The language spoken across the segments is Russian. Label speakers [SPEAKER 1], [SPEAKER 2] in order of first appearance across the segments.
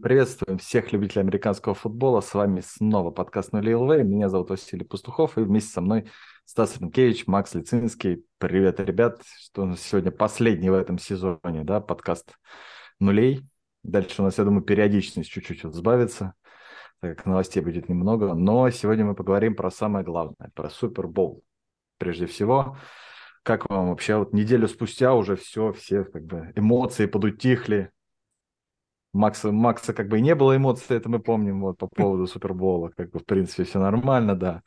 [SPEAKER 1] Приветствуем всех любителей американского футбола. С вами снова подкаст «Нули ЛВ». Меня зовут Василий Пастухов, и вместе со мной Стас Ренкевич, Макс Лицинский. Привет, ребят. Что у нас сегодня последний в этом сезоне, да, подкаст «Нулей». Дальше у нас, я думаю, периодичность чуть-чуть вот сбавится, так как новостей будет немного. Но сегодня мы поговорим про самое главное, про Супербол. Прежде всего, как вам вообще? Вот неделю спустя уже все, все как бы эмоции подутихли. Макса, Макса как бы и не было эмоций, это мы помним вот по поводу Супербола. Как бы, в принципе, все нормально, да.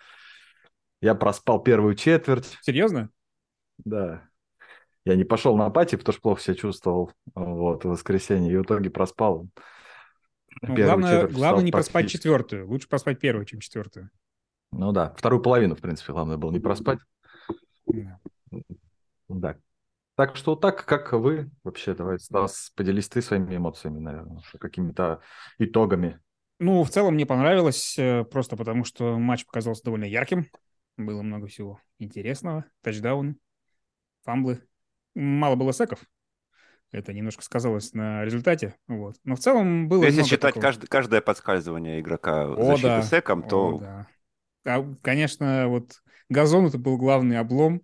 [SPEAKER 1] Я проспал первую четверть,
[SPEAKER 2] Серьезно?
[SPEAKER 1] да. Я не пошел на пати, потому что плохо себя чувствовал вот, в воскресенье. И в итоге проспал.
[SPEAKER 2] Ну,
[SPEAKER 1] Первую
[SPEAKER 2] главное,
[SPEAKER 1] четверть
[SPEAKER 2] главное
[SPEAKER 1] встал
[SPEAKER 2] не проспать
[SPEAKER 1] практически-
[SPEAKER 2] четвертую. Лучше проспать первую, чем четвертую.
[SPEAKER 1] Ну да, вторую половину, в принципе, главное было не проспать.
[SPEAKER 2] Да.
[SPEAKER 1] Да. Так что так, как вы вообще, давай, Стас, поделись ты своими эмоциями, наверное, какими-то итогами.
[SPEAKER 2] Ну, в целом мне понравилось, э, просто потому что матч показался довольно ярким. Было много всего интересного. Тачдауны, фамблы. Мало было секов. Это немножко сказалось на результате. Вот. Но в целом было
[SPEAKER 3] Ну, Если
[SPEAKER 2] много
[SPEAKER 3] считать
[SPEAKER 2] такого.
[SPEAKER 3] кажд- каждое подскальзывание игрока
[SPEAKER 2] О,
[SPEAKER 3] защиты
[SPEAKER 2] да.
[SPEAKER 3] секом, то
[SPEAKER 2] О, да. А, конечно, вот газон это был главный облом.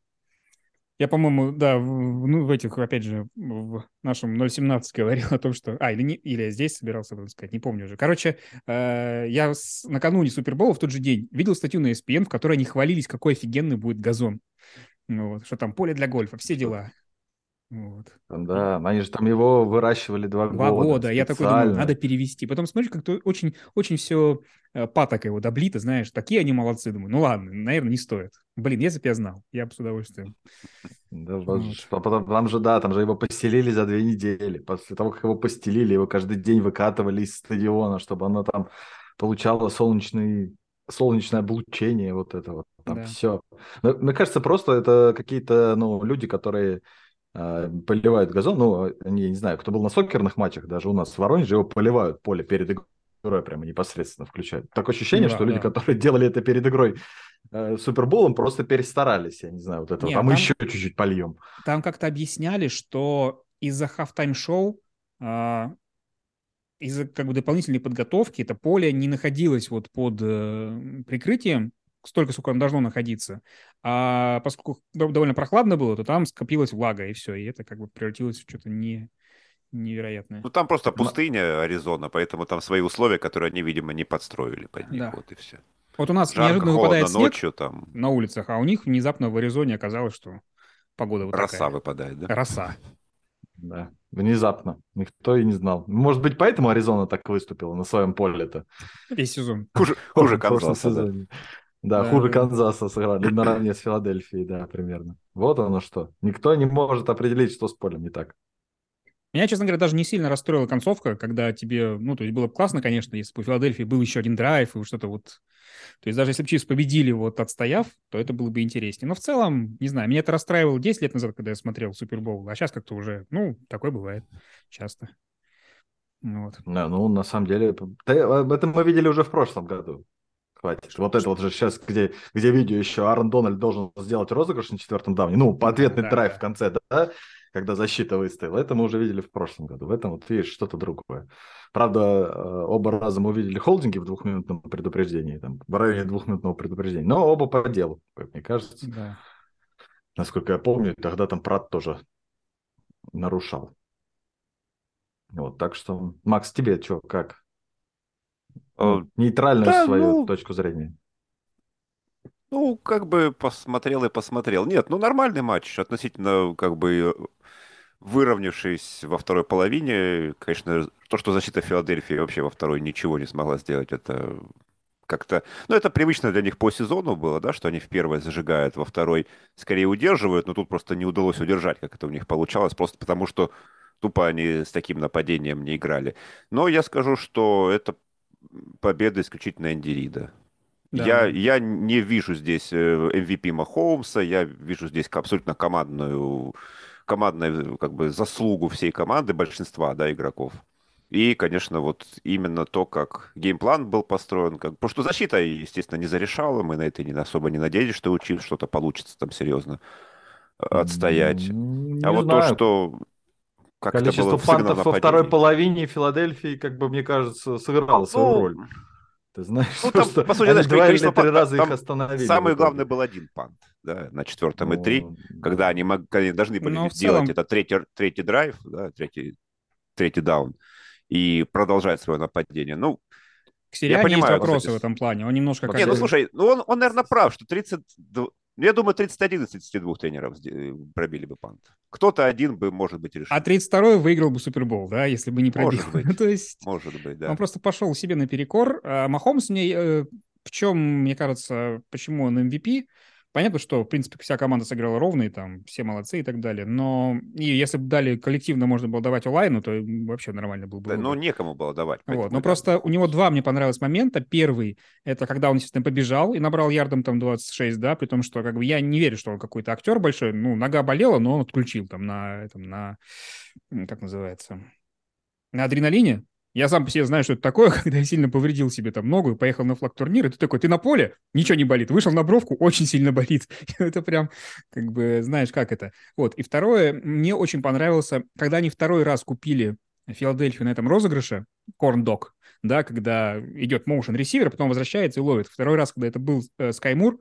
[SPEAKER 2] Я, по-моему, да, в, в- ну, в этих, опять же, в нашем 017 говорил о том, что... А, или, не, или я здесь собирался об этом сказать, не помню уже. Короче, э, я с- накануне Супербола в тот же день видел статью на ESPN, в которой они хвалились, какой офигенный будет газон. Ну, вот, что там поле для гольфа, все дела. Вот.
[SPEAKER 1] Там, Да, они же там его выращивали два,
[SPEAKER 2] Два
[SPEAKER 1] года.
[SPEAKER 2] года. Я такой думаю,
[SPEAKER 1] специально.
[SPEAKER 2] надо перевести. Потом смотришь, как-то очень, очень все патока его доблито, знаешь, такие они молодцы. Думаю, ну ладно, наверное, не стоит. Блин, если бы я знал, я бы с удовольствием.
[SPEAKER 1] Да,
[SPEAKER 2] Вот.
[SPEAKER 1] вот ж- а потом, там же, да, там же его постелили за две недели. После того, как его постелили, его каждый день выкатывали из стадиона, чтобы оно там получало солнечный, солнечное облучение вот это вот. Там
[SPEAKER 2] Да.
[SPEAKER 1] все. мне кажется, просто это какие-то, ну, люди, которые э, поливают газон. Ну, они, я не знаю, кто был на сокерных матчах, даже у нас в Воронеже его поливают поле перед игрой прямо непосредственно включают. Такое ощущение,
[SPEAKER 2] Ну Да,
[SPEAKER 1] что люди,
[SPEAKER 2] да.
[SPEAKER 1] которые делали это перед игрой, э, Суперболом просто перестарались, я не знаю, вот это.
[SPEAKER 2] Не,
[SPEAKER 1] вот. а мы
[SPEAKER 2] там-
[SPEAKER 1] еще чуть-чуть польем.
[SPEAKER 2] Там как-то объясняли, что из-за хафтайм-шоу, а, из-за как бы дополнительной подготовки, это поле не находилось вот под э, прикрытием столько, сколько оно должно находиться. А поскольку до- довольно прохладно было, то там скопилась влага, и все. И это как бы превратилось в что-то не... невероятное.
[SPEAKER 3] ну там просто
[SPEAKER 2] а
[SPEAKER 1] Ма-
[SPEAKER 3] пустыня Аризона, поэтому там свои условия, которые они, видимо, не подстроили под них.
[SPEAKER 2] Да.
[SPEAKER 3] Вот и все.
[SPEAKER 2] Вот у нас
[SPEAKER 3] Жарко,
[SPEAKER 2] неожиданно
[SPEAKER 3] холодно
[SPEAKER 2] выпадает снег,
[SPEAKER 3] ночью, там
[SPEAKER 2] на улицах, а у них внезапно в Аризоне оказалось, что погода вот
[SPEAKER 3] роса
[SPEAKER 2] такая.
[SPEAKER 3] выпадает, да?
[SPEAKER 2] Роса.
[SPEAKER 1] Да. Внезапно. Никто и не знал. Может быть, поэтому Аризона так выступила на своем поле-то.
[SPEAKER 2] Весь сезон.
[SPEAKER 3] Хуже, хуже
[SPEAKER 1] В прошлом
[SPEAKER 3] Канзаса, да.
[SPEAKER 1] сезоне. Да,
[SPEAKER 2] Да,
[SPEAKER 1] хуже
[SPEAKER 2] да.
[SPEAKER 1] Канзаса сыграли наравне с Филадельфией, да, примерно. Вот оно что. Никто не может определить, что с полем не так.
[SPEAKER 2] Меня, честно говоря, даже не сильно расстроила концовка, когда тебе, ну, то есть было бы классно, конечно, если бы у Филадельфии был еще один драйв и что-то вот. То есть даже если бы Чивс победили, вот отстояв, то это было бы интереснее. Но в целом, не знаю, меня это расстраивало 10 лет назад, когда я смотрел Супербол, а сейчас как-то уже, ну, такое бывает часто. Ну Вот.
[SPEAKER 1] Да, ну, на самом деле, да, это мы видели уже в прошлом году. Хватит. Вот это вот же сейчас, где, где видео еще Аарон Дональд должен сделать розыгрыш на четвертом дауне. Ну, по ответный
[SPEAKER 2] Да,
[SPEAKER 1] драйв
[SPEAKER 2] да.
[SPEAKER 1] в конце, да, когда защита выстояла. Это мы уже видели в прошлом году. В этом вот видишь что-то другое. Правда, э, оба раза мы увидели холдинги в двухминутном предупреждении, там, в районе двухминутного предупреждения. Но оба по делу, как мне кажется.
[SPEAKER 2] Да.
[SPEAKER 1] Насколько я помню, тогда там Прат тоже нарушал. Вот, так что, Макс, тебе что, как?
[SPEAKER 3] Э,
[SPEAKER 1] Нейтральную
[SPEAKER 3] да,
[SPEAKER 1] свою
[SPEAKER 3] ну,
[SPEAKER 1] точку зрения.
[SPEAKER 3] Ну, как бы посмотрел и посмотрел. Нет, ну нормальный матч, относительно как бы э, выровнявшись во второй половине. Конечно, то, что защита Филадельфии вообще во второй ничего не смогла сделать, это как-то... Ну, это привычно для них по сезону было, да, что они в первой зажигают, во второй скорее удерживают, но тут просто не удалось удержать, как это у них получалось, просто потому что тупо они с таким нападением не играли. Но я скажу, что это победа исключительно Энди Рида.
[SPEAKER 2] Да,
[SPEAKER 3] Я,
[SPEAKER 2] да.
[SPEAKER 3] я не вижу здесь э, MVP Махоумса, я вижу здесь к- абсолютно командную, командную как бы, заслугу всей команды, большинства да, игроков. И, конечно, вот именно то, как геймплан был построен, как... потому что защита, естественно, не зарешала, мы на это не особо не надеялись, что у Чивс что-то получится там серьезно э, отстоять.
[SPEAKER 1] М, Не
[SPEAKER 3] А вот
[SPEAKER 1] знаю.
[SPEAKER 3] то, что как это
[SPEAKER 1] Количество
[SPEAKER 3] было сыграно
[SPEAKER 1] фантов во второй
[SPEAKER 3] нападение.
[SPEAKER 1] половине Филадельфии, как бы, мне кажется, сыграло свою
[SPEAKER 3] Ну,
[SPEAKER 1] роль. Ты знаешь,
[SPEAKER 3] ну, там,
[SPEAKER 1] что
[SPEAKER 3] по сути,
[SPEAKER 1] они
[SPEAKER 3] знаешь,
[SPEAKER 1] два или
[SPEAKER 3] количество
[SPEAKER 1] три
[SPEAKER 3] фан-
[SPEAKER 1] раза их
[SPEAKER 3] там
[SPEAKER 1] остановили.
[SPEAKER 3] Самый
[SPEAKER 1] в итоге.
[SPEAKER 3] главный был один пант да, на четвертом и
[SPEAKER 1] Ну,
[SPEAKER 3] три, когда они, мог- они должны были
[SPEAKER 2] Ну, в
[SPEAKER 3] сделать
[SPEAKER 2] целом-
[SPEAKER 3] это третий, третий драйв, да, третий, третий даун, и продолжать свое нападение. Ну,
[SPEAKER 2] К Сириане есть
[SPEAKER 3] понимаю,
[SPEAKER 2] вопросы
[SPEAKER 3] кстати.
[SPEAKER 2] в этом плане. Он немножко
[SPEAKER 1] Не,
[SPEAKER 2] как
[SPEAKER 3] не, ну
[SPEAKER 2] бы-
[SPEAKER 3] слушай, ну он, он наверное, прав, что 32... Я думаю, 31 из 32 тренеров сде- э, пробили бы пант. Кто-то один бы, может быть, решил.
[SPEAKER 2] А 32-й выиграл бы Супербол, да, если бы не пробил.
[SPEAKER 3] Может быть.
[SPEAKER 2] То есть
[SPEAKER 3] Может быть, да.
[SPEAKER 2] Он просто пошел себе наперекор. А Махомс мне... э, В чем, мне кажется, почему он MVP? Понятно, что, в принципе, вся команда сыграла ровно, и там все молодцы и так далее. Но и если бы дали коллективно, можно было давать онлайну, то вообще нормально было бы.
[SPEAKER 3] Да, ну,
[SPEAKER 2] выбор.
[SPEAKER 3] некому было давать. поэтому
[SPEAKER 2] Вот, но
[SPEAKER 3] это-
[SPEAKER 2] просто у него два мне понравилось момента. Первый — это когда он, естественно, побежал и набрал ярдом там 26, да, при том, что как бы я не верю, что он какой-то актер большой. Ну, нога болела, но он отключил там на этом, на... м, Как называется? На адреналине. Я сам по себе знаю, что это такое, когда я сильно повредил себе там ногу и поехал на флаг турнир, и ты такой, ты на поле, ничего не болит. Вышел на бровку, очень сильно болит. это прям, как бы, знаешь, как это. Вот. И второе, мне очень понравился, когда они второй раз купили Филадельфию на этом розыгрыше, корн-дог, да, когда идет моушен ресивер, потом возвращается и ловит. Второй раз, когда это был э, Скаймур,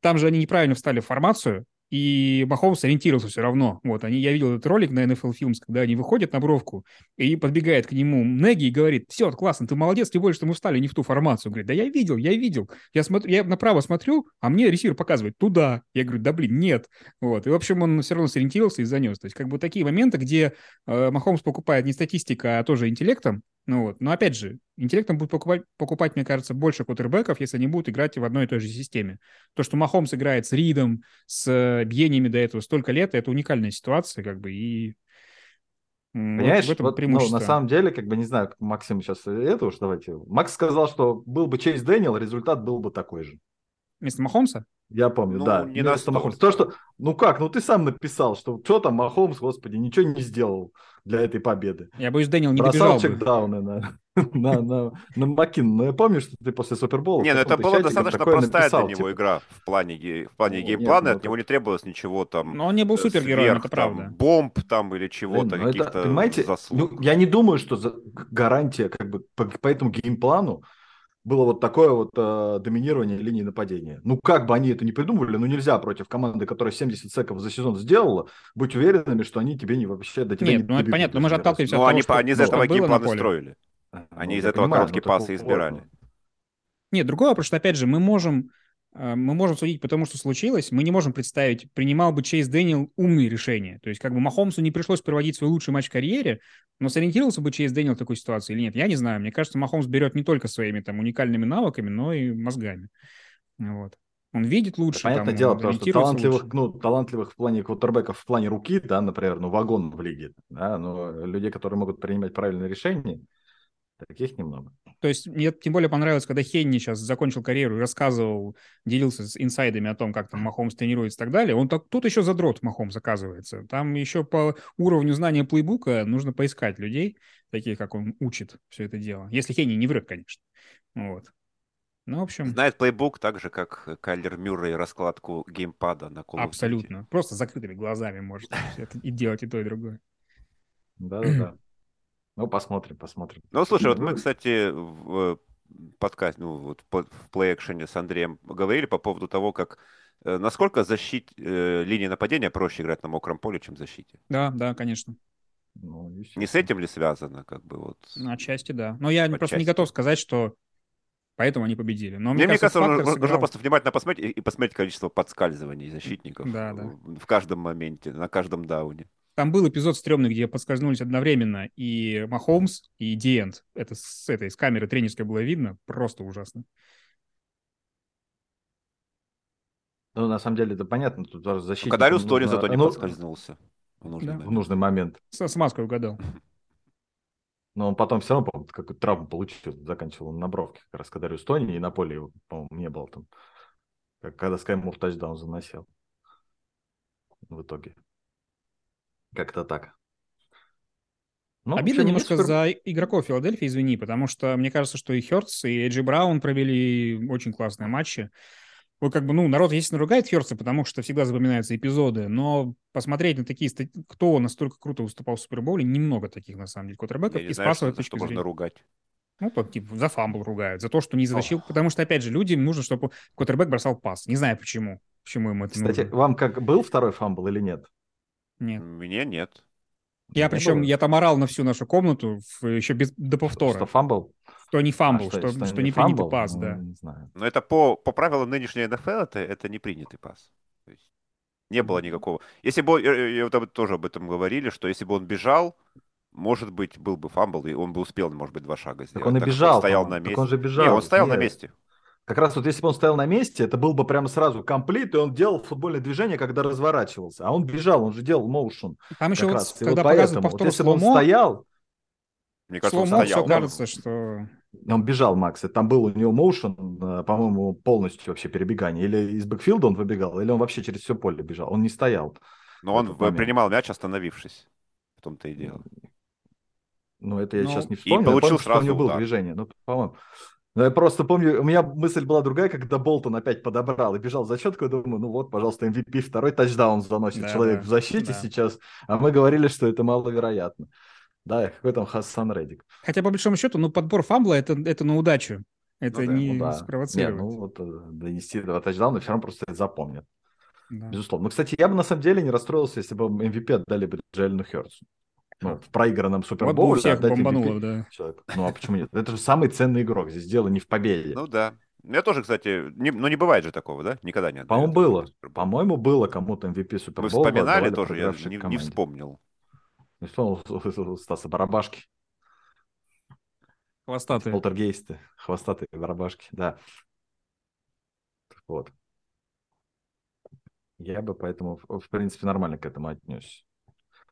[SPEAKER 2] там же они неправильно встали в формацию, и Махомс ориентировался все равно. Вот, они, я видел этот ролик на NFL Films, когда они выходят на бровку, и подбегает к нему Неги и говорит, все, классно, ты молодец, тем более, что мы встали не в ту формацию. Он говорит, да я видел, я видел. Я, смотрю, я направо смотрю, а мне ресивер показывает туда. Я говорю, да блин, нет. Вот, и, в общем, он все равно сориентировался и занес. То есть, как бы такие моменты, где э, Махомс покупает не статистика, а тоже интеллектом, ну вот. Но опять же, интеллектом будет покупать, покупать, мне кажется, больше кутербеков, если они будут играть в одной и той же системе. То, что Махомс играет с Ридом, с э, Бьениями до этого столько лет, это уникальная ситуация, как бы, и м, вот
[SPEAKER 1] Понимаешь,
[SPEAKER 2] в этом
[SPEAKER 1] вот, ну,
[SPEAKER 2] преимущество.
[SPEAKER 1] на самом деле, как бы не знаю, как Максим сейчас это уж давайте. Макс сказал, что был бы Чейз Дэниел, результат был бы такой же.
[SPEAKER 2] Вместо Махомса?
[SPEAKER 1] Я помню,
[SPEAKER 3] Ну,
[SPEAKER 1] да.
[SPEAKER 3] не
[SPEAKER 1] вместо
[SPEAKER 3] настолько.
[SPEAKER 1] Махомса. То, что, ну как, ну ты сам написал, что что там Махомс, господи, ничего не сделал для этой победы.
[SPEAKER 2] Я боюсь, Дэниел не
[SPEAKER 1] Бросал
[SPEAKER 2] добежал бы.
[SPEAKER 1] чекдауны на, на, на, на Макин. Но я помню, что ты после Супербола...
[SPEAKER 3] Не,
[SPEAKER 1] в
[SPEAKER 3] ну это
[SPEAKER 1] каком-то
[SPEAKER 3] была
[SPEAKER 1] чатике
[SPEAKER 3] достаточно
[SPEAKER 1] такое
[SPEAKER 3] простая
[SPEAKER 1] написал,
[SPEAKER 3] для него
[SPEAKER 1] типа,
[SPEAKER 3] игра в плане, ге- в плане
[SPEAKER 1] Ну, нет,
[SPEAKER 3] геймплана,
[SPEAKER 1] ну,
[SPEAKER 3] от него
[SPEAKER 1] это-
[SPEAKER 3] не требовалось ничего там.
[SPEAKER 2] Но он не был
[SPEAKER 3] э,
[SPEAKER 2] супергероем,
[SPEAKER 3] сверх,
[SPEAKER 2] Ну, это
[SPEAKER 3] там,
[SPEAKER 2] правда.
[SPEAKER 3] бомб там или чего-то,
[SPEAKER 1] Блин, ну это,
[SPEAKER 3] каких-то
[SPEAKER 1] понимаете,
[SPEAKER 3] заслуг.
[SPEAKER 1] ну, я не думаю, что за- г- гарантия, как бы по, по этому геймплану было вот такое вот э, доминирование линии нападения. Ну, как бы они это не придумывали, ну нельзя против команды, которая 70 секов за сезон сделала, быть уверенными, что они тебе не вообще до тебя
[SPEAKER 2] Нет,
[SPEAKER 1] не
[SPEAKER 2] ну, это
[SPEAKER 1] добегут
[SPEAKER 2] понятно,
[SPEAKER 1] даже
[SPEAKER 2] мы же
[SPEAKER 1] ни разу.
[SPEAKER 2] отталкиваемся
[SPEAKER 3] Ну,
[SPEAKER 2] от
[SPEAKER 3] они,
[SPEAKER 2] того,
[SPEAKER 3] по-
[SPEAKER 2] что-
[SPEAKER 3] они из
[SPEAKER 1] ну,
[SPEAKER 3] этого
[SPEAKER 2] что было на
[SPEAKER 3] геймпланы
[SPEAKER 2] поле.
[SPEAKER 3] строили. Они
[SPEAKER 1] Ну,
[SPEAKER 3] из
[SPEAKER 1] я
[SPEAKER 3] этого
[SPEAKER 1] понимаю,
[SPEAKER 3] короткие
[SPEAKER 1] ну, такого
[SPEAKER 3] пасы
[SPEAKER 1] вот,
[SPEAKER 3] избирали.
[SPEAKER 1] ну.
[SPEAKER 2] Нет, другой вопрос, что, опять же, мы можем, э, мы можем судить по тому, что случилось, мы не можем представить, принимал бы Чейз Дэниел умные решения. То есть, как бы Махомсу не пришлось проводить свой лучший матч в карьере, но сориентировался бы Чейз Дэниел в такой ситуации или нет, я не знаю. Мне кажется, Махомс берет не только своими там уникальными навыками, но и мозгами. Вот. Он видит лучше,
[SPEAKER 1] Понятное
[SPEAKER 2] там, он
[SPEAKER 1] дело, потому что
[SPEAKER 2] ориентируется
[SPEAKER 1] талантливых,
[SPEAKER 2] лучше.
[SPEAKER 1] ну, талантливых в плане квотербеков, в плане руки, да, например, ну, вагон в лиге, да, но людей, которые могут принимать правильные решения, таких немного.
[SPEAKER 2] То есть мне тем более понравилось, когда Хенни сейчас закончил карьеру и рассказывал, делился с инсайдами о том, как там Махомс тренируется и так далее. Он так, тут еще задрот Махомс оказывается. Там еще по уровню знания плейбука нужно поискать людей, такие, как он учит все это дело. Если Хенни не врет, конечно. Вот. Ну, в общем,
[SPEAKER 3] Знает плейбук так же, как Кайлер Мюррей раскладку геймпада на Call of Duty.
[SPEAKER 2] абсолютно. Просто с закрытыми глазами может это и делать и то, и другое.
[SPEAKER 1] Да-да-да. Ну, посмотрим, посмотрим.
[SPEAKER 3] Ну, слушай, вот мы,
[SPEAKER 1] Ну,
[SPEAKER 3] кстати, в подкасте, ну, вот по- в плей-экшене с Андреем говорили по поводу того, как э, насколько защит э, линии нападения проще играть на мокром поле, чем в защите.
[SPEAKER 2] Да, да, конечно.
[SPEAKER 1] ну, естественно.
[SPEAKER 3] Не с этим ли связано, как бы вот?
[SPEAKER 2] Ну, Отчасти, да. Но я просто не
[SPEAKER 3] Отчасти.
[SPEAKER 2] готов сказать, что поэтому они победили. Но
[SPEAKER 3] Мне,
[SPEAKER 2] мне, кажется,
[SPEAKER 3] нужно,
[SPEAKER 2] фактор
[SPEAKER 3] нужно
[SPEAKER 2] сыграл.
[SPEAKER 3] просто внимательно посмотреть и, и посмотреть количество подскальзываний защитников
[SPEAKER 2] Да, да.
[SPEAKER 3] в- в каждом моменте, на каждом дауне.
[SPEAKER 2] Там был эпизод стрёмный, где подскользнулись одновременно и Махомс, и Диэнд. Это с этой, с камеры тренерской было видно. Просто ужасно.
[SPEAKER 1] Ну, на самом деле, это понятно, тут даже защитник...
[SPEAKER 3] Ну, Когда Рюстори зато не
[SPEAKER 1] ну,
[SPEAKER 3] подскользнулся. в нужный
[SPEAKER 2] Да. Ну,
[SPEAKER 1] в
[SPEAKER 3] момент.
[SPEAKER 1] нужный момент.
[SPEAKER 2] С, с маской угадал.
[SPEAKER 1] Но он потом все равно, по-моему, какую-то травму получил, заканчивал он на бровке, как раз когда Рюстони, и на поле его, по-моему, не было там. Как когда Скаймур тачдаун заносил. В итоге. Как-то так. Ну, вообще,
[SPEAKER 2] Обидно
[SPEAKER 1] не
[SPEAKER 2] немножко
[SPEAKER 1] супер-
[SPEAKER 2] за игроков Филадельфии, извини, потому что мне кажется, что и Хёртс, и Эджи Браун провели очень классные матчи. вот как бы, ну, народ, естественно, ругает Ферца, потому что всегда запоминаются эпизоды, но посмотреть на такие, стати- кто настолько круто выступал в Супербоуле, немного таких, на самом деле, квотербеков.
[SPEAKER 3] Я не
[SPEAKER 2] И с
[SPEAKER 3] знаю, что,
[SPEAKER 2] пасовой
[SPEAKER 3] за
[SPEAKER 2] точки
[SPEAKER 3] что можно
[SPEAKER 2] зрения.
[SPEAKER 3] ругать.
[SPEAKER 2] Ну, там, типа, за фамбл ругают, за то, что не затащил,
[SPEAKER 3] Ох.
[SPEAKER 2] потому что, опять же, людям нужно, чтобы квотербек бросал пас. Не знаю, почему. Почему ему это
[SPEAKER 1] Кстати,
[SPEAKER 2] нужно.
[SPEAKER 1] вам как был второй фамбл или нет?
[SPEAKER 2] Нет.
[SPEAKER 3] Мне нет.
[SPEAKER 2] Я
[SPEAKER 1] Не
[SPEAKER 2] причем,
[SPEAKER 1] было?
[SPEAKER 2] я там орал на всю нашу комнату, в- еще без, до повтора,
[SPEAKER 1] Что
[SPEAKER 2] что,
[SPEAKER 1] фамбл?
[SPEAKER 2] не фамбл,
[SPEAKER 1] А,
[SPEAKER 2] что, что, не принятый
[SPEAKER 1] фамбл?
[SPEAKER 2] пас,
[SPEAKER 1] Ну,
[SPEAKER 2] да.
[SPEAKER 1] Не знаю.
[SPEAKER 3] Но это по, по правилам нынешней НФЛ, это, это не принятый пас. То есть не было никакого. Если бы, он- э, э, вот об- тоже об этом говорили, что если бы он бежал, может быть, был бы фамбл, и он бы успел, может быть, два шага сделать.
[SPEAKER 1] Так он и
[SPEAKER 3] что
[SPEAKER 1] бежал.
[SPEAKER 3] стоял на
[SPEAKER 1] по-моему.
[SPEAKER 3] месте.
[SPEAKER 1] Так он же бежал.
[SPEAKER 3] Не, он стоял на
[SPEAKER 1] Нет.
[SPEAKER 3] месте.
[SPEAKER 1] Как раз вот если бы он стоял на месте, это был бы прямо сразу комплит, и он делал футбольное движение, когда разворачивался. А он бежал, он же делал моушен.
[SPEAKER 2] Там еще
[SPEAKER 1] как
[SPEAKER 2] вот,
[SPEAKER 1] раз. И
[SPEAKER 2] когда
[SPEAKER 1] вот поэтому,
[SPEAKER 2] показывают
[SPEAKER 1] вот
[SPEAKER 2] повтор
[SPEAKER 1] если бы он
[SPEAKER 2] сломо,
[SPEAKER 1] стоял,
[SPEAKER 3] Мне кажется, он
[SPEAKER 2] сломо,
[SPEAKER 3] стоял.
[SPEAKER 2] все
[SPEAKER 3] Ну,
[SPEAKER 2] кажется, что...
[SPEAKER 1] он бежал, Макс, и там был у него моушен, э, по-моему, полностью вообще перебегание. Или из бэкфилда он выбегал, или он вообще через все поле бежал. Он не стоял.
[SPEAKER 3] Но
[SPEAKER 1] в
[SPEAKER 3] он
[SPEAKER 1] этот
[SPEAKER 3] в-
[SPEAKER 1] момент.
[SPEAKER 3] принимал мяч, остановившись. В том-то и дело.
[SPEAKER 1] Ну, это я
[SPEAKER 2] Ну,
[SPEAKER 1] сейчас не
[SPEAKER 3] и
[SPEAKER 1] вспомню. Я
[SPEAKER 3] получил
[SPEAKER 1] помню, что у
[SPEAKER 3] сразу
[SPEAKER 1] него было
[SPEAKER 3] удар.
[SPEAKER 1] движение, ну, по-моему. Но я просто помню, у меня мысль была другая, когда Болтон опять подобрал и бежал в зачетку, я думаю, ну вот, пожалуйста, MVP второй тачдаун заносит
[SPEAKER 2] Да,
[SPEAKER 1] человек
[SPEAKER 2] да,
[SPEAKER 1] в защите
[SPEAKER 2] да.
[SPEAKER 1] сейчас, а мы говорили, что это маловероятно. Да, какой там Хасан Редик.
[SPEAKER 2] Хотя, по большому счету, ну, подбор фамбла это, — это на удачу. Это
[SPEAKER 3] да,
[SPEAKER 2] не
[SPEAKER 1] ну да. Не,
[SPEAKER 2] спровоцировать.
[SPEAKER 1] ну вот э, донести два тачдауна, все равно просто это запомнят,
[SPEAKER 2] Да.
[SPEAKER 1] безусловно. Ну, кстати, я бы на самом деле не расстроился, если бы MVP отдали бы Джейлену Хёрцу. Ну, в проигранном
[SPEAKER 2] Вот бы у
[SPEAKER 1] Супербоуле а
[SPEAKER 2] всех
[SPEAKER 1] отдать эм MVP
[SPEAKER 2] бомбануло, да.
[SPEAKER 1] человеку. Ну, а почему нет? Это же самый ценный игрок, здесь дело не в победе.
[SPEAKER 3] Ну да. Я тоже, кстати, не, ну не бывает же такого, да? Никогда не отдают.
[SPEAKER 1] По-моему, было.
[SPEAKER 3] Супербол.
[SPEAKER 1] По-моему, было кому-то MVP
[SPEAKER 3] Мы
[SPEAKER 1] Супербоула.
[SPEAKER 3] вспоминали
[SPEAKER 1] отдавали
[SPEAKER 3] тоже, я
[SPEAKER 1] проигравшей
[SPEAKER 3] не, не
[SPEAKER 1] команде.
[SPEAKER 3] вспомнил.
[SPEAKER 1] Не вспомнил Стаса Барабашки,
[SPEAKER 2] Хвостатые.
[SPEAKER 1] полтергейсты, хвостатые Барабашки, да. Вот. Я бы поэтому, в в принципе, нормально к этому отнесся.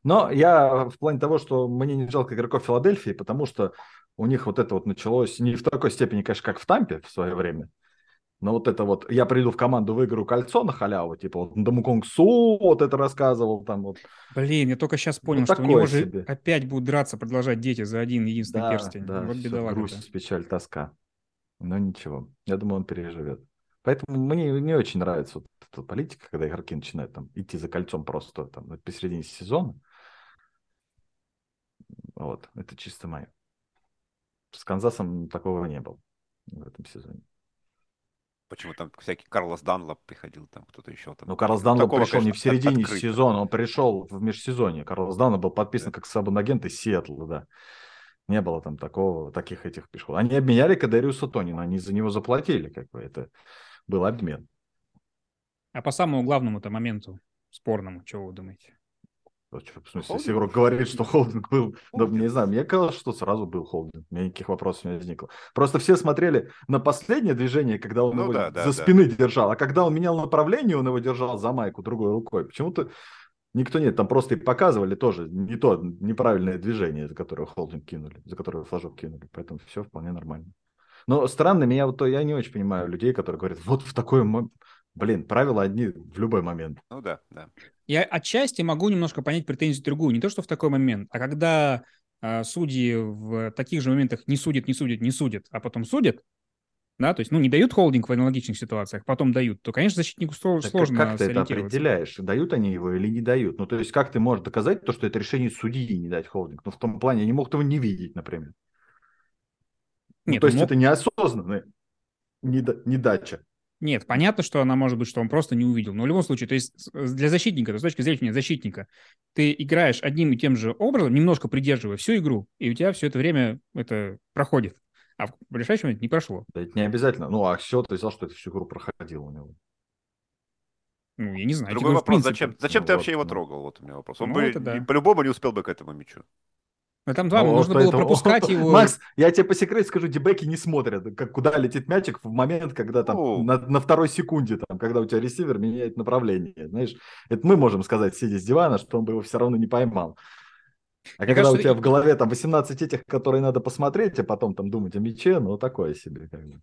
[SPEAKER 1] Но я в плане того, что мне не жалко игроков Филадельфии, потому что у них вот это вот началось не в такой степени, конечно, как в Тампе в свое время. Но вот это вот, я приду в команду, выиграю кольцо на халяву, типа вот Дамуконг Су, вот это рассказывал, там вот
[SPEAKER 2] Блин, я только сейчас понял,
[SPEAKER 1] Ну,
[SPEAKER 2] что у
[SPEAKER 1] такое
[SPEAKER 2] него же
[SPEAKER 1] себе.
[SPEAKER 2] опять будут драться, продолжать дети за один единственный перстень.
[SPEAKER 1] Да,
[SPEAKER 2] вот
[SPEAKER 1] всё,
[SPEAKER 2] бедолага.
[SPEAKER 1] грусть, печаль, тоска. Но ничего, я думаю, он переживет. Поэтому мне не очень нравится вот эта политика, когда игроки начинают там идти за кольцом просто там вот посередине сезона. Вот, это чисто мое. С Канзасом такого не было в этом сезоне.
[SPEAKER 3] Почему там всякий Карлос Данлоп приходил, там кто-то еще там.
[SPEAKER 1] Но Ну, Карлос Данлоп
[SPEAKER 3] Такого,
[SPEAKER 1] пришел не в
[SPEAKER 3] конечно, от-
[SPEAKER 1] середине
[SPEAKER 3] открыто.
[SPEAKER 1] сезона, он пришел в межсезонье. Карлос Данлоп был подписан как свободный агент из Сиэтла, да. Не было там такого, таких этих пешеходов. Они обменяли Кадариуса Тонина, они за него заплатили, как бы это был обмен.
[SPEAKER 2] А по самому главному-то моменту, спорному, чего вы думаете?
[SPEAKER 1] То есть, В смысле, если
[SPEAKER 3] Холдинг?
[SPEAKER 1] игрок говорит, что холдинг был, да
[SPEAKER 3] Холдинг.
[SPEAKER 1] не знаю, мне казалось, что сразу был холдинг, у меня никаких вопросов не возникло. Просто все смотрели на последнее движение, когда он
[SPEAKER 3] Ну
[SPEAKER 1] его
[SPEAKER 3] да, да,
[SPEAKER 1] за
[SPEAKER 3] да.
[SPEAKER 1] спины держал, а когда он менял направление, он его держал за майку другой рукой. Почему-то никто нет, там просто и показывали тоже не то неправильное движение, за которое холдинг кинули, за которое флажок кинули, поэтому все вполне нормально. Но странно, меня вот то, я не очень понимаю людей, которые говорят, вот в такой, мо- блин, правила одни в любой момент.
[SPEAKER 3] Ну да, да.
[SPEAKER 2] Я отчасти могу немножко понять претензию другую. Не то, что в такой момент, а когда а, судьи в таких же моментах не судят, не судят, не судят, а потом судят, да, то есть, ну, не дают холдинг в аналогичных ситуациях, потом дают, то, конечно, защитнику сло-
[SPEAKER 1] Так
[SPEAKER 2] Ну, сложно
[SPEAKER 1] как ты это
[SPEAKER 2] сориентироваться.
[SPEAKER 1] определяешь, дают они его или не дают? Ну, то есть, как ты можешь доказать то, что это решение судьи не дать холдинг? Ну, в том плане, они могут его не видеть, например. Ну,
[SPEAKER 2] Нет,
[SPEAKER 1] то есть,
[SPEAKER 2] мог-
[SPEAKER 1] это неосознанная неда- недача.
[SPEAKER 2] Нет, понятно, что она может быть, что он просто не увидел. Но в любом случае, то есть с- э, для защитника, то есть с точки зрения защитника, ты играешь одним и тем же образом, немножко придерживая всю игру, и у тебя все это время это проходит. А в решающий момент не прошло.
[SPEAKER 1] Да это не обязательно. Ну, а все, ты взял, что это всю игру проходило у него.
[SPEAKER 2] Ну, я не знаю. я тебе
[SPEAKER 3] Другой
[SPEAKER 2] говорю, в
[SPEAKER 3] вопрос,
[SPEAKER 2] принципе.
[SPEAKER 3] зачем, зачем
[SPEAKER 1] Ну
[SPEAKER 3] ты
[SPEAKER 1] вот,
[SPEAKER 3] вообще его
[SPEAKER 1] ну.
[SPEAKER 3] трогал? Вот у меня вопрос. Он
[SPEAKER 2] Ну,
[SPEAKER 3] бы
[SPEAKER 2] это да.
[SPEAKER 3] ни- по-любому не успел бы к этому мячу.
[SPEAKER 2] Но А там два,
[SPEAKER 1] Ну,
[SPEAKER 2] нужно
[SPEAKER 1] вот
[SPEAKER 2] было
[SPEAKER 1] поэтому-
[SPEAKER 2] пропускать его.
[SPEAKER 1] Макс, я тебе по секрету скажу, дебеки не смотрят, как куда летит мячик в момент, когда там
[SPEAKER 3] Ну.
[SPEAKER 1] на, на второй секунде, там, когда у тебя ресивер меняет направление. Знаешь, это мы можем сказать, сидя с дивана, что он бы его все равно не поймал. А когда
[SPEAKER 2] Мне кажется,
[SPEAKER 1] у тебя
[SPEAKER 2] и-
[SPEAKER 1] в голове там 18 этих, которые надо посмотреть, а потом там думать о мяче, ну такое себе. как бы.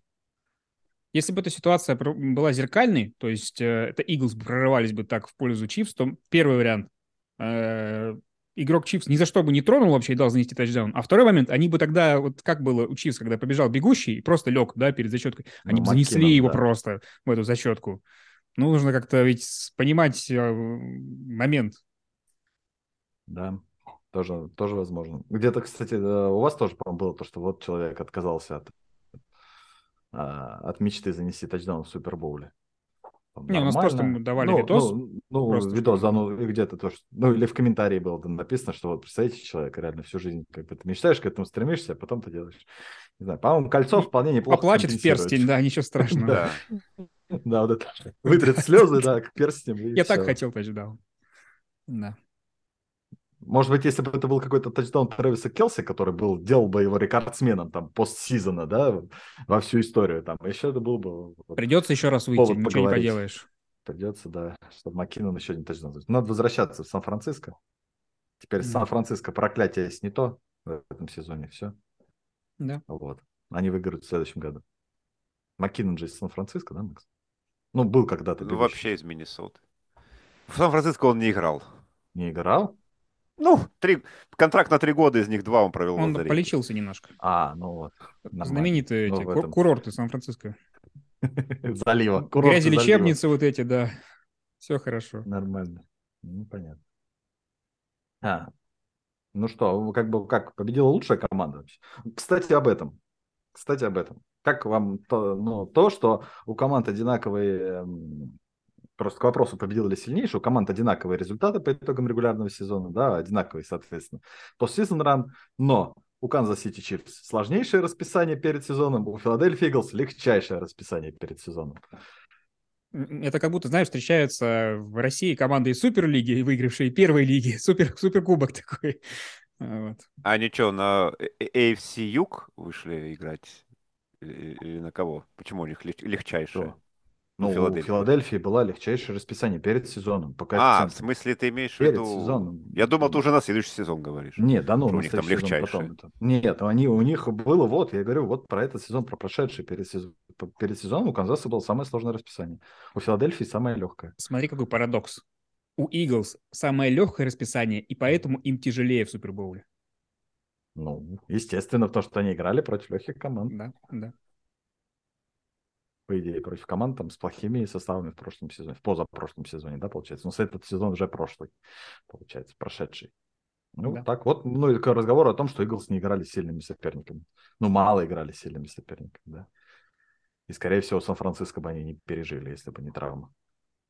[SPEAKER 2] Если бы эта ситуация про- была зеркальной, то есть э, это Иглс прорывались бы так в пользу Чивс, то первый вариант э, игрок Чивс ни за что бы не тронул вообще и дал занести тачдаун. А второй момент, они бы тогда, вот как было у Чивс, когда побежал бегущий и просто лег, да, перед зачеткой, они
[SPEAKER 1] Ну,
[SPEAKER 2] бы занесли
[SPEAKER 1] Маккинон,
[SPEAKER 2] его
[SPEAKER 1] да.
[SPEAKER 2] просто в эту зачетку. Ну, нужно как-то ведь с- понимать э, момент.
[SPEAKER 1] Да, тоже, тоже возможно. Где-то, кстати, э, у вас тоже, по-моему, было то, что вот человек отказался от, а, от мечты занести тачдаун в Супербоуле. Там
[SPEAKER 2] Не, у нас
[SPEAKER 1] нормально.
[SPEAKER 2] просто мы давали
[SPEAKER 1] Ну,
[SPEAKER 2] видос.
[SPEAKER 1] Ну, ну,
[SPEAKER 2] просто
[SPEAKER 1] видос, да, ну, и где-то то, что... Ну, или в комментарии было там написано, что вот, представляете, человек реально всю жизнь как бы ты мечтаешь, к этому стремишься, а потом ты делаешь. Не знаю, по-моему, кольцо
[SPEAKER 2] Ну,
[SPEAKER 1] вполне неплохо
[SPEAKER 2] Поплачет в
[SPEAKER 1] компенсирует.
[SPEAKER 2] перстень, да, ничего страшного.
[SPEAKER 3] Да.
[SPEAKER 1] Да, вот это. Вытрет слезы, да, к перстням. и
[SPEAKER 2] Я так
[SPEAKER 1] всё.
[SPEAKER 2] хотел тачдаун. Да.
[SPEAKER 1] Может быть, если бы это был какой-то тачдаун Трэвиса Келси, который был, делал бы его рекордсменом там постсизона, да, во всю историю там. Еще это был бы... вот,
[SPEAKER 2] Придется еще раз выйти,
[SPEAKER 1] Повод
[SPEAKER 2] ничего не
[SPEAKER 1] поговорить.
[SPEAKER 2] поделаешь.
[SPEAKER 1] придется, да, чтобы Маккинон еще один тачдаун. забил. Надо возвращаться в Сан-Франциско. Теперь
[SPEAKER 2] Да.
[SPEAKER 1] Сан-Франциско проклятие есть не то в этом сезоне. Все.
[SPEAKER 2] Да.
[SPEAKER 1] Вот. Они выиграют в следующем году. Маккинон же из Сан-Франциско, да, Макс? Ну, был когда-то.
[SPEAKER 3] Ну,
[SPEAKER 1] бегущий.
[SPEAKER 3] вообще из Миннесоты. В Сан-Франциско он не играл.
[SPEAKER 1] Не играл?
[SPEAKER 3] Ну, три... контракт на три года, из них два он провел в
[SPEAKER 2] Он
[SPEAKER 3] лазарете.
[SPEAKER 2] полечился немножко.
[SPEAKER 1] А, ну вот. Нормально.
[SPEAKER 2] Знаменитые
[SPEAKER 1] Ну,
[SPEAKER 2] эти
[SPEAKER 1] в
[SPEAKER 2] ку-
[SPEAKER 1] этом-
[SPEAKER 2] курорты Сан-Франциско.
[SPEAKER 1] Залива. курорты
[SPEAKER 2] Грязи
[SPEAKER 1] залива.
[SPEAKER 2] лечебницы вот эти, да. Все хорошо.
[SPEAKER 1] Нормально. Ну, понятно. А, ну что, как бы как победила лучшая команда вообще? Кстати, об этом. Кстати, об этом. Как вам то, ну, то что у команд одинаковые... эм, Просто к вопросу, победила ли сильнейшая, у команд одинаковые результаты по итогам регулярного сезона, да, одинаковые, соответственно. Постсезон ран, но у Канзас Сити Чифс сложнейшее расписание перед сезоном, у Филадельфии Иглс легчайшее расписание перед сезоном.
[SPEAKER 2] М, Это как будто, знаешь, встречаются в России команды из Суперлиги, и выигравшие первой лиги. Супер, суперкубок такой. А, Вот.
[SPEAKER 3] А они что, на э- э- AFC Юг вышли играть? Э, э, Или на кого? Почему у них лег- легчайшее?
[SPEAKER 1] Что? Ну, у
[SPEAKER 3] Филадельфии.
[SPEAKER 1] Филадельфии было легчайшее расписание перед сезоном. По
[SPEAKER 3] А, в
[SPEAKER 1] коэффициенту.
[SPEAKER 3] смысле ты имеешь в
[SPEAKER 1] перед
[SPEAKER 3] виду...
[SPEAKER 1] сезоном.
[SPEAKER 3] Я думал, ты уже на следующий сезон говоришь.
[SPEAKER 1] Нет, да ну,
[SPEAKER 3] что у
[SPEAKER 1] на
[SPEAKER 3] них там
[SPEAKER 1] следующий сезон потом
[SPEAKER 3] легчайшее.
[SPEAKER 1] это. Нет, они, у них было вот, я говорю, вот про этот сезон, про прошедший перед, сезон, перед сезоном у Канзаса было самое сложное расписание. У Филадельфии самое легкое.
[SPEAKER 2] Смотри, какой парадокс. У Иглс самое легкое расписание, и поэтому им тяжелее в Супербоуле.
[SPEAKER 1] Ну, естественно, потому что они играли против легких команд.
[SPEAKER 2] Да, да.
[SPEAKER 1] По идее, против команд там с плохими составами в прошлом сезоне, в позапрошлом сезоне, да, получается. Ну, с этот сезон уже прошлый, получается, прошедший. Ну,
[SPEAKER 2] Да.
[SPEAKER 1] так вот, ну, и к разговору о том, что Иглс не играли с сильными соперниками. Ну, мало играли с сильными соперниками, да. И, скорее всего, Сан-Франциско бы они не пережили, если бы не травма.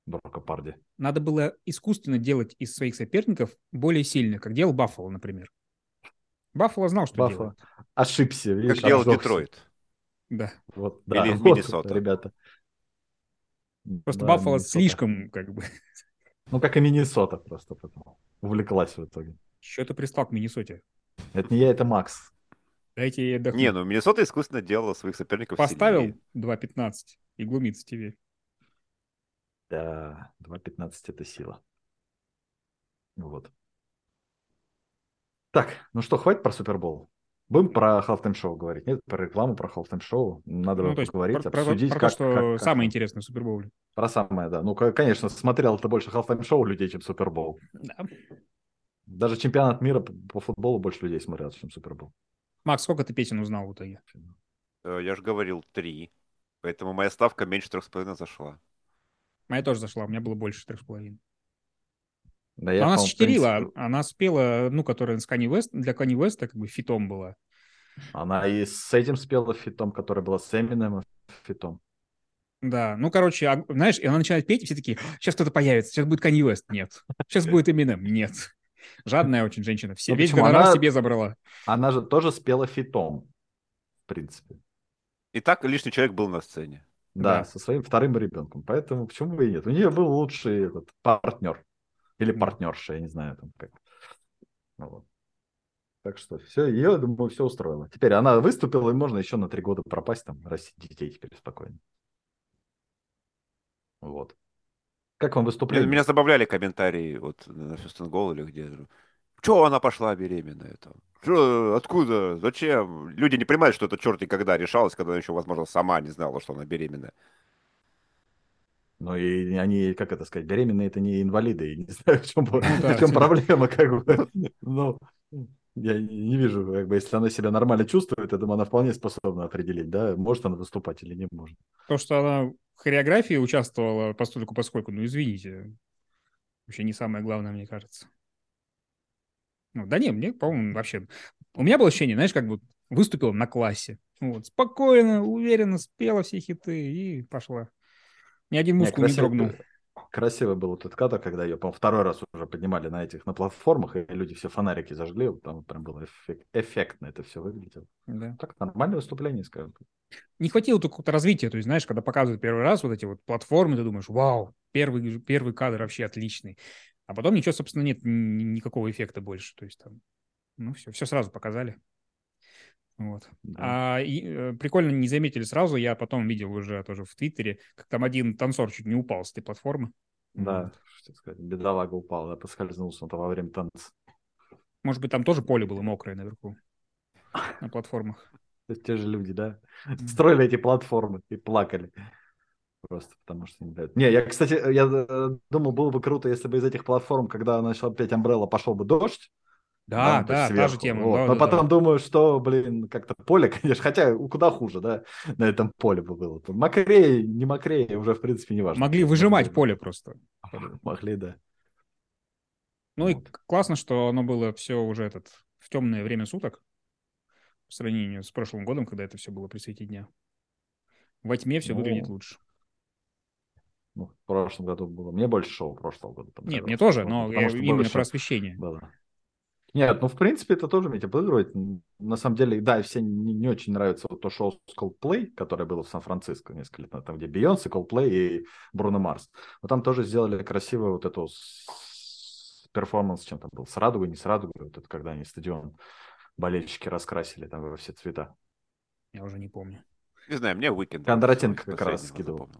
[SPEAKER 1] Дорка Парди.
[SPEAKER 2] Надо было искусственно делать из своих соперников более сильных, как делал Баффало, например. Баффало знал, что
[SPEAKER 1] Баффало.
[SPEAKER 2] делать.
[SPEAKER 1] Ошибся,
[SPEAKER 3] Как
[SPEAKER 1] видишь,
[SPEAKER 3] делал
[SPEAKER 1] обжегся.
[SPEAKER 3] Детройт.
[SPEAKER 2] Да.
[SPEAKER 1] Вот, да,
[SPEAKER 3] Или
[SPEAKER 1] вот,
[SPEAKER 3] Миннесота.
[SPEAKER 1] ребята.
[SPEAKER 2] Просто
[SPEAKER 1] Да,
[SPEAKER 2] Баффало
[SPEAKER 1] Миннесота.
[SPEAKER 2] слишком, как бы,
[SPEAKER 1] Ну, как и Миннесота просто потом. Увлеклась в итоге.
[SPEAKER 2] что-то пристал к Миннесоте.
[SPEAKER 1] Это не я, это Макс.
[SPEAKER 2] Дайте ей отдохнуть.
[SPEAKER 3] Не, ну Миннесота искусственно делала своих соперников
[SPEAKER 2] Поставил
[SPEAKER 3] сильнее.
[SPEAKER 2] 2.15 и глумится тебе.
[SPEAKER 1] Да, 2.15 это сила. Вот. Так, ну что, хватит про Супербол? Будем про Halftime Show говорить? Нет, про рекламу, про Halftime Show. Надо
[SPEAKER 2] Ну, то есть
[SPEAKER 1] поговорить,
[SPEAKER 2] про, про-
[SPEAKER 1] обсудить.
[SPEAKER 2] про
[SPEAKER 1] как,
[SPEAKER 2] то, что
[SPEAKER 1] как- как-
[SPEAKER 2] самое интересное в Супербоуле.
[SPEAKER 1] Про самое, да. Ну, ко- конечно, смотрел это больше Halftime Show людей, чем Супербол.
[SPEAKER 2] Да.
[SPEAKER 1] Даже чемпионат мира по, по футболу больше людей смотрел, чем Супербол.
[SPEAKER 2] Макс, сколько ты песен узнал в итоге?
[SPEAKER 3] Э, Я же говорил, три. Поэтому моя ставка меньше трех с половиной зашла.
[SPEAKER 2] Моя тоже зашла, у меня было больше трех с половиной.
[SPEAKER 1] Да,
[SPEAKER 2] Она
[SPEAKER 1] по-моему,
[SPEAKER 2] нас
[SPEAKER 1] в принципе,
[SPEAKER 2] читерила, она спела, ну, которая с Kanye West, для Kanye West как бы фитом была.
[SPEAKER 1] Она и с этим спела фитом, которая была с Эминемом фитом.
[SPEAKER 2] Да, ну, короче, а, знаешь, и она начинает петь, и все такие, сейчас кто-то появится, сейчас будет Kanye West, нет. Сейчас будет Eminem, нет. Жадная очень женщина, все,
[SPEAKER 1] Ну,
[SPEAKER 2] весь
[SPEAKER 1] почему?
[SPEAKER 2] гонорар
[SPEAKER 1] Она-
[SPEAKER 2] себе забрала.
[SPEAKER 1] Она же тоже спела фитом, в принципе.
[SPEAKER 3] И так лишний человек был на сцене.
[SPEAKER 1] Да,
[SPEAKER 2] Да.
[SPEAKER 1] со своим вторым ребенком. Поэтому почему бы и нет? У нее был лучший этот партнер. Или
[SPEAKER 2] Да.
[SPEAKER 1] партнерша, я не знаю там как. Ну вот. Так что все, ее, думаю, все устроило. Теперь она выступила, и можно еще на три года пропасть, там, растить детей теперь спокойно. Вот. Как вам
[SPEAKER 3] Блин,
[SPEAKER 1] выступление?
[SPEAKER 3] меня забавляли комментарии вот на Фюстен Гол или где. Чего она пошла беременная там? Чё, откуда? Зачем? Люди не понимают, что это черт никогда решалось, когда она еще, возможно, сама не знала, что она беременная.
[SPEAKER 1] Ну и они, как это сказать, беременные это не инвалиды, и не знаю, в чем,
[SPEAKER 2] Ну да,
[SPEAKER 1] в чем
[SPEAKER 2] всё.
[SPEAKER 1] проблема, как бы. Ну, я не- не вижу, как бы, если она себя нормально чувствует, я думаю, она вполне способна определить, да, может она выступать или не может.
[SPEAKER 2] То, что она в хореографии участвовала постольку поскольку, ну, извините, вообще не самое главное, мне кажется. Ну, да не, мне, по-моему, вообще... У меня было ощущение, знаешь, как бы выступила на классе. Вот, спокойно, уверенно спела все хиты и пошла. Ни один
[SPEAKER 1] Не,
[SPEAKER 2] мускул не
[SPEAKER 1] красиво-
[SPEAKER 2] дрогнул.
[SPEAKER 1] Красиво был вот этот кадр, когда ее, по-моему, второй раз уже поднимали на этих, на платформах, и люди все фонарики зажгли, вот там прям было эффек- эффектно это все выглядело. Ну,
[SPEAKER 2] Да.
[SPEAKER 1] Так, нормальное выступление, скажем.
[SPEAKER 2] Не хватило только какого-то развития. То есть, знаешь, когда показывают первый раз вот эти вот платформы, ты думаешь, вау, первый, первый кадр вообще отличный. А потом ничего, собственно, нет, ни- никакого эффекта больше. То есть там, ну, все, все сразу показали. Вот.
[SPEAKER 1] Да.
[SPEAKER 2] А и, э, прикольно не заметили сразу, я потом видел уже тоже в Твиттере, как там один танцор чуть не упал с этой платформы.
[SPEAKER 1] Да, что сказать, бедолага упал, да, поскользнулся он там во время танца.
[SPEAKER 2] Может быть, там тоже поле было мокрое наверху на платформах.
[SPEAKER 1] То есть Те же люди, да? Строили эти платформы и плакали. Просто потому что не дают. Не, я, кстати, я э, думал, было бы круто, если бы из этих платформ, когда начал опять Umbrella, пошел бы дождь.
[SPEAKER 2] Да,
[SPEAKER 1] то
[SPEAKER 2] А, да,
[SPEAKER 1] есть
[SPEAKER 2] та же
[SPEAKER 1] сверху.
[SPEAKER 2] тема.
[SPEAKER 1] Вот.
[SPEAKER 2] да,
[SPEAKER 1] Но
[SPEAKER 2] да, да.
[SPEAKER 1] потом думаю, что, блин, как-то поле, конечно, хотя у- куда хуже, да, на этом поле бы было. Там Мокрее, не мокрее, уже, в принципе, не важно.
[SPEAKER 2] Могли выжимать поле просто.
[SPEAKER 1] Могли, да.
[SPEAKER 2] Ну и
[SPEAKER 1] Вот.
[SPEAKER 2] к- классно, что оно было все уже этот в темное время суток по сравнению с прошлым годом, когда это все было при свете дня. Во тьме все
[SPEAKER 1] Ну,
[SPEAKER 2] выглядит лучше.
[SPEAKER 1] Ну, в прошлом году было. Мне больше шоу прошлого года.
[SPEAKER 2] Нет,
[SPEAKER 1] понравилось.
[SPEAKER 2] мне тоже,
[SPEAKER 1] Потому
[SPEAKER 2] но
[SPEAKER 1] что
[SPEAKER 2] я именно
[SPEAKER 1] больше
[SPEAKER 2] про освещение.
[SPEAKER 1] было. Нет, ну в принципе это тоже ведь обыгрывает. М, На самом деле, да, и все не, не очень нравится вот то шоу с Coldplay, которое было в Сан-Франциско несколько лет назад, там где Бейонсе, Coldplay и Бруно Марс. Но там тоже сделали красивую вот эту с- перформанс, чем там был, с радугой, не с радугой, вот это когда они стадион болельщики раскрасили там во все цвета.
[SPEAKER 2] Я уже не помню.
[SPEAKER 3] Не знаю, мне Уикенд.
[SPEAKER 1] Кондратенко как раз скидывал.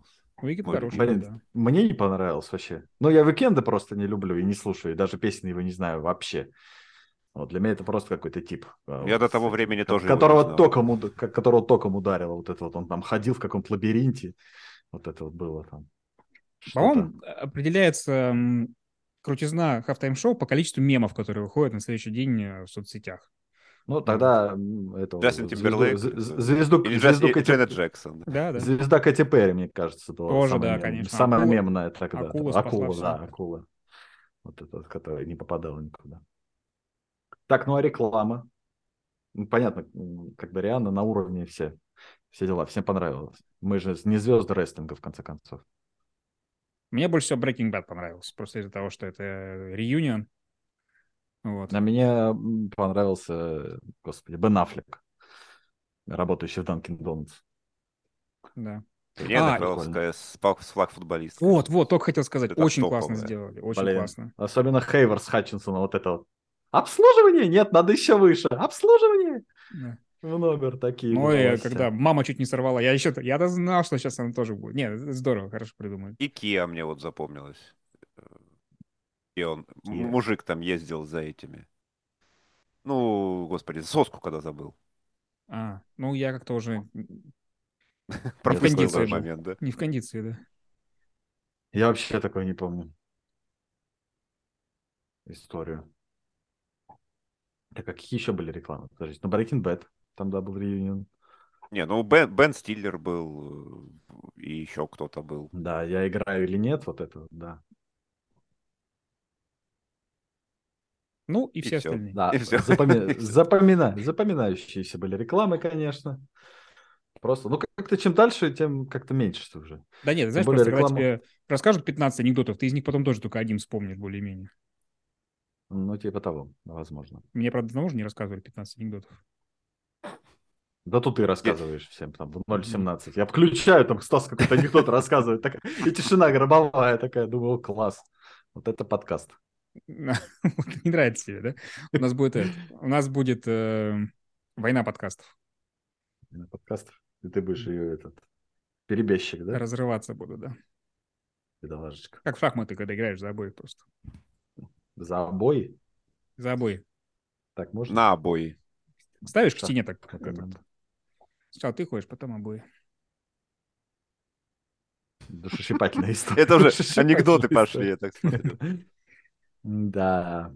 [SPEAKER 2] Уикет
[SPEAKER 3] Ой,
[SPEAKER 2] хороший,
[SPEAKER 1] блин.
[SPEAKER 2] да.
[SPEAKER 1] Мне не понравилось вообще. Ну, я Уикенда просто не люблю и не слушаю, и даже песни его не знаю вообще. Вот для меня это просто какой-то тип. а,
[SPEAKER 3] Я
[SPEAKER 1] вот
[SPEAKER 3] до
[SPEAKER 1] с
[SPEAKER 3] того
[SPEAKER 1] этим.
[SPEAKER 3] времени
[SPEAKER 1] Ко-
[SPEAKER 3] тоже его не
[SPEAKER 1] которого
[SPEAKER 3] знал.
[SPEAKER 1] током, уд- ко- которого током ударило. Вот это вот он там ходил в каком-то лабиринте. Вот это вот было там.
[SPEAKER 2] По-моему, а, определяется м, крутизна Halftime Show по количеству мемов, которые выходят на следующий день э, в соцсетях.
[SPEAKER 1] Ну, тогда м, это
[SPEAKER 3] Джастин
[SPEAKER 1] звезду-
[SPEAKER 3] Тимберлейк. э,
[SPEAKER 1] з- з- звезду,
[SPEAKER 3] Или
[SPEAKER 1] звезду
[SPEAKER 3] Джаз-
[SPEAKER 1] Кэти-
[SPEAKER 3] или Джанет Джексон.
[SPEAKER 2] Да, да.
[SPEAKER 1] звезда Кэти Перри, мне кажется, была
[SPEAKER 2] Тоже,
[SPEAKER 1] самая
[SPEAKER 2] да,
[SPEAKER 1] мем-
[SPEAKER 2] конечно.
[SPEAKER 1] самая
[SPEAKER 2] Акула-
[SPEAKER 1] мемная тогда.
[SPEAKER 2] акула
[SPEAKER 1] Акула,
[SPEAKER 2] спасла всё.
[SPEAKER 1] да, акула. Вот эта, вот, которая не попадала никуда. Так, ну а реклама? Ну, понятно, м, как бы Риана на уровне все, все дела. Всем понравилось. Мы же не звезды рестлинга, в конце концов.
[SPEAKER 2] Мне больше всего Breaking Bad понравился, просто из-за того, что это реюнион. Вот.
[SPEAKER 1] На меня А м, понравился, господи, Бен Аффлек, работающий в Данкин Донатс.
[SPEAKER 2] да.
[SPEAKER 3] Мне
[SPEAKER 2] А,
[SPEAKER 3] нравилась с флаг- с флаг футболиста.
[SPEAKER 2] Вот, вот, только хотел сказать,
[SPEAKER 3] Это
[SPEAKER 2] очень
[SPEAKER 3] топовое.
[SPEAKER 2] классно сделали, очень
[SPEAKER 1] Блин.
[SPEAKER 2] классно.
[SPEAKER 1] Особенно Хейвер с Хатчинсоном, вот это вот. Обслуживание? Нет, надо еще выше. Обслуживание?
[SPEAKER 2] Да.
[SPEAKER 1] В номер такие.
[SPEAKER 2] Ну и
[SPEAKER 1] голова вся.
[SPEAKER 2] когда мама чуть не сорвала, я еще, я-то знал, что сейчас она тоже будет. Нет, здорово, хорошо придумали.
[SPEAKER 3] Икеа мне вот запомнилось. И он, м-
[SPEAKER 1] Икеа.
[SPEAKER 3] мужик там ездил за этими. Ну, господи, соску когда забыл.
[SPEAKER 2] А, ну я как-то уже
[SPEAKER 3] Пропустил
[SPEAKER 2] кондиции был.
[SPEAKER 3] этот момент, да.
[SPEAKER 2] не в кондиции, да.
[SPEAKER 1] Я вообще такое не помню. Историю. Так а какие еще были рекламы? Подождите. Ну, Breaking Bad. Там, да, был реюнион.
[SPEAKER 3] Не, ну Бен, Бен Стиллер был, э, и еще кто-то был.
[SPEAKER 1] Да, я играю или нет, вот это, вот, да.
[SPEAKER 2] Ну и
[SPEAKER 3] И
[SPEAKER 2] все
[SPEAKER 3] всё.
[SPEAKER 2] остальные.
[SPEAKER 1] Да,
[SPEAKER 3] И всё.
[SPEAKER 1] запоми- запомина- запоминающиеся были рекламы, конечно. Просто, ну, как-то чем дальше, тем как-то меньше уже.
[SPEAKER 2] Да нет, знаешь,
[SPEAKER 1] более
[SPEAKER 2] просто когда
[SPEAKER 1] реклама.
[SPEAKER 2] тебе расскажут 15 анекдотов, ты из них потом тоже только один вспомнишь более-менее.
[SPEAKER 1] Ну, типа того, возможно.
[SPEAKER 2] Мне, правда, одного же не рассказывали 15 анекдотов.
[SPEAKER 1] Да тут ты рассказываешь всем там в 0.17. Я включаю, там Стас какой-то анекдот рассказывает. такая- и тишина гробовая такая. Думаю, «О, класс. Вот это подкаст.
[SPEAKER 2] Вот Не нравится тебе, да? У нас будет, это, у нас будет э, война подкастов.
[SPEAKER 1] Именно Подкаст. И ты будешь ее этот перебежчик, да?
[SPEAKER 2] Разрываться буду, да.
[SPEAKER 1] Бедолажечка.
[SPEAKER 2] Как в шахматы, когда играешь за обои просто.
[SPEAKER 1] За обои.
[SPEAKER 2] За обои.
[SPEAKER 1] Так можно?
[SPEAKER 3] На обои.
[SPEAKER 2] Ставишь к
[SPEAKER 1] Шах-
[SPEAKER 2] стене так.
[SPEAKER 1] Это
[SPEAKER 2] этот.
[SPEAKER 1] надо.
[SPEAKER 2] Сначала ты ходишь, потом обои.
[SPEAKER 1] Душесчипательная история.
[SPEAKER 3] Это уже
[SPEAKER 1] Душесчипательная
[SPEAKER 3] анекдоты
[SPEAKER 1] история.
[SPEAKER 3] пошли, я так смотрю.
[SPEAKER 1] Да.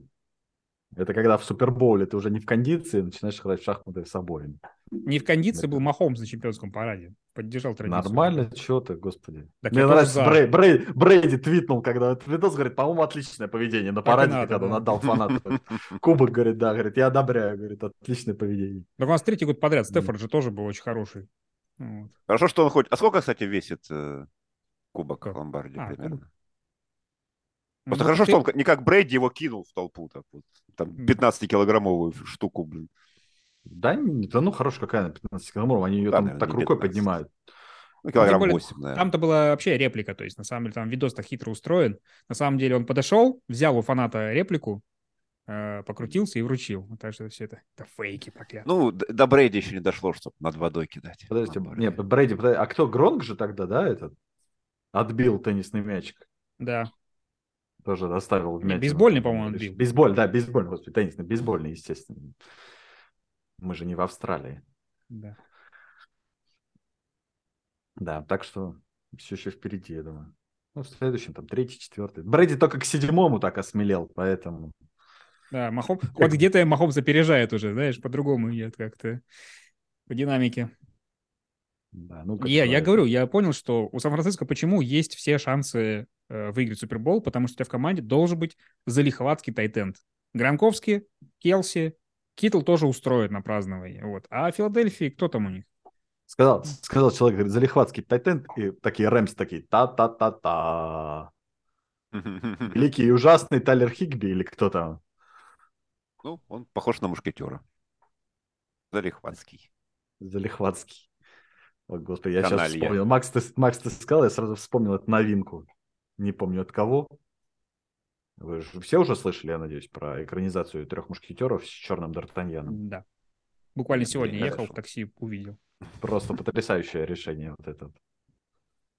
[SPEAKER 1] Это когда в Супербоуле ты уже не в кондиции, начинаешь играть в шахматы с обоим.
[SPEAKER 2] Не в кондиции был Махомс на чемпионском параде. Поддержал традицию.
[SPEAKER 1] Нормально, что ты, господи.
[SPEAKER 2] Так я
[SPEAKER 1] Мне
[SPEAKER 2] тоже
[SPEAKER 1] нравится,
[SPEAKER 2] за.
[SPEAKER 1] Брей- Брей- Брейди твитнул, когда этот видос, говорит, по-моему, отличное поведение на
[SPEAKER 2] Так и
[SPEAKER 1] параде,
[SPEAKER 2] надо,
[SPEAKER 1] когда он
[SPEAKER 2] да.
[SPEAKER 1] отдал фанату. Кубок, говорит, да, говорит, я одобряю, говорит, отличное поведение.
[SPEAKER 2] Так у нас третий год подряд. Стефорд же тоже был очень хороший. Вот.
[SPEAKER 3] Хорошо, что он хоть... А сколько, кстати, весит э, кубок
[SPEAKER 2] Как?
[SPEAKER 3] Ломбарди
[SPEAKER 2] А,
[SPEAKER 3] примерно?
[SPEAKER 2] Ну,
[SPEAKER 3] Просто хорошо,
[SPEAKER 2] ты-
[SPEAKER 3] что он как- не как Брейди его кинул в толпу. Так вот. Там
[SPEAKER 2] Мгм.
[SPEAKER 3] 15-килограммовую штуку, блин. Ну,
[SPEAKER 1] Да, не- да ну хорош, какая она, 15 килограммов, они ее
[SPEAKER 3] Да,
[SPEAKER 1] там
[SPEAKER 3] наверное,
[SPEAKER 1] так
[SPEAKER 3] не
[SPEAKER 1] рукой
[SPEAKER 3] 15.
[SPEAKER 1] поднимают.
[SPEAKER 3] Ну, килограмм
[SPEAKER 2] более,
[SPEAKER 3] 8, наверное.
[SPEAKER 2] Там-то была вообще реплика, то есть на самом деле там видос так хитро устроен. На самом деле он подошел, взял у фаната реплику, э, покрутился и вручил. Так что все это, это фейки, проклятые.
[SPEAKER 3] Ну, д- до Брейди еще не дошло, чтобы над водой кидать.
[SPEAKER 1] Подождите,
[SPEAKER 3] Ломбарди.
[SPEAKER 1] не, Брейди, подожди, а кто, Гронк же тогда, да, этот? Отбил теннисный мячик.
[SPEAKER 2] Да.
[SPEAKER 1] Тоже доставил
[SPEAKER 2] Не,
[SPEAKER 1] вмятину.
[SPEAKER 2] бейсбольный, по-моему, он бил.
[SPEAKER 1] Бейсбольный, да, бейсбольный, господи, теннисный, бейсбольный, естественно. Мы же не в Австралии.
[SPEAKER 2] да.
[SPEAKER 1] Да, так что все еще впереди, я думаю. Ну, в следующем, там, третий, четвертый. Брэди только к седьмому так осмелел, поэтому...
[SPEAKER 2] Да, Махом... Вот где-то Махом запережает уже, знаешь, по-другому идет как-то по динамике.
[SPEAKER 1] Да, ну, как
[SPEAKER 2] Я, я
[SPEAKER 1] говорят,
[SPEAKER 2] говорю, я понял, что у Сан-Франциско почему есть все шансы э, выиграть Супербол, потому что у тебя в команде должен быть залихватский тайтенд. Гранковский, Келси, Китл тоже устроит на празднование. Вот. А Филадельфии, кто там у них?
[SPEAKER 1] Сказал, сказал человек, говорит, залихватский тайтенд, и такие Рэмс такие, та-та-та-та. Великий и ужасный Тайлер Хигби или кто там.
[SPEAKER 3] Ну, он похож на мушкетера. Залихватский.
[SPEAKER 1] Залихватский. О, господи, я сейчас
[SPEAKER 3] Каналья.
[SPEAKER 1] вспомнил. Макс ты, Макс, ты сказал, я сразу вспомнил эту новинку. Не помню от кого. Вы же все уже слышали, я надеюсь, про экранизацию трех мушкетеров с черным Д'Артаньяном.
[SPEAKER 2] Да. Буквально
[SPEAKER 3] Да,
[SPEAKER 2] сегодня
[SPEAKER 3] блин,
[SPEAKER 2] ехал
[SPEAKER 3] хорошо.
[SPEAKER 2] в такси, увидел.
[SPEAKER 1] Просто потрясающее решение вот это.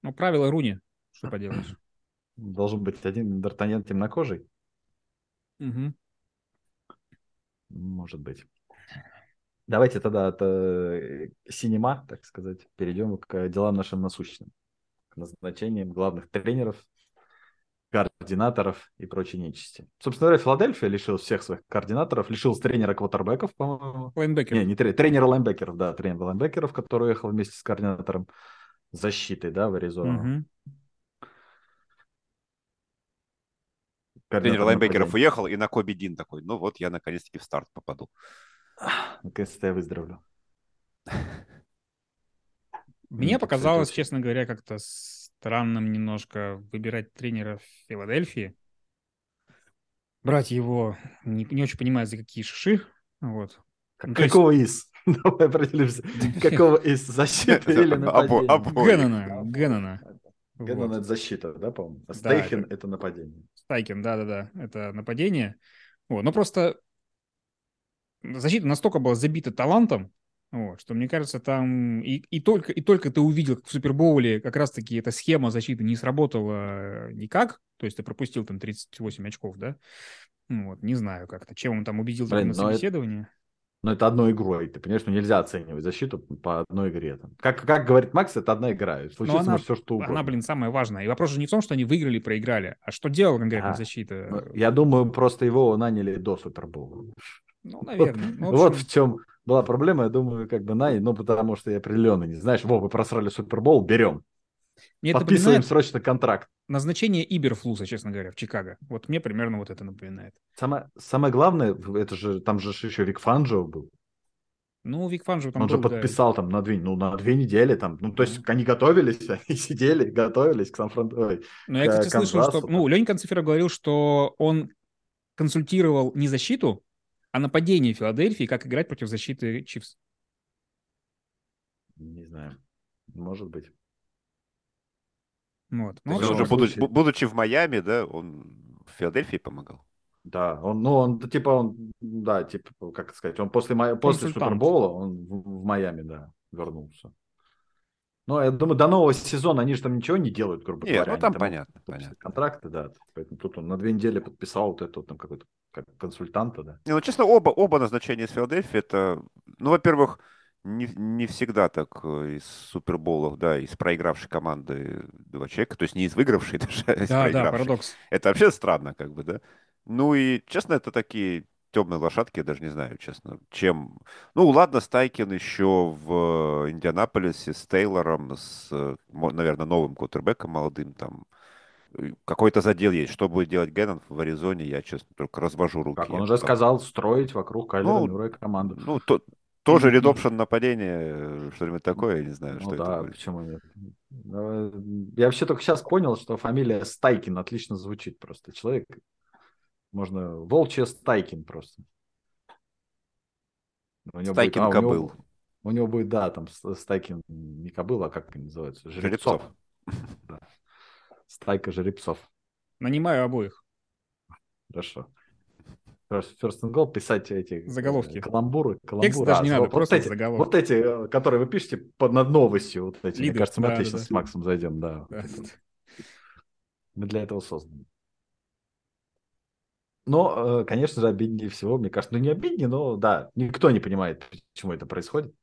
[SPEAKER 2] Ну, правила Руни, что поделаешь.
[SPEAKER 1] Должен быть один Д'Артаньян темнокожий,
[SPEAKER 2] Мгм.
[SPEAKER 1] может быть. Давайте тогда от э, синема, так сказать, перейдем к делам нашим насущным. К назначениям главных тренеров, координаторов и прочей нечисти. Собственно говоря, Филадельфия лишилась всех своих координаторов, лишилась тренера квотербеков, по-моему.
[SPEAKER 2] Лайнбекер.
[SPEAKER 1] Не, не тренера, тренера лайнбекеров, да, тренера лайнбекеров, который уехал вместе с координатором защиты, да, в Аризону.
[SPEAKER 2] Мгм.
[SPEAKER 3] Тренер
[SPEAKER 1] Координатор
[SPEAKER 3] лайнбекеров
[SPEAKER 1] нападения.
[SPEAKER 3] уехал, и на Коби Дин такой, ну вот я наконец-таки в старт попаду.
[SPEAKER 1] Наконец-то я выздоровлю.
[SPEAKER 2] Мне
[SPEAKER 1] Ну, так, кстати,
[SPEAKER 2] показалось,
[SPEAKER 1] очень-
[SPEAKER 2] честно говоря, как-то странным немножко выбирать тренера в Филадельфии. Брать его, не, не очень понимаю, за какие шиши. Вот.
[SPEAKER 1] Как-
[SPEAKER 2] Ну, то есть-
[SPEAKER 1] Какого из? Давай определимся. Какого из защиты или
[SPEAKER 3] Обо-
[SPEAKER 1] нападения?
[SPEAKER 3] обоих.
[SPEAKER 2] Геннона, Геннона.
[SPEAKER 1] Геннон
[SPEAKER 2] Вот.
[SPEAKER 1] это защита, да, по-моему? А
[SPEAKER 2] Да,
[SPEAKER 1] Стейхен это... нападение.
[SPEAKER 2] Стайкин, да-да-да, это нападение. Вот. Но просто защита настолько была забита талантом, вот, что, мне кажется, там и, и только, и только ты увидел, как в Супербоуле как раз-таки эта схема защиты не сработала никак, то есть ты пропустил там 38 очков, да? Ну Вот, не знаю как-то, чем он там убедил
[SPEAKER 1] Блин,
[SPEAKER 2] на
[SPEAKER 1] но это-
[SPEAKER 2] собеседовании.
[SPEAKER 1] Но это одной игрой. Ты понимаешь, ну нельзя оценивать защиту по одной игре. Там. Как, как говорит Макс, это одна игра. и Случится
[SPEAKER 2] она-
[SPEAKER 1] может все, что угодно.
[SPEAKER 2] Она, блин, самая важная. И вопрос же не в том, что они выиграли, проиграли, а что делала конкретно
[SPEAKER 1] Да.
[SPEAKER 2] защита.
[SPEAKER 1] Ну, Я думаю, просто его наняли до Супербола.
[SPEAKER 2] Ну, наверное. Ну, в
[SPEAKER 1] Вот
[SPEAKER 2] общем,
[SPEAKER 1] в чем была проблема, я думаю, как бы наняли. Ну, потому что я определенно не знаешь, во, вы просрали Супербол, берем.
[SPEAKER 2] мне это
[SPEAKER 1] Подписываем
[SPEAKER 2] напоминает
[SPEAKER 1] срочно контракт.
[SPEAKER 2] назначение Иберфлуса, честно говоря, в Чикаго. Вот мне примерно вот это напоминает.
[SPEAKER 1] Самое, самое главное, в- это же там же ж еще Вик Фанджо был.
[SPEAKER 2] Ну, Вик Фанжо там
[SPEAKER 1] Он же
[SPEAKER 2] был, да.
[SPEAKER 1] подписал там на две, ну, на две недели там. Ну, то есть они готовились, они сидели, готовились к сан
[SPEAKER 2] Но я, кстати,
[SPEAKER 1] к
[SPEAKER 2] слышал, что...
[SPEAKER 1] Канзасу
[SPEAKER 2] Ну,
[SPEAKER 1] там.
[SPEAKER 2] Лень Концифера говорил, что он консультировал не защиту, а нападение Филадельфии, как играть против защиты Чивс.
[SPEAKER 1] Не знаю, может быть.
[SPEAKER 2] Вот.
[SPEAKER 1] Ну,
[SPEAKER 3] То есть
[SPEAKER 1] в любом
[SPEAKER 3] он уже
[SPEAKER 2] общем,
[SPEAKER 3] будучи,
[SPEAKER 1] случае.
[SPEAKER 3] бу- будучи в Майами, да, он в Филадельфии помогал.
[SPEAKER 1] Да, он, ну, он, да, типа, он, да, типа, как сказать, он после, Май- после
[SPEAKER 2] Консультант.
[SPEAKER 1] Супербола, он в, в Майами, да, вернулся. Но я думаю, до нового сезона они же там ничего не делают, грубо
[SPEAKER 3] Нет,
[SPEAKER 1] говоря.
[SPEAKER 3] ну
[SPEAKER 1] они
[SPEAKER 3] там понятно,
[SPEAKER 1] подписывают
[SPEAKER 3] понятно.
[SPEAKER 1] Контракты, да. Поэтому тут он на две недели подписал вот это вот там какой-то как консультанта, да.
[SPEAKER 3] Не, ну честно, оба, оба назначения из Филадельфии это, ну, во-первых, не, не всегда так э, из суперболов, да, из проигравшей команды два человека, то есть не из выигравшей даже, а из
[SPEAKER 2] Да, да,
[SPEAKER 3] проигравшей.
[SPEAKER 2] парадокс.
[SPEAKER 3] Это вообще странно, как бы, да. Ну и, честно, это такие темные лошадки, я даже не знаю, честно, чем... Ну, ладно, Стайкин еще в э, Индианаполисе с Тейлором, с, наверное, новым квотербеком молодым там. Э, Какой-то задел есть. Что будет делать Геннон в Аризоне, я, честно, только развожу руки.
[SPEAKER 1] Как он
[SPEAKER 3] Я
[SPEAKER 1] уже
[SPEAKER 3] пока-
[SPEAKER 1] сказал, строить вокруг Кайлера
[SPEAKER 3] Ну,
[SPEAKER 1] Мюррея команду.
[SPEAKER 3] Ну, то, тоже редопшн нападение, э, что-нибудь такое, я не знаю,
[SPEAKER 1] Ну да,
[SPEAKER 3] что это будет.
[SPEAKER 1] почему нет? Э, Я вообще только сейчас понял, что фамилия Стайкин отлично звучит просто. Человек, можно Волчья Стайкин просто. У него будет-
[SPEAKER 3] Стайкин
[SPEAKER 1] а, у него-
[SPEAKER 3] кобыл.
[SPEAKER 1] У него будет, да, там с- Стайкин не кобыл, а как они называются? Жеребцов.
[SPEAKER 3] Жеребцов.
[SPEAKER 1] Да. Стайка жеребцов.
[SPEAKER 2] Нанимаю обоих.
[SPEAKER 1] Хорошо. First first and goal, писать эти э,
[SPEAKER 2] Заголовки.
[SPEAKER 1] каламбуры, каламбуры.
[SPEAKER 2] Текст даже не
[SPEAKER 1] А,
[SPEAKER 2] надо,
[SPEAKER 1] вот
[SPEAKER 2] просто
[SPEAKER 1] эти,
[SPEAKER 2] заголовок.
[SPEAKER 1] Вот эти, э, которые вы пишете под над новостью, вот эти. Мне
[SPEAKER 2] Лиды,
[SPEAKER 1] кажется, мы
[SPEAKER 2] да,
[SPEAKER 1] отлично
[SPEAKER 2] да, да.
[SPEAKER 1] с Максом зайдем, да.
[SPEAKER 2] Да.
[SPEAKER 1] Мы для этого созданы. Но, э, конечно же, обиднее всего, мне кажется, ну не обиднее, но да, никто не понимает, почему это происходит.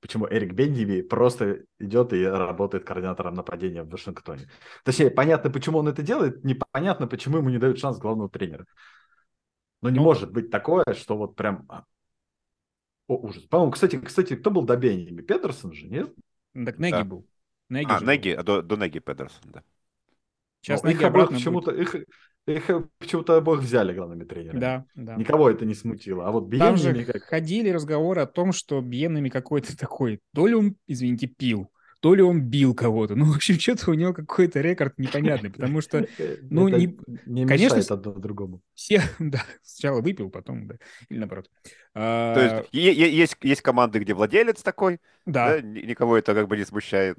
[SPEAKER 1] Почему Эрик Бендиби просто идет и работает координатором нападения в Вашингтоне. Точнее, понятно, почему он это делает, непонятно, почему ему не дают шанс главного тренера. Но не может быть такое, что вот прям... а, О, ужас. По-моему, кстати, кстати, кто был до Бендиби? Петерсон же, нет?
[SPEAKER 2] Ну, Так Неги
[SPEAKER 3] Да.
[SPEAKER 2] был. Неги
[SPEAKER 3] А,
[SPEAKER 2] же
[SPEAKER 3] Неги, а, до, до Неги Педерсон, да.
[SPEAKER 2] Сейчас
[SPEAKER 1] Ну,
[SPEAKER 2] Неги
[SPEAKER 1] их обоих
[SPEAKER 2] обратно
[SPEAKER 1] почему-то... Их, их э, почему-то обоих взяли главными тренерами.
[SPEAKER 2] будет. Да, да.
[SPEAKER 1] Никого это не смутило. А вот Биенни
[SPEAKER 2] Там же
[SPEAKER 1] никак.
[SPEAKER 2] ходили разговоры о том, что Бьенами какой-то такой, то ли он, извините, пил, то ли он бил кого-то. Ну, в общем, что-то у него какой-то рекорд непонятный, потому что ну,
[SPEAKER 1] это
[SPEAKER 2] не-
[SPEAKER 1] не
[SPEAKER 2] конечно,
[SPEAKER 1] мешает одно другому.
[SPEAKER 2] все, да, сначала выпил, потом, да, или наоборот. А,
[SPEAKER 3] То есть
[SPEAKER 1] А,
[SPEAKER 3] е- е- есть, есть команды, где владелец такой,
[SPEAKER 2] Да,
[SPEAKER 3] да, ни- никого это как бы не смущает.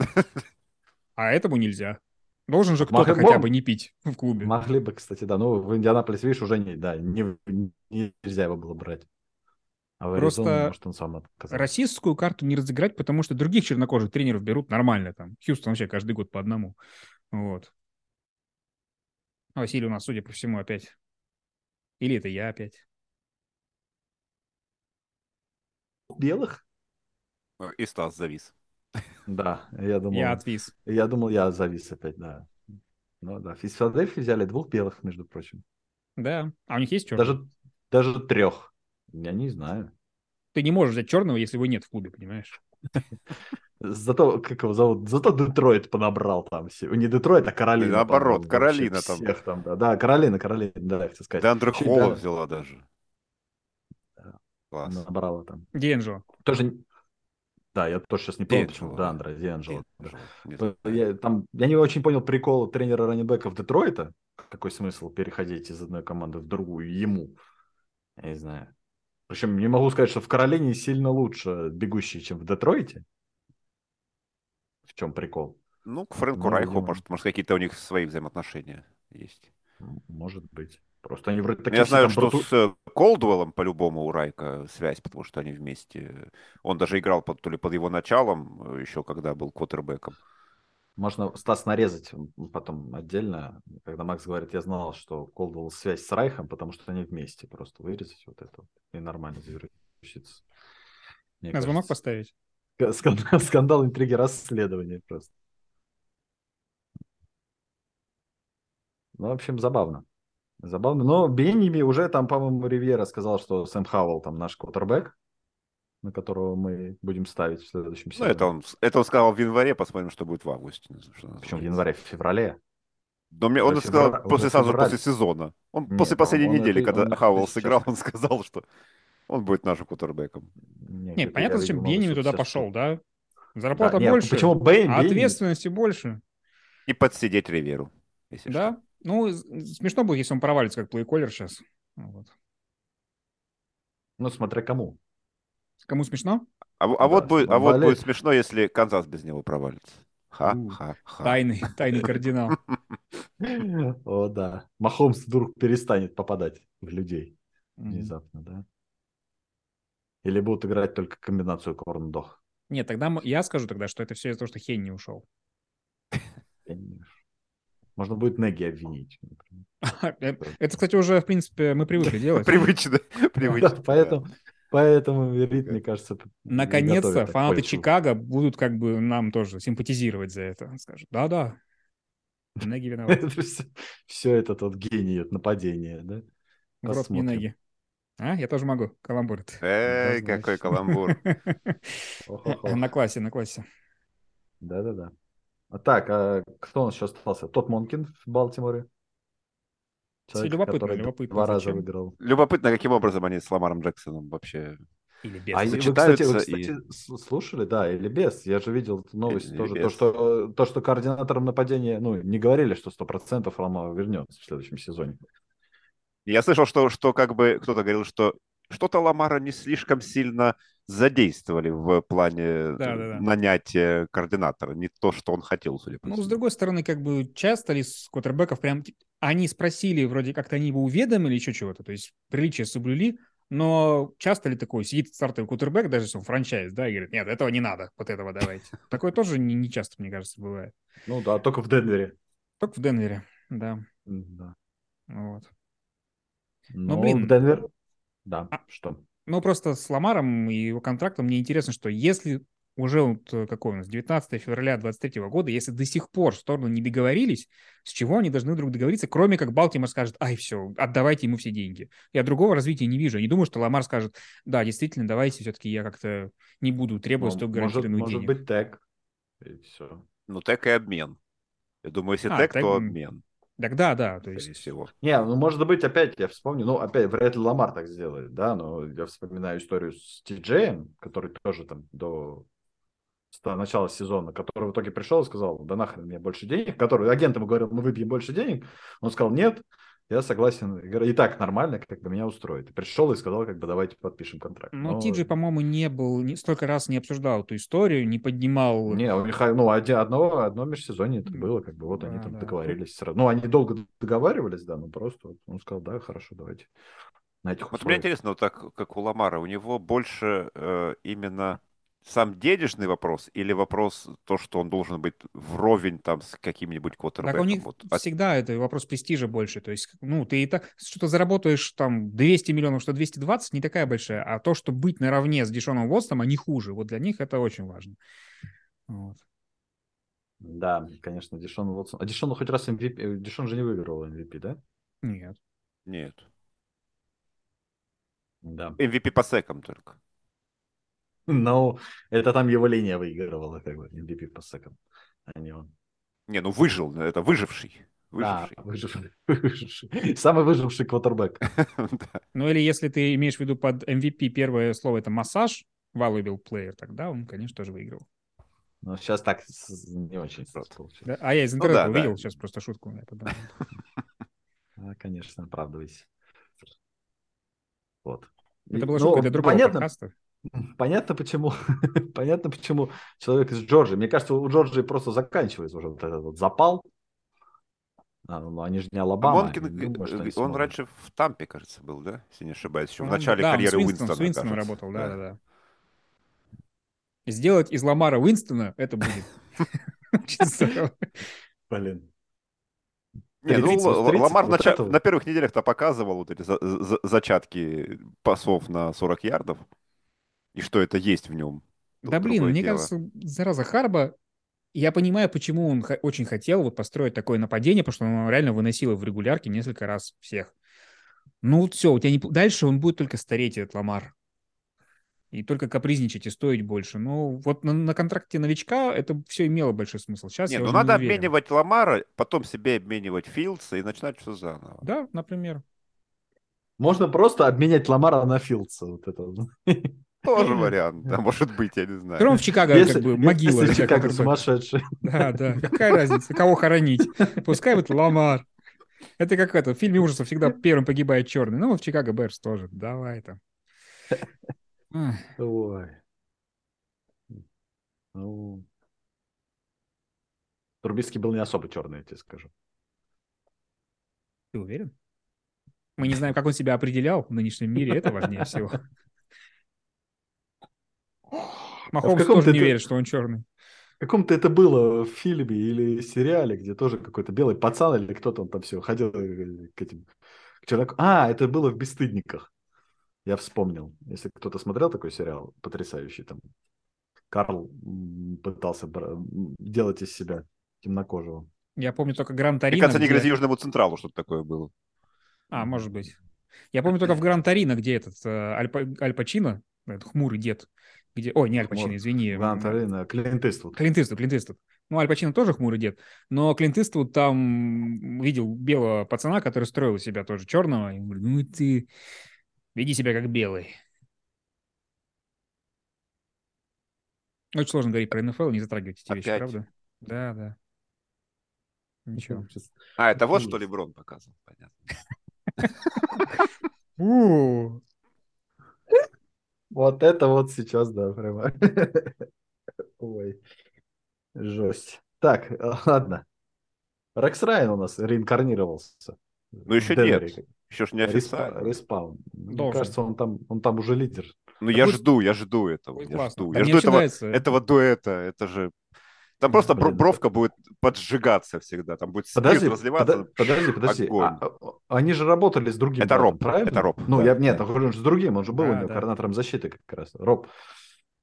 [SPEAKER 2] а этому нельзя. Должен же
[SPEAKER 1] Мах-
[SPEAKER 2] кто-то хотя
[SPEAKER 1] мог-
[SPEAKER 2] бы не пить в клубе.
[SPEAKER 1] Могли бы, кстати, да. Ну, в Индианаполис, видишь, уже не, да, не, не- нельзя его было брать. А в
[SPEAKER 2] Просто
[SPEAKER 1] Аризону, может, он сам отказался.
[SPEAKER 2] Российскую карту не разыграть, потому что других чернокожих тренеров берут нормально там. Хьюстон вообще каждый год по одному. Вот. А Василий у нас, судя по всему, опять. Или это я опять.
[SPEAKER 1] Белых?
[SPEAKER 3] Ну, И Стас завис.
[SPEAKER 1] Да, я думал,
[SPEAKER 2] Я
[SPEAKER 1] я...
[SPEAKER 2] отвис.
[SPEAKER 1] думал, я завис опять, да. Ну да, из Филадельфии взяли двух белых, между прочим.
[SPEAKER 2] Да. А у них есть черный?
[SPEAKER 1] Даже, даже трех. Я не знаю.
[SPEAKER 2] Ты не можешь взять черного, если его нет в клубе, понимаешь?
[SPEAKER 1] Зато, как его зовут, зато Детройт понабрал там все. Не Детройт, а Каролина.
[SPEAKER 3] Да
[SPEAKER 1] по-моему,
[SPEAKER 3] наоборот,
[SPEAKER 1] вообще
[SPEAKER 3] Каролина там.
[SPEAKER 1] Всех там, да. Да, Каролина, Каролина, да, я хотел сказать.
[SPEAKER 3] Дандра
[SPEAKER 1] Ещё и
[SPEAKER 3] Холла
[SPEAKER 1] даже
[SPEAKER 3] взяла даже.
[SPEAKER 1] Да. Ну,
[SPEAKER 3] Класс.
[SPEAKER 1] Набрала там.
[SPEAKER 2] Диэнджело.
[SPEAKER 1] Тоже... не- Да, я тоже сейчас не понял, почему
[SPEAKER 3] Д'Анджело.
[SPEAKER 1] Дандра, Дианджело.
[SPEAKER 3] Д'Анджело. Не знаю.
[SPEAKER 1] Ну, Я, там, я не очень понял прикол тренера раненбеков Детройта. Какой смысл переходить из одной команды в другую ему? Я не знаю. Причем не могу сказать, что в Каролине сильно лучше бегущие, чем в Детройте. В чем прикол?
[SPEAKER 3] Ну, к Фрэнку
[SPEAKER 1] Ну,
[SPEAKER 3] Райху,
[SPEAKER 1] видимо.
[SPEAKER 3] может, может, какие-то у них свои взаимоотношения есть.
[SPEAKER 1] М, Может быть. Просто они вроде
[SPEAKER 3] Ну,
[SPEAKER 1] такие
[SPEAKER 3] Я
[SPEAKER 1] все
[SPEAKER 3] знаю,
[SPEAKER 1] там
[SPEAKER 3] что
[SPEAKER 1] бруту-
[SPEAKER 3] с э, Колдуэллом по-любому у Райка связь, потому что они вместе... Он даже играл под, то ли под его началом, э, еще когда был квотербеком. Ну,
[SPEAKER 1] Можно Стас нарезать потом отдельно, когда Макс говорит, я знал, что Колдвелл связь с Райхом, потому что они вместе. Просто вырезать вот это вот и нормально завершится. Мне
[SPEAKER 2] На А звонок
[SPEAKER 1] кажется,
[SPEAKER 2] поставить.
[SPEAKER 1] ск- скан- Скандал, интриги, расследования просто. Ну, в общем, забавно. Забавно. Но Бенними уже там, по-моему, Ривьера сказал, что Сэм Хауэлл там наш квотербек, на которого мы будем ставить в следующем
[SPEAKER 3] Ну,
[SPEAKER 1] сезоне.
[SPEAKER 3] это он, с- это он сказал в январе, посмотрим, что будет в августе. Что называется.
[SPEAKER 1] Причем в январе, в феврале.
[SPEAKER 3] Но мне он
[SPEAKER 1] Уже
[SPEAKER 3] сказал
[SPEAKER 1] февра-
[SPEAKER 3] после
[SPEAKER 1] уже
[SPEAKER 3] сразу
[SPEAKER 1] февраль.
[SPEAKER 3] после сезона. Он
[SPEAKER 1] Нет,
[SPEAKER 3] после последней
[SPEAKER 1] он- он
[SPEAKER 3] недели,
[SPEAKER 1] напи-
[SPEAKER 3] когда
[SPEAKER 1] он напи-
[SPEAKER 3] Хауэлл
[SPEAKER 1] сейчас.
[SPEAKER 3] сыграл, он сказал, что он будет нашим кутербеком.
[SPEAKER 1] Нет,
[SPEAKER 2] Не,
[SPEAKER 1] это
[SPEAKER 2] понятно,
[SPEAKER 1] я
[SPEAKER 2] зачем
[SPEAKER 1] думал,
[SPEAKER 2] Бьенами
[SPEAKER 1] что
[SPEAKER 2] туда
[SPEAKER 1] сейчас-
[SPEAKER 2] пошел, да?
[SPEAKER 1] Да,
[SPEAKER 2] Зарплата
[SPEAKER 1] нет, ну
[SPEAKER 2] больше,
[SPEAKER 1] А, Почему Бейн?
[SPEAKER 2] а
[SPEAKER 1] Бейн-
[SPEAKER 2] ответственности больше.
[SPEAKER 3] И подсидеть Риверу. если что.
[SPEAKER 2] Да? Ну, с- смешно будет, если он провалится, как плейколер сейчас. Вот.
[SPEAKER 1] Ну, смотря кому.
[SPEAKER 2] Кому смешно?
[SPEAKER 3] А, в- а вот
[SPEAKER 1] Да,
[SPEAKER 3] будет, а вот
[SPEAKER 1] болеть.
[SPEAKER 3] будет смешно, если Канзас без него провалится.
[SPEAKER 2] У,
[SPEAKER 1] А.
[SPEAKER 3] Ха-ха-ха.
[SPEAKER 2] Тайный, тайный кардинал.
[SPEAKER 1] О, да. Махомс вдруг перестанет попадать в людей
[SPEAKER 2] Мгм.
[SPEAKER 1] внезапно, да? Или будут играть только комбинацию корн-дог?
[SPEAKER 2] Нет, тогда м- я скажу тогда, что это все из-за того, что Хейн не ушел.
[SPEAKER 1] Я не знаю. Можно будет Неги обвинить. например.
[SPEAKER 2] Э, Это, кстати, уже, в принципе, мы привыкли делать.
[SPEAKER 3] Привычно,
[SPEAKER 1] Да,
[SPEAKER 3] привычно. да.
[SPEAKER 1] Поэтому Поэтому Рид, мне кажется,
[SPEAKER 2] Наконец-то
[SPEAKER 1] готовит так
[SPEAKER 2] фанаты
[SPEAKER 1] почву.
[SPEAKER 2] Чикаго будут как бы нам тоже симпатизировать за это. Скажут, да-да, Неги виноват.
[SPEAKER 1] Все это тот гений от нападения, да?
[SPEAKER 2] Э, В рот мне
[SPEAKER 1] Посмотрим.
[SPEAKER 2] Неги. А, я тоже могу. Каламбурит.
[SPEAKER 3] Эй,
[SPEAKER 1] Да,
[SPEAKER 3] какой
[SPEAKER 1] значит.
[SPEAKER 3] каламбур.
[SPEAKER 1] Охо-хо.
[SPEAKER 2] На классе, на классе.
[SPEAKER 1] Да-да-да. А так, а кто у нас еще остался? Тот Монкин в Балтиморе. Человек,
[SPEAKER 2] любопытно,
[SPEAKER 1] который
[SPEAKER 2] любопытно,
[SPEAKER 1] два раза
[SPEAKER 2] зачем?
[SPEAKER 1] выиграл.
[SPEAKER 3] Любопытно, каким образом они с Ламаром Джексоном вообще...
[SPEAKER 2] Или
[SPEAKER 1] А
[SPEAKER 2] без.
[SPEAKER 1] и- вы, кстати,
[SPEAKER 3] сочетаются
[SPEAKER 1] вы, кстати, с- слушали, да, или без? Я же видел эту новость
[SPEAKER 3] Или
[SPEAKER 1] тоже. То
[SPEAKER 3] без.
[SPEAKER 1] что, то, что координатором нападения, ну, не говорили, что 100% Ромао вернется в следующем сезоне.
[SPEAKER 3] Я слышал, что, что как бы кто-то говорил, что что-то Ламара не слишком сильно задействовали в плане э,
[SPEAKER 2] Да-да-да.
[SPEAKER 3] нанятия координатора. Не то, что он хотел, судя по
[SPEAKER 2] Ну,
[SPEAKER 3] всему.
[SPEAKER 2] с другой стороны, как бы часто ли с квотербеков прям... ти- Они спросили, вроде как-то они его уведомили, еще чего-то, то есть приличие соблюли, но часто ли такое? Сидит стартовый кутербэк, даже если он франчайз, да, и говорит, нет, этого не надо, вот этого давайте. Такое тоже не, не часто, мне кажется, бывает.
[SPEAKER 1] Ну да, только в Денвере.
[SPEAKER 2] Только в Денвере, да.
[SPEAKER 1] М, Да.
[SPEAKER 2] Вот.
[SPEAKER 1] Но,
[SPEAKER 2] Ну, блин.
[SPEAKER 1] Денвер... Да,
[SPEAKER 2] А.
[SPEAKER 1] что?
[SPEAKER 2] Ну, просто с Ламаром и его контрактом мне интересно, что если уже вот э, какой у нас, 19 февраля 23 года, если до сих пор стороны не договорились, с чего они должны вдруг договориться, кроме как Балтимор скажет, ай, все, отдавайте ему все деньги. Я другого развития не вижу. Я не думаю, что Ламар скажет, да, действительно, давайте все-таки я как-то не буду требовать
[SPEAKER 1] Ну,
[SPEAKER 2] столько
[SPEAKER 1] может,
[SPEAKER 2] гарантированных
[SPEAKER 1] может
[SPEAKER 2] денег.
[SPEAKER 1] быть, тег. И все.
[SPEAKER 3] Ну, так и обмен. Я думаю, если
[SPEAKER 2] А,
[SPEAKER 3] так,
[SPEAKER 2] так,
[SPEAKER 3] то
[SPEAKER 2] м,
[SPEAKER 3] обмен,
[SPEAKER 2] Так да, да, то
[SPEAKER 3] скорее
[SPEAKER 2] есть...
[SPEAKER 3] всего.
[SPEAKER 1] Не, ну может быть, опять я вспомню, ну опять вряд ли Ламар так сделает, да, но я вспоминаю историю с Тиджеем, который тоже там до ста- начала сезона, который в итоге пришел и сказал, да нахрен мне больше денег, который агент ему говорил, мы выбьем больше денег, он сказал, нет, я согласен, и говорю, и так нормально, как бы меня устроит. И пришел и сказал, как бы давайте подпишем контракт.
[SPEAKER 2] Но
[SPEAKER 1] Но-
[SPEAKER 2] Тиджи, Ну, по-моему, не был, не- столько раз не обсуждал эту историю, не поднимал...
[SPEAKER 1] Не, у них ну, оди- одно, одно межсезонье это было, как бы вот они
[SPEAKER 2] Да,
[SPEAKER 1] там
[SPEAKER 2] да.
[SPEAKER 1] договорились сразу. Ну, они долго договаривались, да, но просто вот он сказал, да, хорошо, давайте на этих
[SPEAKER 3] Вот мне
[SPEAKER 1] условиях».
[SPEAKER 3] интересно, вот так как у Ламара, у него больше э, именно сам денежный вопрос или вопрос то, что он должен быть вровень там с каким-нибудь
[SPEAKER 2] Так
[SPEAKER 3] квотербеком?
[SPEAKER 2] у них
[SPEAKER 3] Вот, а-
[SPEAKER 2] всегда это вопрос престижа больше. То есть, ну, ты и так что-то заработаешь там 200 миллионов, что 220, не такая большая. А то, что быть наравне с Дешоном Уотсоном, они хуже. Вот для них это очень важно. Вот.
[SPEAKER 1] Да, конечно, Дишон Уотсон. А Дишон хоть раз MVP, э, Дишон же не выиграл MVP, да?
[SPEAKER 2] Нет.
[SPEAKER 3] а, Нет.
[SPEAKER 1] Да.
[SPEAKER 3] MVP по секам только.
[SPEAKER 1] Но Ну, это там его линия выигрывала, как бы, MVP по секам, а не он.
[SPEAKER 3] Не, ну выжил, ну, это выживший.
[SPEAKER 1] Да,
[SPEAKER 3] Выживший.
[SPEAKER 1] выживший. выживший. Самый выживший квотербек.
[SPEAKER 3] Да.
[SPEAKER 2] Ну, или если ты имеешь в виду под MVP первое слово это массаж, valuable player, тогда он, конечно, тоже выиграл.
[SPEAKER 1] Но сейчас Ну, так с- не очень
[SPEAKER 3] Просто.
[SPEAKER 1] получилось.
[SPEAKER 2] Да? А я из
[SPEAKER 3] Ну
[SPEAKER 2] интернета
[SPEAKER 3] да, да.
[SPEAKER 2] увидел сейчас просто шутку. я подумал.
[SPEAKER 1] А, конечно, оправдывайся. Вот. И-
[SPEAKER 2] Это была
[SPEAKER 1] ну,
[SPEAKER 2] шутка для другого
[SPEAKER 1] понятно,
[SPEAKER 2] подкаста.
[SPEAKER 1] Понятно почему, понятно почему человек из Джорджии. Мне кажется, у Джорджии просто заканчивается уже вот этот вот запал. А, ну, они же не Алабама.
[SPEAKER 3] Монкин,
[SPEAKER 1] я не думаю, что они
[SPEAKER 3] э, он
[SPEAKER 1] смогут.
[SPEAKER 3] раньше в Тампе, кажется, был, да? Если не ошибаюсь, еще в
[SPEAKER 2] По-моему,
[SPEAKER 3] начале
[SPEAKER 2] да, он
[SPEAKER 3] карьеры
[SPEAKER 2] с Уинстоном,
[SPEAKER 3] Уинстона.
[SPEAKER 2] с Уинстоном
[SPEAKER 3] кажется.
[SPEAKER 2] работал, да, да, да. Сделать из Ламара Уинстона это будет. очень здорово.
[SPEAKER 1] Блин.
[SPEAKER 3] Не, ну,
[SPEAKER 1] 30,
[SPEAKER 3] Л- Л-
[SPEAKER 1] 30,
[SPEAKER 3] Ламар
[SPEAKER 1] вот
[SPEAKER 3] нача-
[SPEAKER 1] это вот.
[SPEAKER 3] на первых неделях-то показывал вот эти за- за- зачатки пасов на 40 ярдов. И что это есть в нем. Тут
[SPEAKER 2] Да блин,
[SPEAKER 3] другое
[SPEAKER 2] мне
[SPEAKER 3] дело.
[SPEAKER 2] кажется, зараза Харба, я понимаю, почему он хо- очень хотел вот построить такое нападение, потому что он реально выносил в регулярке несколько раз всех. Ну вот все, у тебя не... п- дальше он будет только стареть, этот Ламар. И только капризничать и стоить больше. Ну вот на, на контракте новичка это все имело большой смысл. Сейчас
[SPEAKER 3] Не,
[SPEAKER 2] я
[SPEAKER 3] ну
[SPEAKER 2] уже
[SPEAKER 3] надо
[SPEAKER 2] не уверен.
[SPEAKER 3] обменивать Ламара, потом себе обменивать Филдса и начинать все заново.
[SPEAKER 2] Да, например.
[SPEAKER 1] Можно просто обменять Ламара на Филдса. Вот это. вот.
[SPEAKER 3] Тоже вариант, да, может быть, я не
[SPEAKER 2] Все
[SPEAKER 3] знаю.
[SPEAKER 2] равно в Чикаго
[SPEAKER 1] Если-
[SPEAKER 2] как бы
[SPEAKER 1] если
[SPEAKER 2] могила. для
[SPEAKER 1] Чикаго
[SPEAKER 2] квотербека.
[SPEAKER 1] сумасшедший.
[SPEAKER 2] Да, да. Какая разница, кого хоронить? Пускай вот Ламар. Это как это, в фильме ужасов всегда первым погибает черный. Ну, в Чикаго Берс тоже. Давай там. Ах,
[SPEAKER 1] Ой. Ну, Трубицкий был не особо черный, я тебе скажу.
[SPEAKER 2] Ты уверен? Мы не знаем, как он себя определял в нынешнем мире. Это важнее всего. Махомс
[SPEAKER 1] А каком
[SPEAKER 2] тоже
[SPEAKER 1] ты-
[SPEAKER 2] не
[SPEAKER 1] ты-
[SPEAKER 2] верит, что он черный.
[SPEAKER 1] В каком-то это было в фильме или сериале, где тоже какой-то белый пацан или кто-то он там все ходил э, к этим к чернокожим. А, это было в «Бесстыдниках». Я вспомнил. Если кто-то смотрел такой сериал, потрясающий там. Карл м, пытался бра- м, делать из себя темнокожего.
[SPEAKER 2] Я помню только Гран
[SPEAKER 3] Мне
[SPEAKER 2] Торино.
[SPEAKER 3] кажется, не
[SPEAKER 2] где-
[SPEAKER 3] грози Южному Централу что-то такое было.
[SPEAKER 2] А, может быть. Я помню только в Гран Торино, где этот э, Аль Па- Аль Пачино, этот хмурый дед, где... Ой, не Аль
[SPEAKER 1] Хмур-
[SPEAKER 2] Пачино, извини.
[SPEAKER 1] Гран Торино, Клинт Иствуд.
[SPEAKER 2] Клинт Иствуд, Клинт Иствуд. Ну, Аль Пачино тоже хмурый дед, но Клинт Иствуд там видел белого пацана, который строил из себя тоже черного, и говорит, ну ты веди себя как белый. Очень сложно говорить про НФЛ, не затрагивать эти вещи,
[SPEAKER 3] Опять?
[SPEAKER 2] правда? Да, да. Ничего.
[SPEAKER 1] Сейчас.
[SPEAKER 3] А, это вот что
[SPEAKER 1] Ужас.
[SPEAKER 3] Леброн показывал, понятно.
[SPEAKER 2] У,
[SPEAKER 1] Вот это вот сейчас, да, прямо. Ой, жесть. Так, э, ладно. Рекс Райан у нас реинкарнировался.
[SPEAKER 3] Ну, еще
[SPEAKER 1] В Денвере.
[SPEAKER 3] нет. Еще ж не
[SPEAKER 1] Респа-
[SPEAKER 3] официально.
[SPEAKER 1] Респаун. Мне
[SPEAKER 2] Должен.
[SPEAKER 1] кажется, он там, он там уже лидер.
[SPEAKER 3] Ну, я
[SPEAKER 2] пусть-
[SPEAKER 3] жду, я жду этого.
[SPEAKER 2] будет
[SPEAKER 3] Я
[SPEAKER 2] классно.
[SPEAKER 3] жду.
[SPEAKER 2] Да
[SPEAKER 3] Я
[SPEAKER 2] мне
[SPEAKER 3] жду
[SPEAKER 2] очень
[SPEAKER 3] этого
[SPEAKER 2] нравится.
[SPEAKER 3] этого дуэта. Это же... Там
[SPEAKER 1] Ну,
[SPEAKER 3] просто бро-
[SPEAKER 1] блин.
[SPEAKER 3] бровка будет поджигаться всегда. Там будет спирт
[SPEAKER 1] Подожди,
[SPEAKER 3] разливаться.
[SPEAKER 1] пода- подожди, подожди.
[SPEAKER 3] огонь.
[SPEAKER 1] А, а, они же работали с другим.
[SPEAKER 3] Это Роб,
[SPEAKER 1] Бартом, правильно?
[SPEAKER 3] это Роб,
[SPEAKER 1] Ну,
[SPEAKER 3] да.
[SPEAKER 1] я, нет, он же с другим, он же был
[SPEAKER 2] Да,
[SPEAKER 1] у него
[SPEAKER 2] да.
[SPEAKER 1] координатором защиты как раз. Роб.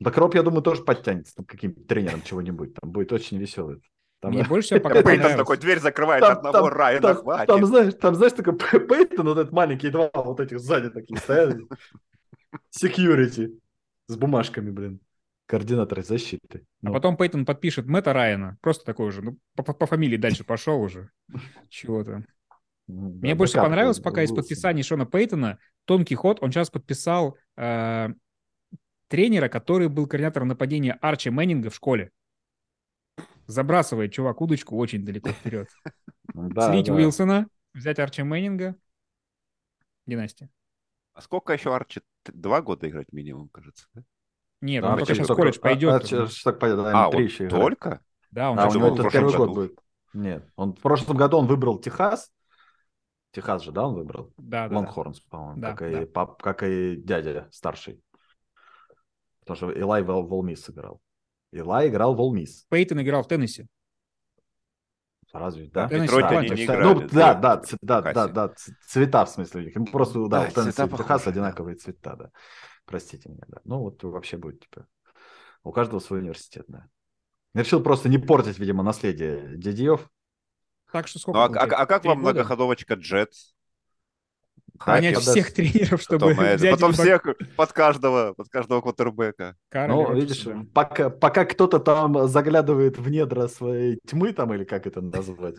[SPEAKER 1] Так Роб, я думаю, тоже подтянется там, каким-нибудь тренером чего-нибудь. Там будет очень веселый. Там,
[SPEAKER 2] Мне больше всего пока
[SPEAKER 3] Там Пейтон такой,
[SPEAKER 2] понравилось.
[SPEAKER 3] дверь закрывает
[SPEAKER 1] Там-
[SPEAKER 3] одного,
[SPEAKER 1] там-
[SPEAKER 3] Райана
[SPEAKER 1] там,
[SPEAKER 3] хватит.
[SPEAKER 1] там, знаешь, там, знаешь, такой Пе- Пейтон, вот этот маленький, два вот этих сзади такие стоят. Security. С бумажками, блин. Координаторы защиты.
[SPEAKER 2] А
[SPEAKER 1] Ну,
[SPEAKER 2] потом Пейтон подпишет Мэтта Райана. Просто такой уже. Ну, по, по- по фамилии дальше пошел уже. Чего там.
[SPEAKER 1] м, ну да,
[SPEAKER 2] Мне больше
[SPEAKER 1] бэкап
[SPEAKER 2] понравилось
[SPEAKER 1] был-
[SPEAKER 2] пока из
[SPEAKER 1] был.
[SPEAKER 2] подписаний Шона Пейтона тонкий ход. Он сейчас подписал э, тренера, который был координатором нападения Арчи Мэннинга в школе. Забрасывает чувак удочку очень далеко вперед.
[SPEAKER 1] Да,
[SPEAKER 2] Слить
[SPEAKER 1] да.
[SPEAKER 2] Уилсона, взять Арчи Мэннинга. Династия.
[SPEAKER 3] А сколько еще Арчи? Т- Два года играть минимум, кажется. да?
[SPEAKER 2] Нет,
[SPEAKER 1] Да,
[SPEAKER 2] ну, он
[SPEAKER 3] Арчи
[SPEAKER 2] только сейчас в
[SPEAKER 3] только-
[SPEAKER 2] колледж пойдет.
[SPEAKER 1] А, а, сейчас так пойдет, да,
[SPEAKER 3] А,
[SPEAKER 1] они три
[SPEAKER 3] он
[SPEAKER 1] еще играют.
[SPEAKER 3] только?
[SPEAKER 2] Да, он
[SPEAKER 1] А,
[SPEAKER 2] сейчас
[SPEAKER 1] у
[SPEAKER 3] же
[SPEAKER 1] него
[SPEAKER 3] был в
[SPEAKER 1] этот
[SPEAKER 3] прошлом
[SPEAKER 1] первый год
[SPEAKER 3] году.
[SPEAKER 1] будет. Нет, он в прошлом году он выбрал Техас. Техас же, да, он выбрал?
[SPEAKER 2] Да, да, да.
[SPEAKER 1] Лонгхорнс, по-моему,
[SPEAKER 2] Да,
[SPEAKER 1] как, и пап, как и дядя старший. Потому что Элай Вол- Волмис сыграл. Элай играл Волмис.
[SPEAKER 2] Пейтон играл в Теннисе.
[SPEAKER 1] Разве, да?
[SPEAKER 2] Да,
[SPEAKER 3] Детройте
[SPEAKER 2] Понятно.
[SPEAKER 3] они не
[SPEAKER 2] Ну,
[SPEAKER 3] играли.
[SPEAKER 1] Ну, да, да,
[SPEAKER 3] в
[SPEAKER 1] ц- да, да,
[SPEAKER 3] Техасе.
[SPEAKER 1] да, ц- цвета в смысле у них. Им просто, да,
[SPEAKER 3] Да,
[SPEAKER 1] у Теннесси и
[SPEAKER 3] цвета
[SPEAKER 1] Техаса
[SPEAKER 3] похожие, да.
[SPEAKER 1] одинаковые цвета, да. Простите меня, да. Ну, вот вообще будет, типа, у каждого свой университет, да. Я Решил просто не портить, видимо, наследие дядьев.
[SPEAKER 2] Так что
[SPEAKER 3] Ну,
[SPEAKER 2] сколько?
[SPEAKER 3] а,
[SPEAKER 2] получается?
[SPEAKER 3] а- а как
[SPEAKER 2] Три
[SPEAKER 3] вам
[SPEAKER 2] года?
[SPEAKER 3] многоходовочка Джетс?
[SPEAKER 2] Хранять
[SPEAKER 1] Хакер, да,
[SPEAKER 2] всех
[SPEAKER 1] с-
[SPEAKER 2] тренеров, чтобы
[SPEAKER 3] а Потом, это,
[SPEAKER 2] взять
[SPEAKER 3] потом
[SPEAKER 2] Бак-
[SPEAKER 3] всех под каждого, под каждого квотербека.
[SPEAKER 2] Кароля
[SPEAKER 1] Ну,
[SPEAKER 2] Роджерса,
[SPEAKER 1] видишь,
[SPEAKER 2] да.
[SPEAKER 1] пока, пока кто-то там заглядывает в недра своей тьмы, там, или как это назвать,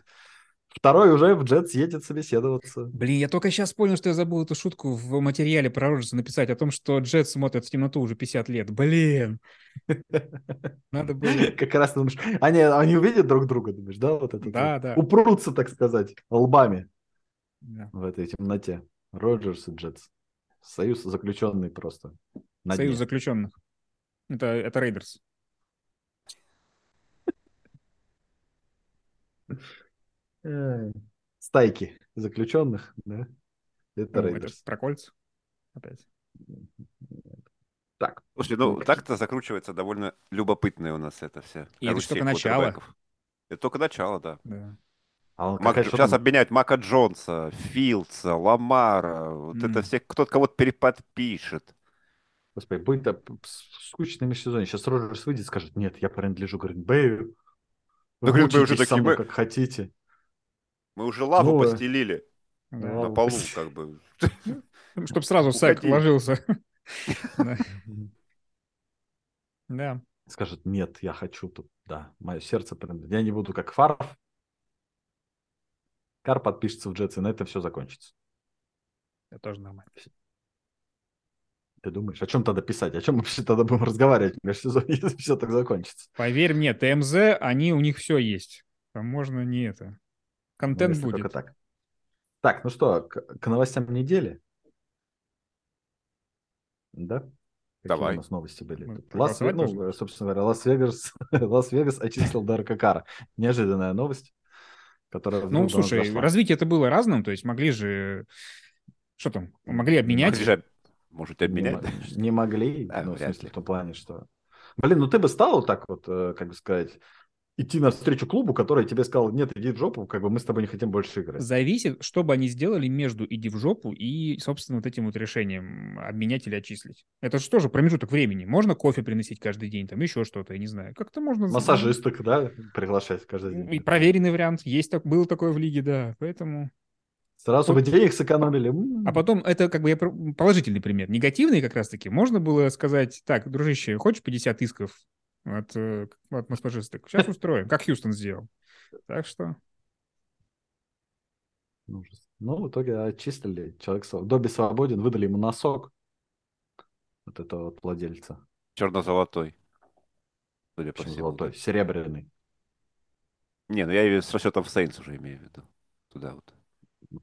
[SPEAKER 1] второй уже в джет едет собеседоваться.
[SPEAKER 2] Блин, я только сейчас понял, что я забыл эту шутку в материале про Роджерса написать о том, что Джет смотрит в темноту уже 50 лет. Блин. Надо было.
[SPEAKER 1] Как раз ты думаешь, они, они увидят друг друга, думаешь, да, вот это?
[SPEAKER 2] Да,
[SPEAKER 1] вот.
[SPEAKER 2] да.
[SPEAKER 1] Упрутся, так сказать, лбами
[SPEAKER 2] Да.
[SPEAKER 1] в этой темноте. Роджерс и Джетс. Союз заключенный просто. на
[SPEAKER 2] Союз
[SPEAKER 1] дне.
[SPEAKER 2] заключенных. Это, это Рейдерс.
[SPEAKER 1] Эй. Стайки заключенных, да? Это
[SPEAKER 2] Ну, Это
[SPEAKER 1] Рейдерс.
[SPEAKER 2] про кольца. Опять.
[SPEAKER 1] Так,
[SPEAKER 3] Слушай, ну
[SPEAKER 1] Мне
[SPEAKER 3] так-то закручивается довольно любопытная у нас это все.
[SPEAKER 2] И это ж
[SPEAKER 3] карусель
[SPEAKER 2] только начало.
[SPEAKER 3] квотербеков. Это только начало, да.
[SPEAKER 2] Да.
[SPEAKER 1] а он
[SPEAKER 3] Мак-
[SPEAKER 1] какая что-то-
[SPEAKER 3] сейчас обменяют Мака Джонса, Филдса, Ламара. Вот
[SPEAKER 2] Мгм.
[SPEAKER 3] это все, кто-то кого-то переподпишет.
[SPEAKER 1] Господи, будет а, п- с- скучный межсезонье. Сейчас Роджерс выйдет и скажет, нет, я принадлежу Гринбею. Вы
[SPEAKER 3] Ну, Green Bay уже
[SPEAKER 1] мучайтесь со
[SPEAKER 3] такие,
[SPEAKER 1] мной,
[SPEAKER 3] мы-
[SPEAKER 1] как хотите.
[SPEAKER 3] Мы уже лаву
[SPEAKER 1] Ну, э,
[SPEAKER 3] постелили
[SPEAKER 2] Да. Ну,
[SPEAKER 1] Лаву
[SPEAKER 3] на полу,
[SPEAKER 1] постелили.
[SPEAKER 3] как бы.
[SPEAKER 2] Чтоб сразу Сайк
[SPEAKER 3] Уходи.
[SPEAKER 2] вложился. Да.
[SPEAKER 1] Скажет, нет, я хочу тут, да, мое сердце принадлежит. Я не буду как Фарф. Кар подпишется в Джетс, и на этом все закончится.
[SPEAKER 2] Это тоже нормально.
[SPEAKER 1] Ты думаешь, о чем тогда писать? О чем мы вообще тогда будем разговаривать в межсезонье, если все так закончится?
[SPEAKER 2] Поверь мне, ТМЗ, они у них все есть. Там можно не это.
[SPEAKER 1] Ну,
[SPEAKER 2] Контент
[SPEAKER 1] Если только
[SPEAKER 2] будет.
[SPEAKER 1] так. Так, ну что, к, к новостям недели? Да? Какие
[SPEAKER 3] Давай.
[SPEAKER 1] у нас новости были?
[SPEAKER 2] Мы
[SPEAKER 1] Тут Лас,
[SPEAKER 2] проголосовать
[SPEAKER 1] ну,
[SPEAKER 2] должны?
[SPEAKER 1] э, собственно говоря, Лас-Вегас, Лас-Вегас очистил Дерека Карра. Неожиданная новость, которая
[SPEAKER 2] Ну,
[SPEAKER 1] вдруг до нас
[SPEAKER 2] слушай,
[SPEAKER 1] дошла.
[SPEAKER 2] развитие это было разным, то есть могли же... Что там? Могли обменять?
[SPEAKER 3] Могли же об- Можете
[SPEAKER 1] Не
[SPEAKER 3] обменять.
[SPEAKER 1] мо- Не могли,
[SPEAKER 3] Да,
[SPEAKER 1] ну, в
[SPEAKER 3] вряд
[SPEAKER 1] смысле,
[SPEAKER 3] ли.
[SPEAKER 1] в том плане, что... Блин, ну ты бы стал вот так вот, э, как бы сказать, идти навстречу клубу, который тебе сказал, нет, иди в жопу, как бы мы с тобой не хотим больше играть.
[SPEAKER 2] Зависит, что бы они сделали между «иди в жопу» и, собственно, вот этим вот решением обменять или отчислить. Это же тоже промежуток времени. Можно кофе приносить каждый день, там еще что-то, я не знаю. Как-то можно...
[SPEAKER 1] Массажисток, да, приглашать каждый
[SPEAKER 2] И
[SPEAKER 1] день.
[SPEAKER 2] проверенный вариант. Есть, так, было такое в лиге, да. Поэтому...
[SPEAKER 1] Сразу бы денег сэкономили. М.
[SPEAKER 2] А потом, это как бы я про- положительный пример. Негативный как раз-таки. Можно было сказать, так, дружище, хочешь 50 исков от, э, от массажисток? Сейчас устроим, как Хьюстон сделал. Так что
[SPEAKER 1] Ужас. Ну, в итоге отчислили человек. св- Добби свободен, выдали ему носок. Вот этого вот владельца.
[SPEAKER 3] Черно-золотой. Судя по
[SPEAKER 1] Почему
[SPEAKER 3] всему.
[SPEAKER 1] золотой? Серебряный.
[SPEAKER 3] Не, ну я и с расчетом в Сейнс уже имею в виду. Туда вот.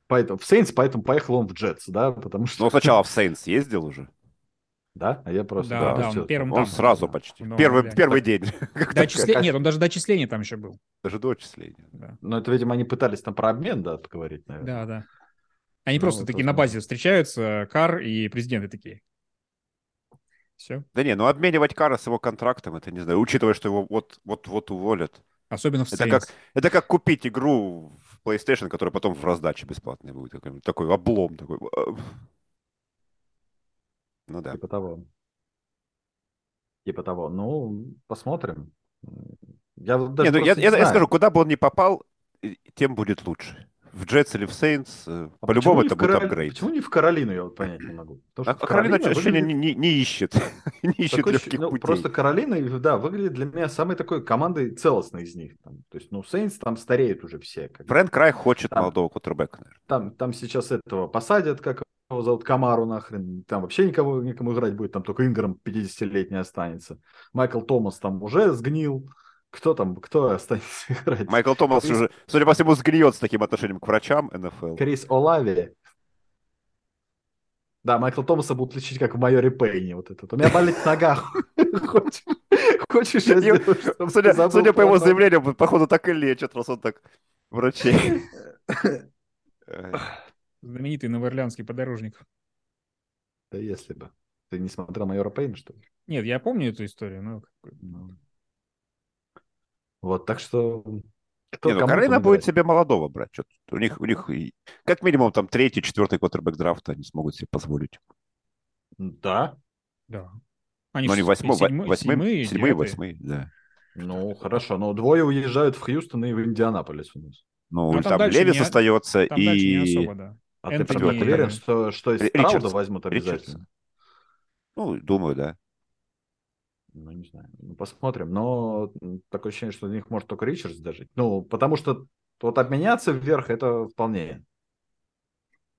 [SPEAKER 1] Поэтому, в Сейнс, поэтому поехал он в Джетс, да? Потому что...
[SPEAKER 3] Ну, сначала в Сейнс ездил уже.
[SPEAKER 1] Да? А я просто...
[SPEAKER 2] Да,
[SPEAKER 3] да,
[SPEAKER 1] ну
[SPEAKER 2] он
[SPEAKER 1] всё.
[SPEAKER 2] первым- Ну,
[SPEAKER 3] Он
[SPEAKER 2] там,
[SPEAKER 3] сразу
[SPEAKER 1] да.
[SPEAKER 3] почти.
[SPEAKER 2] Ну,
[SPEAKER 3] первый,
[SPEAKER 2] блядь.
[SPEAKER 3] первый день.
[SPEAKER 2] до отчисле-
[SPEAKER 1] как-
[SPEAKER 2] Нет, он даже до отчисления там еще был.
[SPEAKER 3] Даже до отчисления.
[SPEAKER 1] Ну, это, видимо, они пытались там про обмен, да, поговорить, наверное.
[SPEAKER 2] Да, да. Они
[SPEAKER 1] Ну,
[SPEAKER 2] просто
[SPEAKER 1] вот
[SPEAKER 2] такие
[SPEAKER 1] это
[SPEAKER 2] на
[SPEAKER 1] да.
[SPEAKER 2] базе встречаются, Кар и президенты такие. Все.
[SPEAKER 3] Да не, ну обменивать Кара с его контрактом, это не знаю, учитывая, что его вот-вот уволят.
[SPEAKER 2] Особенно в
[SPEAKER 3] Это
[SPEAKER 2] Saints.
[SPEAKER 3] как, это как купить игру в PlayStation, которая потом в раздаче бесплатной будет. какой-нибудь Такой облом такой. А, Ну да.
[SPEAKER 1] Типа того. Типа того. Ну, посмотрим. М, Я вот даже
[SPEAKER 3] Не, ну, я,
[SPEAKER 1] просто не
[SPEAKER 3] я- я
[SPEAKER 1] знаю.
[SPEAKER 3] скажу, куда бы он ни попал, э, тем будет лучше. В Джетс или в Сейнс,
[SPEAKER 1] А почему
[SPEAKER 3] по-любому
[SPEAKER 1] не
[SPEAKER 3] это
[SPEAKER 1] в
[SPEAKER 3] будет
[SPEAKER 1] Кароли-
[SPEAKER 3] апгрейд.
[SPEAKER 1] Почему не в Каролину, я вот понять не могу. Потому
[SPEAKER 3] А
[SPEAKER 1] что
[SPEAKER 3] Каролина
[SPEAKER 1] Каролина
[SPEAKER 3] ощущение
[SPEAKER 1] выглядит
[SPEAKER 3] не, не- не ищет. не ищет
[SPEAKER 1] такой
[SPEAKER 3] легких
[SPEAKER 1] ощущение- ну,
[SPEAKER 3] путей.
[SPEAKER 1] Просто Каролина, да, выглядит для меня самой такой командой целостной из них. Там, то есть, ну, Сейнс там стареют уже все. как бы.
[SPEAKER 3] Фрэнк Рай хочет
[SPEAKER 1] Там.
[SPEAKER 3] молодого кутербека, наверное.
[SPEAKER 1] Там, там сейчас этого посадят, как его зовут, Камару нахрен. Там вообще никого, никому играть будет, там только Инграм 50-летний останется. Майкл Томас там уже сгнил. Кто там, кто останется играть?
[SPEAKER 3] Майкл Томас
[SPEAKER 1] Крис-
[SPEAKER 3] уже, судя по всему, сгниет с таким отношением к врачам НФЛ.
[SPEAKER 1] Крис Олави. Да, Майкл Томаса будут лечить, как в майоре Пейне. Вот этот. У меня болит нога. Хочешь, хочешь, я
[SPEAKER 3] Я-
[SPEAKER 1] сделаю, чтоб ты
[SPEAKER 3] Судя,
[SPEAKER 1] забыл
[SPEAKER 3] судя по
[SPEAKER 1] про
[SPEAKER 3] его
[SPEAKER 1] ногу?
[SPEAKER 3] заявлению, по- походу так и лечат, раз он так врачей. Э,
[SPEAKER 2] Знаменитый новоорлеанский подорожник.
[SPEAKER 1] Да если бы. Ты не смотрел майора Пейна, что ли?
[SPEAKER 2] Нет, я помню эту историю, но... как бы-
[SPEAKER 1] Ну. Вот, так что... Кто
[SPEAKER 3] Не, ну
[SPEAKER 1] кому
[SPEAKER 3] Каролина
[SPEAKER 1] там
[SPEAKER 3] будет
[SPEAKER 1] играть?
[SPEAKER 3] себе молодого брать. Чё-то У них, у них и- как минимум там третий, четвертый квотербек драфта они смогут себе позволить.
[SPEAKER 1] Да,
[SPEAKER 2] Да. Они
[SPEAKER 3] Но
[SPEAKER 2] же
[SPEAKER 3] Ну, они восьмой, во-
[SPEAKER 2] седьмой-
[SPEAKER 3] восьмые, седьмые,
[SPEAKER 2] девятые.
[SPEAKER 3] восьмые, да.
[SPEAKER 1] ну хорошо. Но двое уезжают в Хьюстон и в Индианаполис у нас.
[SPEAKER 3] Ну,
[SPEAKER 2] Ну,
[SPEAKER 3] и
[SPEAKER 2] там
[SPEAKER 3] там,
[SPEAKER 2] дальше
[SPEAKER 3] Левис
[SPEAKER 2] не-
[SPEAKER 3] остается
[SPEAKER 2] Там дальше не
[SPEAKER 3] и...
[SPEAKER 2] особо, да.
[SPEAKER 1] А ты
[SPEAKER 2] Энтони-
[SPEAKER 1] прям так уверен, что, что из
[SPEAKER 3] Ри-
[SPEAKER 1] Страуда
[SPEAKER 3] Ричардс.
[SPEAKER 1] возьмут обязательно?
[SPEAKER 3] Ричардс. Ну, думаю, да.
[SPEAKER 1] Ну, не знаю. Ну, посмотрим. Но м, такое ощущение, что у них может только Ричардс дожить. Ну, потому что вот обменяться вверх, это вполне.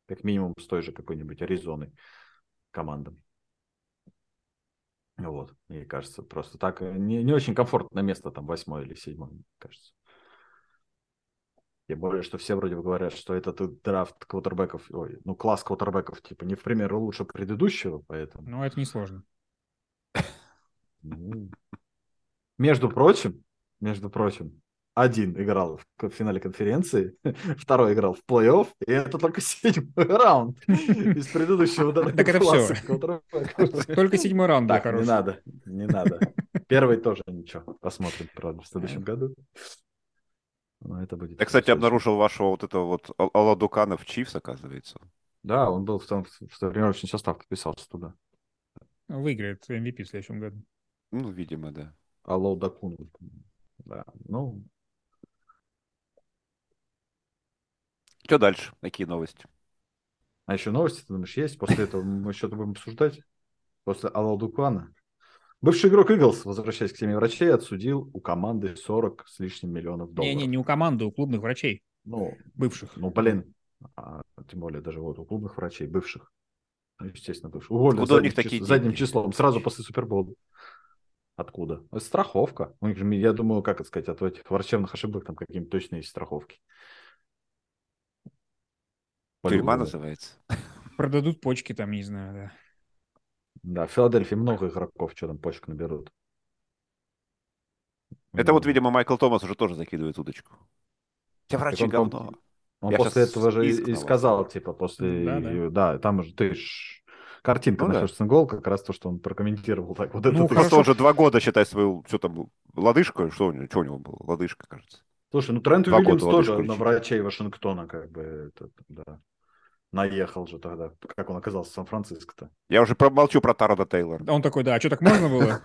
[SPEAKER 1] Как минимум с той же какой-нибудь Аризоной командой. Ну Вот, мне кажется, просто так э, не, не очень комфортное место, там, восьмое или седьмое, мне кажется. Тем более, что все вроде бы говорят, что этот э, драфт квотербеков, ой, ну, класс квотербеков, типа, не в пример лучше предыдущего, поэтому...
[SPEAKER 2] Ну, это несложно.
[SPEAKER 1] Ну, Между прочим, между прочим, один играл в к- финале конференции, второй играл в плей-офф, и это только седьмой раунд из предыдущего вот этого
[SPEAKER 2] Так это всё.
[SPEAKER 1] класса квотербеков.
[SPEAKER 2] Только седьмой раунд был
[SPEAKER 1] Так, не
[SPEAKER 2] хороший.
[SPEAKER 1] надо, не надо. Первый тоже ничего. Посмотрим, правда, в следующем году. Но это будет...
[SPEAKER 3] Я, кстати,
[SPEAKER 1] интересно.
[SPEAKER 3] обнаружил вашего вот этого вот Ал- Аладукана в Чивс, оказывается.
[SPEAKER 1] Да, он был в том, что тренировочный состав подписался туда.
[SPEAKER 2] Выиграет MVP в следующем году.
[SPEAKER 3] Ну, видимо, да.
[SPEAKER 1] Алло, Дакун. Да, ну,
[SPEAKER 3] Что дальше? Какие новости?
[SPEAKER 1] А еще новости, ты думаешь, есть? После этого мы что-то будем обсуждать? После Алла Дукана. Бывший игрок Иглс, возвращаясь к теме врачей, отсудил у команды 40 с лишним миллионов долларов.
[SPEAKER 2] Не-не, не у команды, у клубных врачей
[SPEAKER 1] Ну,
[SPEAKER 2] бывших.
[SPEAKER 1] ну, блин. А, тем более даже вот у клубных врачей, бывших. Ну, естественно, бывших. Уволен
[SPEAKER 3] Откуда у
[SPEAKER 1] задним,
[SPEAKER 3] них такие
[SPEAKER 1] чис- задним
[SPEAKER 3] деньги?
[SPEAKER 1] числом, сразу после Супербола. Откуда? Это Страховка. У них же, я думаю, как это сказать, от этих врачебных ошибок там какие-нибудь точно есть страховки.
[SPEAKER 3] Тюрьма
[SPEAKER 1] По-любому.
[SPEAKER 3] называется.
[SPEAKER 2] Продадут почки там, не знаю, да.
[SPEAKER 1] Да, в Филадельфии много игроков, что там почек наберут.
[SPEAKER 3] Это вот,
[SPEAKER 1] М.
[SPEAKER 3] видимо, Майкл Томас уже тоже закидывает удочку. Тебя врачи
[SPEAKER 1] он, по-моему,
[SPEAKER 3] говно.
[SPEAKER 1] Он
[SPEAKER 3] я
[SPEAKER 1] после
[SPEAKER 3] щас
[SPEAKER 1] этого же
[SPEAKER 3] иск на
[SPEAKER 1] и- и
[SPEAKER 3] вас.
[SPEAKER 1] сказал, типа, после...
[SPEAKER 2] Да,
[SPEAKER 1] Да,
[SPEAKER 2] да.
[SPEAKER 1] там же ты ж... Картинка
[SPEAKER 3] Ну
[SPEAKER 1] на
[SPEAKER 3] да.
[SPEAKER 1] Херсон Гол, как раз то, что он прокомментировал так вот
[SPEAKER 2] Ну,
[SPEAKER 1] этот
[SPEAKER 2] хорошо.
[SPEAKER 3] Просто он же два года, считай, свою, что там, лодыжка, что у него, что у него было? Лодыжка, кажется.
[SPEAKER 1] Слушай, ну Трент
[SPEAKER 3] Два года
[SPEAKER 1] Уильямс тоже
[SPEAKER 3] лодыжку
[SPEAKER 1] на
[SPEAKER 3] лечить.
[SPEAKER 1] врачей Вашингтона как бы это, да, наехал же тогда, как он оказался в Сан-Франциско-то.
[SPEAKER 3] Я уже про- молчу про Тарада Тейлора.
[SPEAKER 2] Он такой, да, а что так можно было?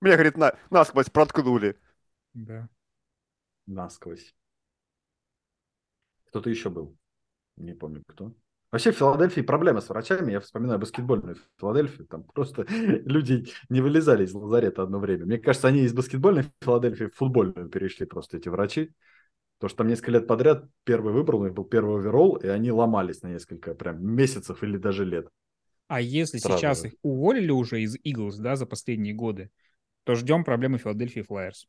[SPEAKER 3] Меня, говорит, на, насквозь проткнули.
[SPEAKER 2] Да.
[SPEAKER 1] насквозь. Кто-то еще был. Не помню кто. Вообще в Филадельфии проблема с врачами. Я вспоминаю баскетбольную Филадельфию. Там просто люди не вылезали из лазарета одно время. Мне кажется, они из баскетбольной Филадельфии в футбольную перешли просто эти врачи. Потому что там несколько лет подряд первый выбор у них был первый оверолл, и они ломались на несколько прям месяцев или даже лет.
[SPEAKER 2] А если
[SPEAKER 1] Сразу
[SPEAKER 2] сейчас
[SPEAKER 1] же.
[SPEAKER 2] их уволили уже из Иглс, да, за последние годы, то ждем проблемы Филадельфии Флайерс.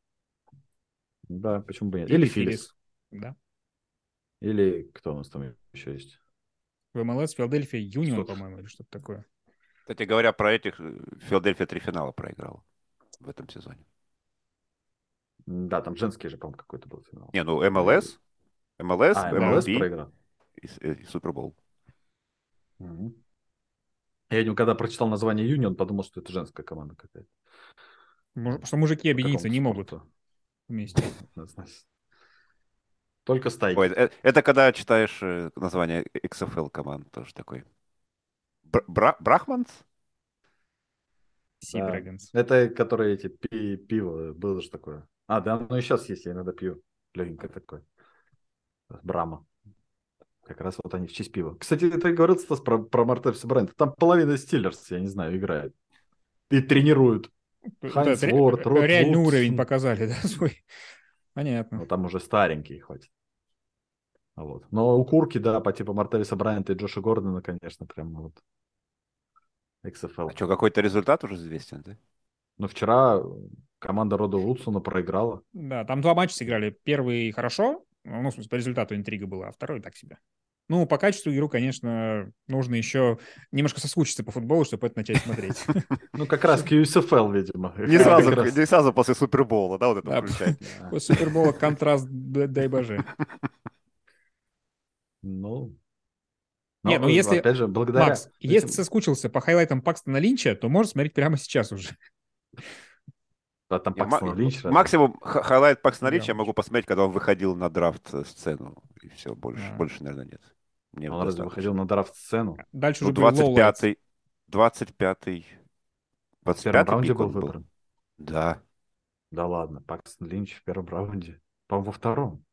[SPEAKER 1] Да, почему бы нет. Или, Филлис.
[SPEAKER 2] Да.
[SPEAKER 1] Или кто у нас там еще есть?
[SPEAKER 2] В МЛС Филадельфия Юнион,
[SPEAKER 1] Что-то.
[SPEAKER 2] по-моему, или что-то такое.
[SPEAKER 3] Кстати говоря, про этих э, Филадельфия три финала проиграла в этом сезоне.
[SPEAKER 1] М, Да, там женский же, по-моему, какой-то был финал.
[SPEAKER 3] Не, ну МЛС, МЛС,
[SPEAKER 1] а, МЛС
[SPEAKER 3] MLB
[SPEAKER 1] проиграл.
[SPEAKER 3] и, с- э, и Супербол.
[SPEAKER 1] Мгм. Я не- когда прочитал название Юнион, подумал, что это женская команда какая-то.
[SPEAKER 2] Муж- Потому что мужики объединиться
[SPEAKER 1] Какому
[SPEAKER 2] не могут
[SPEAKER 1] спорту?
[SPEAKER 2] вместе.
[SPEAKER 1] Не знаю. Только стайки.
[SPEAKER 3] Ой, э- это, когда читаешь э, название XFL команд, тоже такой. Бр- Бра- Брахманс?
[SPEAKER 2] Си
[SPEAKER 1] Да.
[SPEAKER 2] Драгонс.
[SPEAKER 1] Это которые эти пи- пиво, было же такое. А, да, оно и сейчас есть, я иногда пью. Легенькое такое. Брама. Как раз вот они в честь пива. Кстати, ты говорил, Стас, про, про Мартепса Брайанта. Там половина стиллерс, я не знаю, играет. И тренируют. Хайнс Уорд, Род
[SPEAKER 2] Реальный
[SPEAKER 1] Вудс.
[SPEAKER 2] уровень показали, да, свой. Понятно.
[SPEAKER 1] Ну, там уже старенькие хватит. Вот. Но у Курки, да, по типу Мартевиса Брайанта и Джоша Гордона, конечно, прям вот. XFL.
[SPEAKER 3] А что, какой-то результат уже известен, да?
[SPEAKER 1] Но вчера э, команда Рода Уотсона проиграла.
[SPEAKER 2] Да, там два матча сыграли. Первый хорошо, ну, в смысле, по результату интрига была, а второй так себе. Ну, по качеству игру, конечно, нужно еще немножко соскучиться по футболу, чтобы это начать смотреть.
[SPEAKER 1] Ну, как раз QSFL, видимо.
[SPEAKER 3] Не
[SPEAKER 1] Как
[SPEAKER 3] сразу,
[SPEAKER 1] раз.
[SPEAKER 3] не сразу после Супербола, да, вот это
[SPEAKER 2] Да.
[SPEAKER 3] включает.
[SPEAKER 1] Да.
[SPEAKER 2] После Супербола контраст, да- дай боже.
[SPEAKER 1] Ну.
[SPEAKER 2] Не,
[SPEAKER 1] но,
[SPEAKER 2] ну, если-
[SPEAKER 1] Опять же, благодаря...
[SPEAKER 2] Макс,
[SPEAKER 1] этим-
[SPEAKER 2] если соскучился по хайлайтам Пакстона Линча, то можешь смотреть прямо сейчас уже.
[SPEAKER 1] Да, там
[SPEAKER 3] Я
[SPEAKER 1] Пакстон
[SPEAKER 3] ма-
[SPEAKER 1] Линч. раз-
[SPEAKER 3] Максимум ха- хайлайт Пакс
[SPEAKER 2] Да,
[SPEAKER 3] Налич я могу посмотреть, когда он выходил на драфт э, сцену. И все, больше,
[SPEAKER 2] Да.
[SPEAKER 3] больше, наверное, нет. Мне
[SPEAKER 1] Он разве
[SPEAKER 3] достаточно.
[SPEAKER 1] выходил на драфт-сцену?
[SPEAKER 2] Дальше
[SPEAKER 3] Ну,
[SPEAKER 2] уже будет
[SPEAKER 3] 25-й, 25-й,
[SPEAKER 1] В первом
[SPEAKER 3] 25-й
[SPEAKER 1] раунде
[SPEAKER 3] пик
[SPEAKER 1] был
[SPEAKER 3] он был.
[SPEAKER 1] выбран.
[SPEAKER 3] Да.
[SPEAKER 1] Да ладно, Пакстон Линч в первом раунде. По-моему, во втором.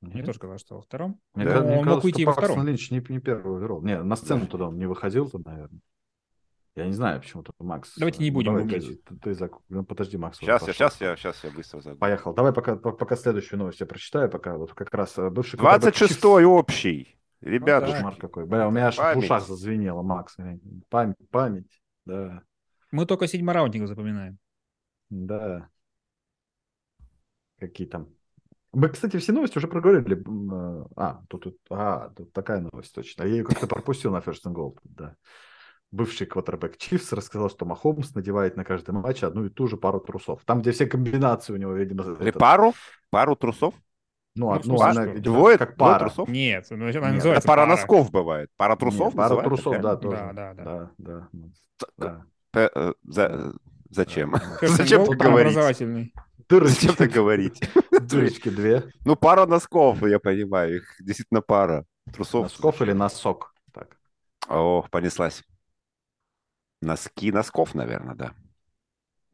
[SPEAKER 2] Мне
[SPEAKER 1] Нет?
[SPEAKER 2] тоже казалось, что во втором.
[SPEAKER 1] Мне,
[SPEAKER 3] Да.
[SPEAKER 1] ка-
[SPEAKER 2] Ну,
[SPEAKER 1] мне
[SPEAKER 2] он
[SPEAKER 1] казалось,
[SPEAKER 2] мог уйти и
[SPEAKER 1] что
[SPEAKER 2] во
[SPEAKER 1] Паксон
[SPEAKER 2] втором.
[SPEAKER 1] Линч не, не первый выбирал. Не, на сцену
[SPEAKER 3] Да.
[SPEAKER 1] туда он не выходил, то, наверное. Я не знаю, почему-то Макс.
[SPEAKER 2] Давайте не
[SPEAKER 1] э,
[SPEAKER 2] будем
[SPEAKER 1] давай, ты,
[SPEAKER 2] гуглить.
[SPEAKER 1] ты- ты зак- ну, подожди, Макс. вот
[SPEAKER 3] Сейчас я,
[SPEAKER 1] пошел.
[SPEAKER 3] сейчас я, сейчас я быстро забыл.
[SPEAKER 1] Поехал. Давай пока, по- пока следующую новость я прочитаю, пока вот как раз э, бывший... квотербек
[SPEAKER 3] 26-й общий. Ребята,
[SPEAKER 2] да.
[SPEAKER 1] Кошмар какой. Бля, у меня аж в
[SPEAKER 3] Память.
[SPEAKER 1] ушах зазвенело, Макс. Память, память. Да,
[SPEAKER 2] Мы только седьмораундников запоминаем.
[SPEAKER 1] да. Какие там... Мы, кстати, все новости уже проговорили. М, э, А, тут, тут- а, тут такая новость точно. Я ее как-то пропустил на First and Gold, да. Бывший квотербек Чивс рассказал, что Махомс надевает на каждый матч одну и ту же пару трусов. Там, где все комбинации у него, видимо,
[SPEAKER 3] Или
[SPEAKER 1] это-
[SPEAKER 3] пару? Пару трусов?
[SPEAKER 1] ну,
[SPEAKER 2] Ну, в
[SPEAKER 1] одну,
[SPEAKER 2] смысле,
[SPEAKER 1] она,
[SPEAKER 2] что?
[SPEAKER 1] видимо,
[SPEAKER 3] Двое?
[SPEAKER 1] как
[SPEAKER 3] Двое
[SPEAKER 1] пара.
[SPEAKER 3] трусов?
[SPEAKER 2] Нет, ну, она
[SPEAKER 1] Нет,
[SPEAKER 2] называется
[SPEAKER 3] это пара
[SPEAKER 2] пара.
[SPEAKER 3] носков бывает. Пара трусов
[SPEAKER 1] Нет, пара
[SPEAKER 3] называют
[SPEAKER 1] трусов,
[SPEAKER 3] такая?
[SPEAKER 1] да, тоже.
[SPEAKER 2] Да, да, да.
[SPEAKER 1] Да, да. ну, да.
[SPEAKER 3] П- э, за- э, Зачем?
[SPEAKER 2] First and
[SPEAKER 3] Зачем
[SPEAKER 2] goal
[SPEAKER 3] так
[SPEAKER 2] про
[SPEAKER 3] говорить?
[SPEAKER 2] образовательный.
[SPEAKER 1] Дырочки,
[SPEAKER 3] Зачем так говорить?
[SPEAKER 1] дырочки две.
[SPEAKER 3] Ну, пара носков, я понимаю. Их действительно пара. Трусов.
[SPEAKER 1] Носков или носок? Так.
[SPEAKER 3] О, понеслась. Носки носков, наверное, да.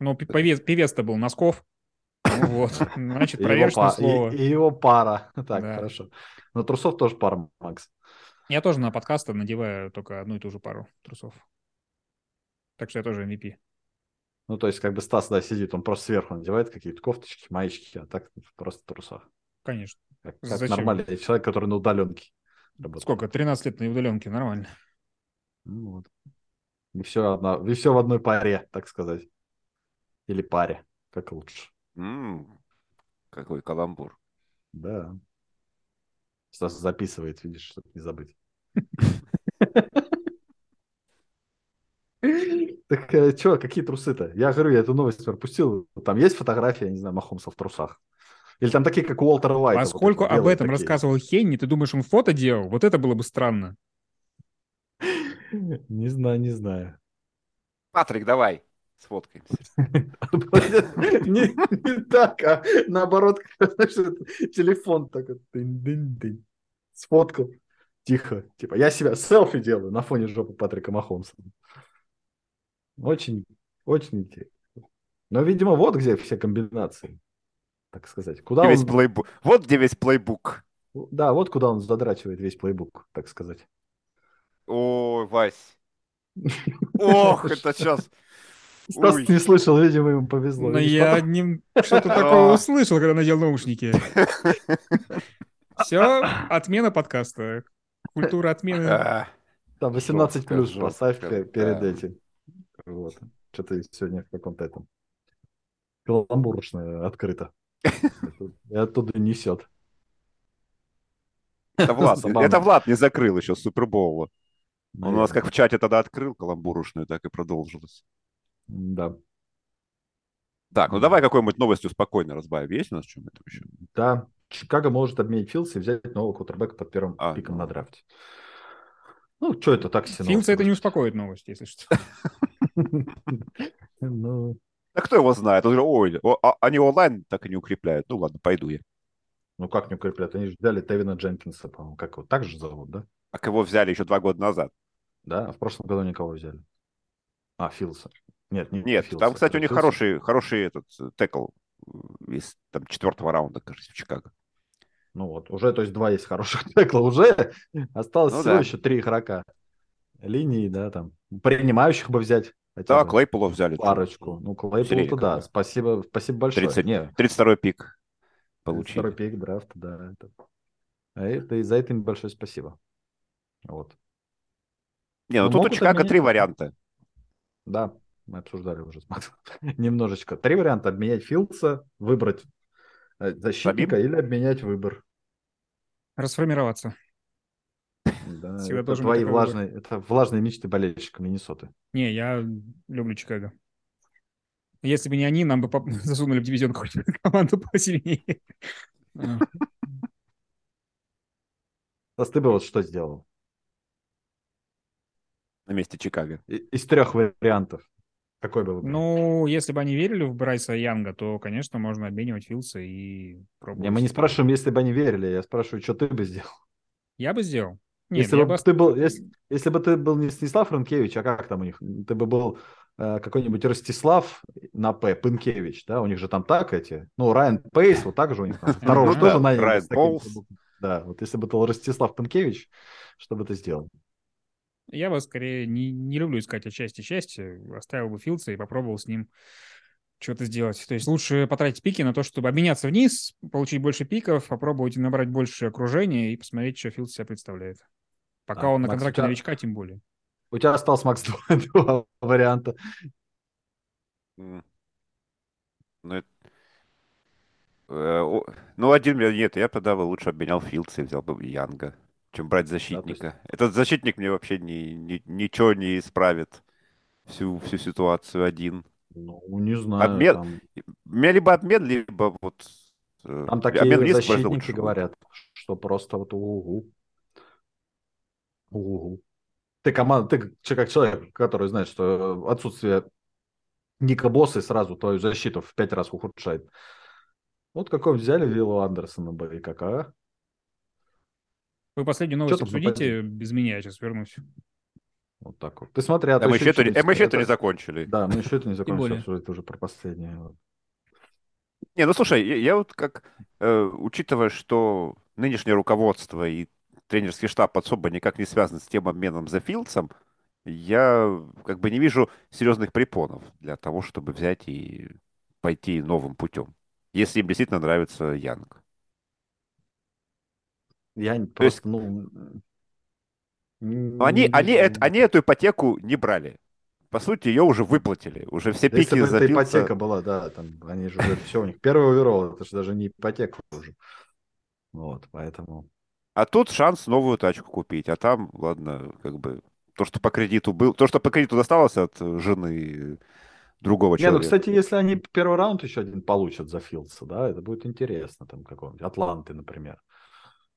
[SPEAKER 2] Ну, пи- пове- певец-то был Носков. Ну Вот, значит,
[SPEAKER 1] И его,
[SPEAKER 2] проверочное
[SPEAKER 1] па- и-
[SPEAKER 2] слово.
[SPEAKER 1] и его пара. Так,
[SPEAKER 2] Да.
[SPEAKER 1] хорошо. Но трусов тоже пара, Макс.
[SPEAKER 2] Я тоже на подкасты надеваю только одну и ту же пару трусов. Так что я тоже MVP.
[SPEAKER 1] Ну, то есть, как бы Стас, да, сидит, он просто сверху надевает какие-то кофточки, маечки, а так в просто в трусах.
[SPEAKER 2] Конечно.
[SPEAKER 1] Как, как
[SPEAKER 2] Зачем?
[SPEAKER 1] нормальный человек, который на удаленке работает.
[SPEAKER 2] Сколько? 13 лет на удаленке, нормально.
[SPEAKER 1] Ну, вот. И все, одна, и все в одной паре, так сказать. Или паре, как лучше.
[SPEAKER 3] М, Какой каламбур.
[SPEAKER 1] Да. Стас записывает, видишь, чтобы не забыть. Так что, какие трусы-то? Я говорю, я эту новость пропустил. Там есть фотография, я не знаю, Махомса в трусах? Или там такие, как у Уолтера Уайта. вот
[SPEAKER 2] Поскольку
[SPEAKER 1] эти
[SPEAKER 2] А об
[SPEAKER 1] белые
[SPEAKER 2] этом
[SPEAKER 1] такие.
[SPEAKER 2] рассказывал Хенни, ты думаешь, он фото делал? Вот это было бы странно.
[SPEAKER 1] Не знаю, не знаю.
[SPEAKER 3] Патрик, давай. Сфоткаемся.
[SPEAKER 1] Не не так, а наоборот, знаешь, это телефон так вот, дынь-дынь-дынь. сфоткал. Тихо. Типа, я себя селфи делаю на фоне жопы Патрика Махомсона. Очень, очень интересно. Но, видимо, вот где все комбинации, так сказать. Куда
[SPEAKER 3] Где весь
[SPEAKER 1] он,
[SPEAKER 3] плейбу- Вот где весь плейбук.
[SPEAKER 1] да, вот куда он задрачивает весь плейбук, так сказать.
[SPEAKER 3] Ой, Вась. Ох, это сейчас.
[SPEAKER 1] Стас
[SPEAKER 3] Ой.
[SPEAKER 1] не слышал, видимо, ему повезло.
[SPEAKER 2] Но
[SPEAKER 1] Видишь,
[SPEAKER 2] Ну, я
[SPEAKER 1] потом-
[SPEAKER 2] одним что-то такое услышал, когда надел наушники. Все, отмена подкаста. Культура отмены.
[SPEAKER 3] Да.
[SPEAKER 1] Там 18
[SPEAKER 3] Жёстко,
[SPEAKER 1] плюс
[SPEAKER 3] жёстко,
[SPEAKER 1] поставь пе- перед
[SPEAKER 3] да.
[SPEAKER 1] этим. Вот. Что-то сегодня в каком-то этом каламбурочное открыто. И оттуда несет.
[SPEAKER 3] А, Это Влад.
[SPEAKER 1] Забавно.
[SPEAKER 3] Это Влад не закрыл еще Супербоула. Он А у нас
[SPEAKER 1] Наверное.
[SPEAKER 3] как в чате тогда открыл каламбурушную, так и продолжилось.
[SPEAKER 1] Да.
[SPEAKER 3] Так, ну давай какой-нибудь новостью спокойно разбавим. Есть у нас что-нибудь еще?
[SPEAKER 1] Да. Чикаго может обменять Филдс и взять нового кутербека под первым
[SPEAKER 3] А,
[SPEAKER 1] пиком
[SPEAKER 3] ну.
[SPEAKER 1] на драфте. Ну, что это так все
[SPEAKER 2] Филдса это не успокоит новость, если что.
[SPEAKER 1] Ну,
[SPEAKER 3] Да кто его знает? Он же, ой, о- а- они онлайн так и не укрепляют. Ну ладно, пойду я.
[SPEAKER 1] ну, как не укреплять? Они же взяли Тевина Дженкинса, по-моему. Как его? Так же зовут, да?
[SPEAKER 3] А кого взяли еще два года назад?
[SPEAKER 1] Да, а в прошлом году никого взяли. А, Филса. Нет, не
[SPEAKER 3] Нет,
[SPEAKER 1] Филса.
[SPEAKER 3] там, кстати, у них
[SPEAKER 1] Филса.
[SPEAKER 3] хороший, хороший этот э, текл э, из там четвертого раунда, кажется, в Чикаго.
[SPEAKER 1] Ну вот, уже, то есть, два есть хороших текла. Уже осталось
[SPEAKER 3] Ну
[SPEAKER 1] всего
[SPEAKER 3] да.
[SPEAKER 1] еще три игрока. Линии, да, там. Принимающих бы взять. хотя
[SPEAKER 3] Да,
[SPEAKER 1] бы
[SPEAKER 3] Клейполов взяли.
[SPEAKER 1] Парочку. Ну, Клейпул-то
[SPEAKER 3] Середненько,
[SPEAKER 1] да.
[SPEAKER 3] да.
[SPEAKER 1] Спасибо, спасибо большое.
[SPEAKER 3] 30
[SPEAKER 1] Не,
[SPEAKER 3] 32-й пик
[SPEAKER 1] Второй
[SPEAKER 3] получили.
[SPEAKER 1] пик драфта, да. Это... а это и за это им большое спасибо. Вот.
[SPEAKER 3] Не, ну
[SPEAKER 1] Ну,
[SPEAKER 3] тут у
[SPEAKER 1] могут
[SPEAKER 3] Чикаго
[SPEAKER 1] обменять
[SPEAKER 3] три
[SPEAKER 1] на-
[SPEAKER 3] варианта.
[SPEAKER 1] Да, мы обсуждали уже с Максом. Немножечко. Три варианта. Обменять Филдса, выбрать э, защитника или обменять выбор.
[SPEAKER 2] Расформироваться.
[SPEAKER 1] Да,
[SPEAKER 2] Всегда
[SPEAKER 1] это
[SPEAKER 2] должен быть
[SPEAKER 1] твои
[SPEAKER 2] такой выбор.
[SPEAKER 1] влажные, это влажные мечты болельщика Миннесоты.
[SPEAKER 2] Не, я люблю Чикаго. Если бы не они, нам бы поп- засунули в дивизион какую-то команду посильнее. А,
[SPEAKER 1] А ты бы вот что сделал?
[SPEAKER 3] на месте Чикаго.
[SPEAKER 1] И- Из трех вариантов. Какой бы выбрал?
[SPEAKER 2] Ну, если бы они верили в Брайса Янга, то, конечно, можно обменивать Филса и пробовать.
[SPEAKER 1] Не, мы не спрашиваем, если бы они верили, я спрашиваю, что ты бы сделал.
[SPEAKER 2] Я бы сделал. Нет,
[SPEAKER 1] Если
[SPEAKER 2] я
[SPEAKER 1] бы
[SPEAKER 2] бы
[SPEAKER 1] ты был, если, если бы ты был не Станислав Рынкевич, а как там у них? Ты бы был э, какой-нибудь Ростислав на П, Пынкевич, да? У них же там так эти. Ну, Райан Пейс, вот так же у них там. Второго
[SPEAKER 2] Ну
[SPEAKER 1] же тоже
[SPEAKER 3] да,
[SPEAKER 1] наняли
[SPEAKER 3] Райан
[SPEAKER 1] с таким
[SPEAKER 3] Поулс.
[SPEAKER 1] же. Да, вот если бы ты был Ростислав Пынкевич, что бы ты сделал?
[SPEAKER 2] Я бы скорее не, не люблю искать отчасти счастье. Оставил бы Филдса и попробовал с ним что-то сделать. То есть лучше потратить пики на то, чтобы обменяться вниз, получить больше пиков, попробовать набрать больше окружения и посмотреть, что Филдс себя представляет. Пока
[SPEAKER 1] Да,
[SPEAKER 2] он на
[SPEAKER 1] Макс, а у
[SPEAKER 2] контракте
[SPEAKER 1] тебя-
[SPEAKER 2] новичка, тем более.
[SPEAKER 1] У тебя осталось, Макс, два, два варианта.
[SPEAKER 3] М. Ну, это- Э, о- ну, один мне- нет, я бы тогда бы лучше обменял Филдса и взял бы Янга, чем брать защитника. Этот защитник мне вообще ни- ни- ничего не исправит. Всю, всю ситуацию один.
[SPEAKER 1] Ну, не знаю.
[SPEAKER 3] Обмен-
[SPEAKER 1] там-
[SPEAKER 3] У меня либо обмен, либо вот... э,
[SPEAKER 1] Там
[SPEAKER 3] обмен
[SPEAKER 1] такие
[SPEAKER 3] есть, гораздо
[SPEAKER 1] защитники
[SPEAKER 3] лучше будет.
[SPEAKER 1] говорят, что просто вот угу. Угу. Ты команда, ты че- как человек, который знает, что э, отсутствие Ника Босса сразу твою защиту в пять раз ухудшает. Вот какого взяли Виллу Андерсона бы и как, а?
[SPEAKER 2] Вы последнюю новость
[SPEAKER 1] там
[SPEAKER 2] обсудите без меня, я сейчас вернусь.
[SPEAKER 1] Вот так вот. Ты смотри, а
[SPEAKER 3] Да,
[SPEAKER 1] то
[SPEAKER 3] мы еще это,
[SPEAKER 1] ничего
[SPEAKER 3] не- э, мы еще это не
[SPEAKER 1] это-
[SPEAKER 3] закончили.
[SPEAKER 1] Да, мы еще это не закончили
[SPEAKER 2] более.
[SPEAKER 1] обсуждать уже про последнее. Вот.
[SPEAKER 3] Не, ну слушай, я, я вот как, э, учитывая, что нынешнее руководство и тренерский штаб особо никак не связаны с тем обменом за Филдсом, я как бы не вижу серьезных препонов для того, чтобы взять и пойти новым путем. Если им действительно нравится Янг.
[SPEAKER 1] Я не-
[SPEAKER 3] есть-
[SPEAKER 1] просто, ну...
[SPEAKER 3] Но они, они, эт- они эту ипотеку не брали. По сути, ее уже выплатили. Уже все пики
[SPEAKER 1] Если бы
[SPEAKER 3] за
[SPEAKER 1] это
[SPEAKER 3] Филдса-
[SPEAKER 1] ипотека была, да, там они же уже все у них. Первый оверолл, это же даже не ипотека уже. Вот, поэтому.
[SPEAKER 3] А тут шанс новую тачку купить. А там, ладно, как бы то, что по кредиту был, то, что по кредиту досталось от э, жены э, другого
[SPEAKER 1] Не, ну,
[SPEAKER 3] человека.
[SPEAKER 1] кстати, если они первый раунд еще один получат за Филдса, да, это будет интересно, там, какого-нибудь Атланты, например.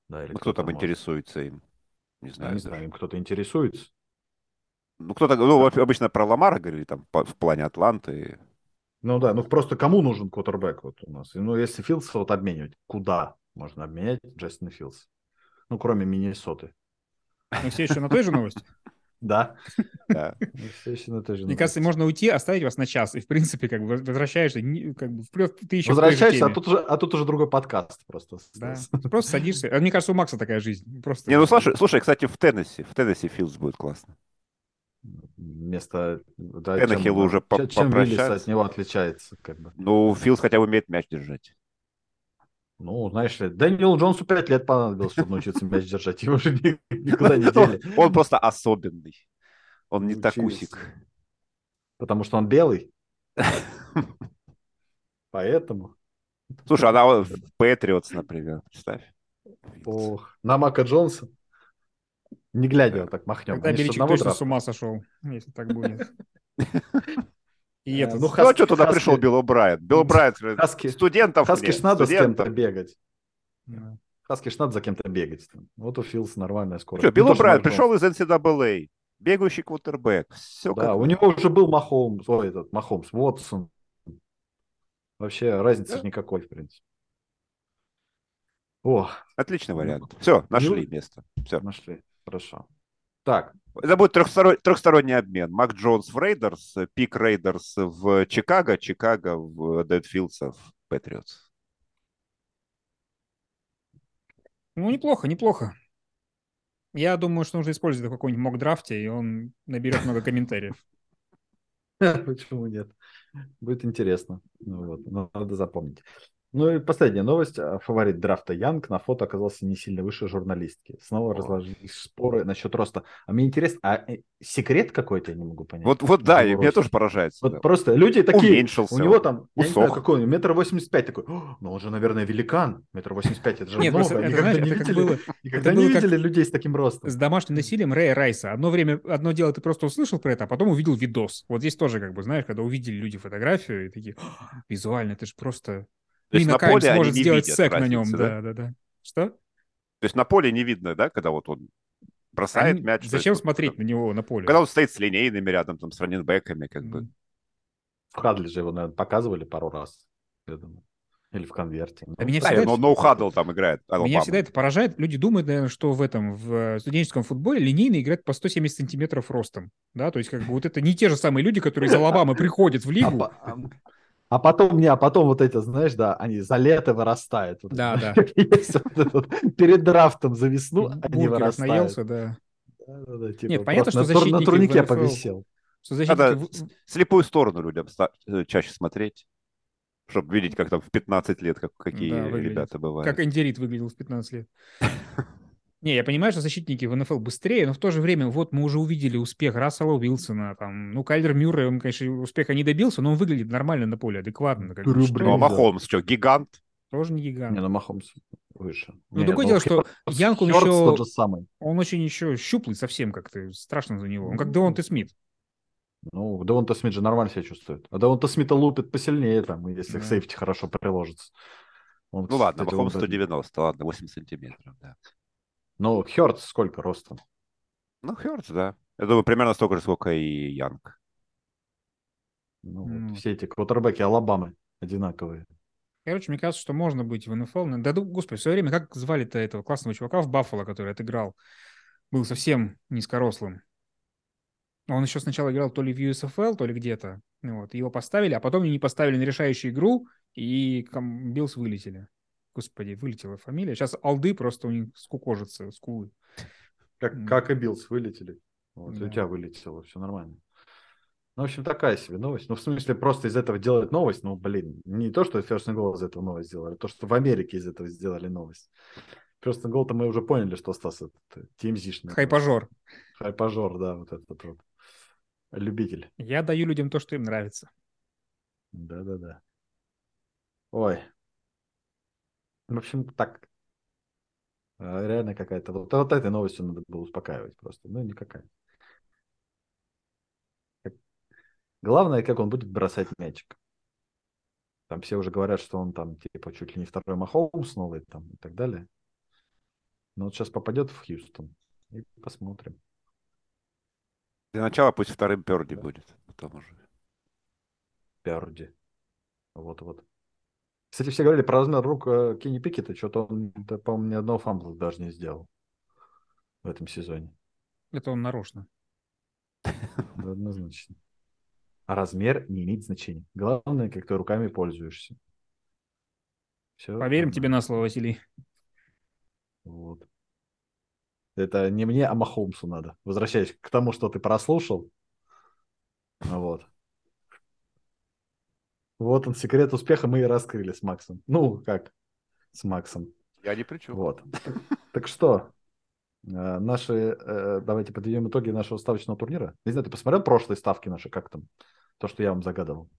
[SPEAKER 1] Да, или
[SPEAKER 3] Ну, кто там
[SPEAKER 1] может.
[SPEAKER 3] интересуется им? Не
[SPEAKER 1] Я
[SPEAKER 3] знаю.
[SPEAKER 1] не
[SPEAKER 3] даже.
[SPEAKER 1] знаю, им кто-то интересуется.
[SPEAKER 3] Ну, кто-то, ну, обычно про Ламара говорили, там, по- в плане Атланты.
[SPEAKER 1] Ну да, ну просто кому нужен квотербек вот у нас? Ну, если Филдса вот обменивать, куда можно обменять Джастина Филдса? Ну, кроме Миннесоты.
[SPEAKER 2] Мы все еще на той же новости.
[SPEAKER 1] Да.
[SPEAKER 3] Да.
[SPEAKER 1] Ну, всё ещё на той же
[SPEAKER 2] Мне
[SPEAKER 1] новости.
[SPEAKER 2] кажется, можно уйти, оставить вас на час. И, в принципе, как бы возвращаешься, не- как бы, в плёс- ты еще в той же
[SPEAKER 1] Возвращаешься, а
[SPEAKER 2] теме.
[SPEAKER 1] тут, уже, а тут уже другой подкаст просто.
[SPEAKER 2] Да. Просто садишься. А Мне кажется, у Макса такая жизнь. Просто...
[SPEAKER 3] Не, ну, слушай, слушай, кстати, в Теннесси, в Теннесси Филдс будет классно.
[SPEAKER 1] Вместо... Да,
[SPEAKER 3] Теннехиллу
[SPEAKER 1] чем-
[SPEAKER 3] уже по-
[SPEAKER 1] чем- Чем Виллис
[SPEAKER 3] попрощаться.
[SPEAKER 1] от него отличается, как бы.
[SPEAKER 3] Ну, Филдс хотя бы умеет мяч держать.
[SPEAKER 1] Ну, знаешь ли, Дэниелу Джонсу пять лет понадобилось, чтобы научиться мяч держать. Его же ни- никуда Ну,
[SPEAKER 3] Ну,
[SPEAKER 1] не дели.
[SPEAKER 3] Он просто особенный. Он не
[SPEAKER 1] Ну,
[SPEAKER 3] такусик.
[SPEAKER 1] Потому что он белый. Поэтому.
[SPEAKER 3] Слушай, она в Патриотс, например, представь. Филдс.
[SPEAKER 1] Ох, на Мака Джонса. Не глядя, вот так махнем.
[SPEAKER 2] Когда
[SPEAKER 1] Они же
[SPEAKER 2] Беличик
[SPEAKER 1] одного
[SPEAKER 2] точно
[SPEAKER 1] драфта.
[SPEAKER 2] с ума сошел, если так будет. И
[SPEAKER 1] Э,
[SPEAKER 2] это...
[SPEAKER 1] ну,
[SPEAKER 3] Ну, а
[SPEAKER 1] Хаски-
[SPEAKER 3] что туда
[SPEAKER 1] Хаски-
[SPEAKER 3] пришел Билл О'Брайен? Билл О'Брайен говорит,
[SPEAKER 1] Хаски,
[SPEAKER 3] студентов
[SPEAKER 1] Хаски
[SPEAKER 3] нет,
[SPEAKER 1] ж надо с кем-то
[SPEAKER 3] студентов.
[SPEAKER 1] бегать. Хаски ж надо за кем-то бегать. там. Вот у Филс нормальная скорость.
[SPEAKER 3] Что,
[SPEAKER 1] Ну,
[SPEAKER 3] Билл
[SPEAKER 1] тоже
[SPEAKER 3] О'Брайен
[SPEAKER 1] Мак Джонс.
[SPEAKER 3] пришел из NCAA, бегающий квотербек. Все
[SPEAKER 1] Да, у него уже был Махомс, ой, этот Махомс, Уотсон. Вообще разницы ж никакой, в принципе. О,
[SPEAKER 3] Отличный
[SPEAKER 1] Ну,
[SPEAKER 3] вариант. Все, нашли место. Все.
[SPEAKER 1] нашли. Хорошо. Так,
[SPEAKER 3] Это будет трехсторо- трехсторонний обмен. Мак Джонс в Рейдерс, э, Пик Рейдерс в Чикаго, Чикаго в Дэдфилдса в Патриотс.
[SPEAKER 2] Ну, неплохо, неплохо. Я думаю, что нужно использовать в каком-нибудь мокдрафте, и он наберет много комментариев.
[SPEAKER 1] почему нет? Будет интересно. Ну вот, ну, надо запомнить. Ну и последняя новость. А, Фаворит драфта Янг на фото оказался не сильно выше журналистки. Снова
[SPEAKER 3] О.
[SPEAKER 1] разложились споры насчет роста. А мне интересно, а э, секрет какой-то я не могу понять.
[SPEAKER 3] Вот, э, вот да,
[SPEAKER 1] Его
[SPEAKER 3] и меня
[SPEAKER 1] рост.
[SPEAKER 3] тоже поражает.
[SPEAKER 1] Вот
[SPEAKER 3] всегда.
[SPEAKER 1] просто люди такие,
[SPEAKER 3] Уменьшился
[SPEAKER 1] у него
[SPEAKER 3] он,
[SPEAKER 1] там, я не знаю,
[SPEAKER 3] усох.
[SPEAKER 1] какой он, метр восемь пять, такой, «О, ну он же, наверное, великан, метр восемь пять, это же
[SPEAKER 2] Нет,
[SPEAKER 1] много,
[SPEAKER 2] просто ну, это,
[SPEAKER 1] никогда
[SPEAKER 2] знаешь,
[SPEAKER 1] не
[SPEAKER 2] это как
[SPEAKER 1] видели,
[SPEAKER 2] было
[SPEAKER 1] никогда
[SPEAKER 2] это
[SPEAKER 1] не
[SPEAKER 2] было как-
[SPEAKER 1] видели людей с таким ростом.
[SPEAKER 2] с домашним насилием Рэя Райса. Одно время, одно дело, ты просто услышал про это, а потом увидел видос. Вот здесь тоже, как бы, знаешь, когда увидели люди фотографию, и такие, «А, визуально, это же просто...
[SPEAKER 3] То есть
[SPEAKER 2] Нина
[SPEAKER 3] на
[SPEAKER 2] Кайн
[SPEAKER 3] поле они
[SPEAKER 2] сможет
[SPEAKER 3] не
[SPEAKER 2] сделать
[SPEAKER 3] видят
[SPEAKER 2] сек на
[SPEAKER 3] разницы,
[SPEAKER 2] нем,
[SPEAKER 3] да?
[SPEAKER 2] да, да, да. Что?
[SPEAKER 3] То есть на поле не видно, да, когда вот он бросает
[SPEAKER 2] Они-
[SPEAKER 3] мяч. то
[SPEAKER 2] Зачем
[SPEAKER 3] есть вот
[SPEAKER 2] смотреть на него на поле?
[SPEAKER 3] Когда он стоит с линейными рядом, там, с раненбеками, как бы.
[SPEAKER 2] М.
[SPEAKER 1] В Хадли же его, наверное, показывали пару раз, я думаю. Или в конверте.
[SPEAKER 2] А меня
[SPEAKER 3] Да,
[SPEAKER 2] всегда
[SPEAKER 3] и он
[SPEAKER 2] это-
[SPEAKER 3] ноу-хадл ну, там играет.
[SPEAKER 2] Меня
[SPEAKER 3] Алабама.
[SPEAKER 2] всегда это поражает. Люди думают, наверное, что в этом, в э, студенческом футболе линейно играют по 170 сантиметров ростом. Да, то есть как бы вот это не те же самые люди, которые из Алабамы приходят в
[SPEAKER 1] А,
[SPEAKER 2] лигу.
[SPEAKER 1] по- а- а потом, не, а потом вот эти, знаешь, да, они за лето вырастают. Вот
[SPEAKER 2] Да,
[SPEAKER 1] это,
[SPEAKER 2] да.
[SPEAKER 1] есть вот это вот, перед драфтом за весну Ну, они
[SPEAKER 2] Бургеров
[SPEAKER 1] вырастают.
[SPEAKER 2] наелся, да.
[SPEAKER 1] Да-да-да, типа
[SPEAKER 2] Нет, понятно,
[SPEAKER 1] просто на
[SPEAKER 2] что
[SPEAKER 1] тур- на
[SPEAKER 2] защитники в
[SPEAKER 1] турнике
[SPEAKER 2] NFL
[SPEAKER 1] повисел.
[SPEAKER 2] Что защитники
[SPEAKER 3] Надо
[SPEAKER 2] в-
[SPEAKER 3] с- слепую сторону людям ста- э, чаще смотреть, чтобы видеть, как там в 15 лет, как, какие
[SPEAKER 2] Да, выглядит.
[SPEAKER 3] ребята бывают.
[SPEAKER 2] как Индирит выглядел в 15 лет. Не, я понимаю, что защитники в НФЛ быстрее, но в то же время вот мы уже увидели успех Рассела Уилсона, там, ну, Кайлер Мюррей, он, конечно, успеха не добился, но он выглядит нормально на поле, адекватно. Как бы,
[SPEAKER 1] Рубрик.
[SPEAKER 2] что,
[SPEAKER 3] Ну, а
[SPEAKER 1] Нельзя.
[SPEAKER 3] Махомс что, гигант?
[SPEAKER 2] тоже не гигант.
[SPEAKER 1] Не, ну Махомс выше.
[SPEAKER 2] Ну,
[SPEAKER 1] Не,
[SPEAKER 2] другое
[SPEAKER 1] ну,
[SPEAKER 2] дело, что
[SPEAKER 1] Хёртс-
[SPEAKER 2] Янг, он
[SPEAKER 1] Хёртс
[SPEAKER 2] еще-
[SPEAKER 1] тот же самый.
[SPEAKER 2] Он очень еще щуплый совсем как-то, страшно за него. Он как Девонте Смит.
[SPEAKER 1] Ну, Девонта Смит же нормально себя чувствует. А Девонта Смита лупит посильнее, там, если
[SPEAKER 2] Да.
[SPEAKER 1] к сейфти хорошо приложится. Он,
[SPEAKER 3] Ну ладно,
[SPEAKER 1] кстати,
[SPEAKER 3] Махомс
[SPEAKER 1] он-
[SPEAKER 3] 190, ладно, 8 сантиметров, да.
[SPEAKER 1] Ну, Хёртс сколько ростом?
[SPEAKER 3] Ну, Хёртс, да. Я думаю, примерно столько же, сколько и Янг.
[SPEAKER 1] Ну, вот
[SPEAKER 2] Ну.
[SPEAKER 1] все эти квотербеки Алабамы одинаковые.
[SPEAKER 2] Короче, мне кажется, что можно быть в НФЛ. но- Да, ну, господи, в свое время как звали-то этого классного чувака в Баффало, который отыграл? Был совсем низкорослым. Он еще сначала играл то ли в USFL, то ли где-то. Ну Вот. Его поставили, а потом не поставили на решающую игру, и ком- Биллс вылетели. Господи, вылетела фамилия. Сейчас алды просто у них скукожатся, скулы. М.
[SPEAKER 1] Как, как и Биллс вылетели. Вот, и
[SPEAKER 2] Да.
[SPEAKER 1] у тебя вылетело, все нормально. Ну, в общем, такая себе новость. Ну, в смысле, просто из этого делать новость. Ну, блин, не то, что First and Goal из этого новость сделали, а то, что в Америке из этого сделали новость. First and Goal-то мы уже поняли, что Стас э, это тимзишный.
[SPEAKER 2] Хайпажор.
[SPEAKER 1] Хайпажор, да, вот этот вот. Любитель.
[SPEAKER 2] Я даю людям то, что им нравится.
[SPEAKER 1] Да-да-да. Ой. В общем, так. А, Реально какая-то... Вот, вот этой новостью надо было успокаивать просто. Ну, никакая. Как- Главное, как он будет бросать мячик. Там все уже говорят, что он там типа чуть ли не второй Махоумс новый там и так далее. Но вот сейчас попадет в Хьюстон. И посмотрим.
[SPEAKER 3] Для начала пусть вторым Перди будет. Потом уже.
[SPEAKER 1] Перди. Вот-вот. Кстати, все говорили про размер рук э, Кенни Пикета, что-то он, да, по-моему, ни одного фамбла даже не сделал в этом сезоне.
[SPEAKER 2] Это он нарочно.
[SPEAKER 1] Да, Однозначно. А размер не имеет значения. Главное, как ты руками пользуешься. Все.
[SPEAKER 2] Поверим тебе на слово, Василий.
[SPEAKER 1] Вот. Это не мне, а Махомсу надо. Возвращаясь к тому, что ты прослушал. Вот. Вот он, секрет успеха мы и раскрыли с Максом. Ну, как с Максом.
[SPEAKER 3] Я ни при чем.
[SPEAKER 1] Вот. Так что, э, наши, э, давайте подведем итоги нашего ставочного турнира. Не знаю, ты посмотрел прошлые ставки наши, как там? То, что я вам загадывал.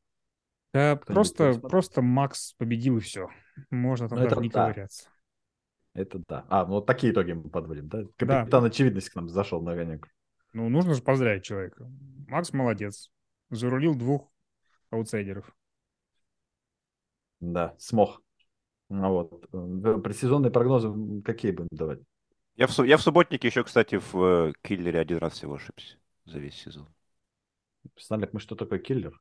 [SPEAKER 2] Да, просто,
[SPEAKER 1] посмотрел?
[SPEAKER 2] просто Макс победил и все. Можно там
[SPEAKER 1] Ну, это
[SPEAKER 2] даже не
[SPEAKER 1] да.
[SPEAKER 2] ковыряться.
[SPEAKER 1] Это да. А, ну вот такие итоги мы подводим, да?
[SPEAKER 2] Да.
[SPEAKER 1] Капитан Очевидность к нам зашел на огонек.
[SPEAKER 2] Ну, нужно же поздравить человека. Макс молодец. Зарулил двух аутсайдеров.
[SPEAKER 1] Да, смог. Ну вот. Э, Предсезонные прогнозы м, какие будем давать?
[SPEAKER 3] Я в, су- я в субботнике еще, кстати, в э, киллере один раз всего ошибся за весь сезон.
[SPEAKER 1] Знали, мы что такое киллер?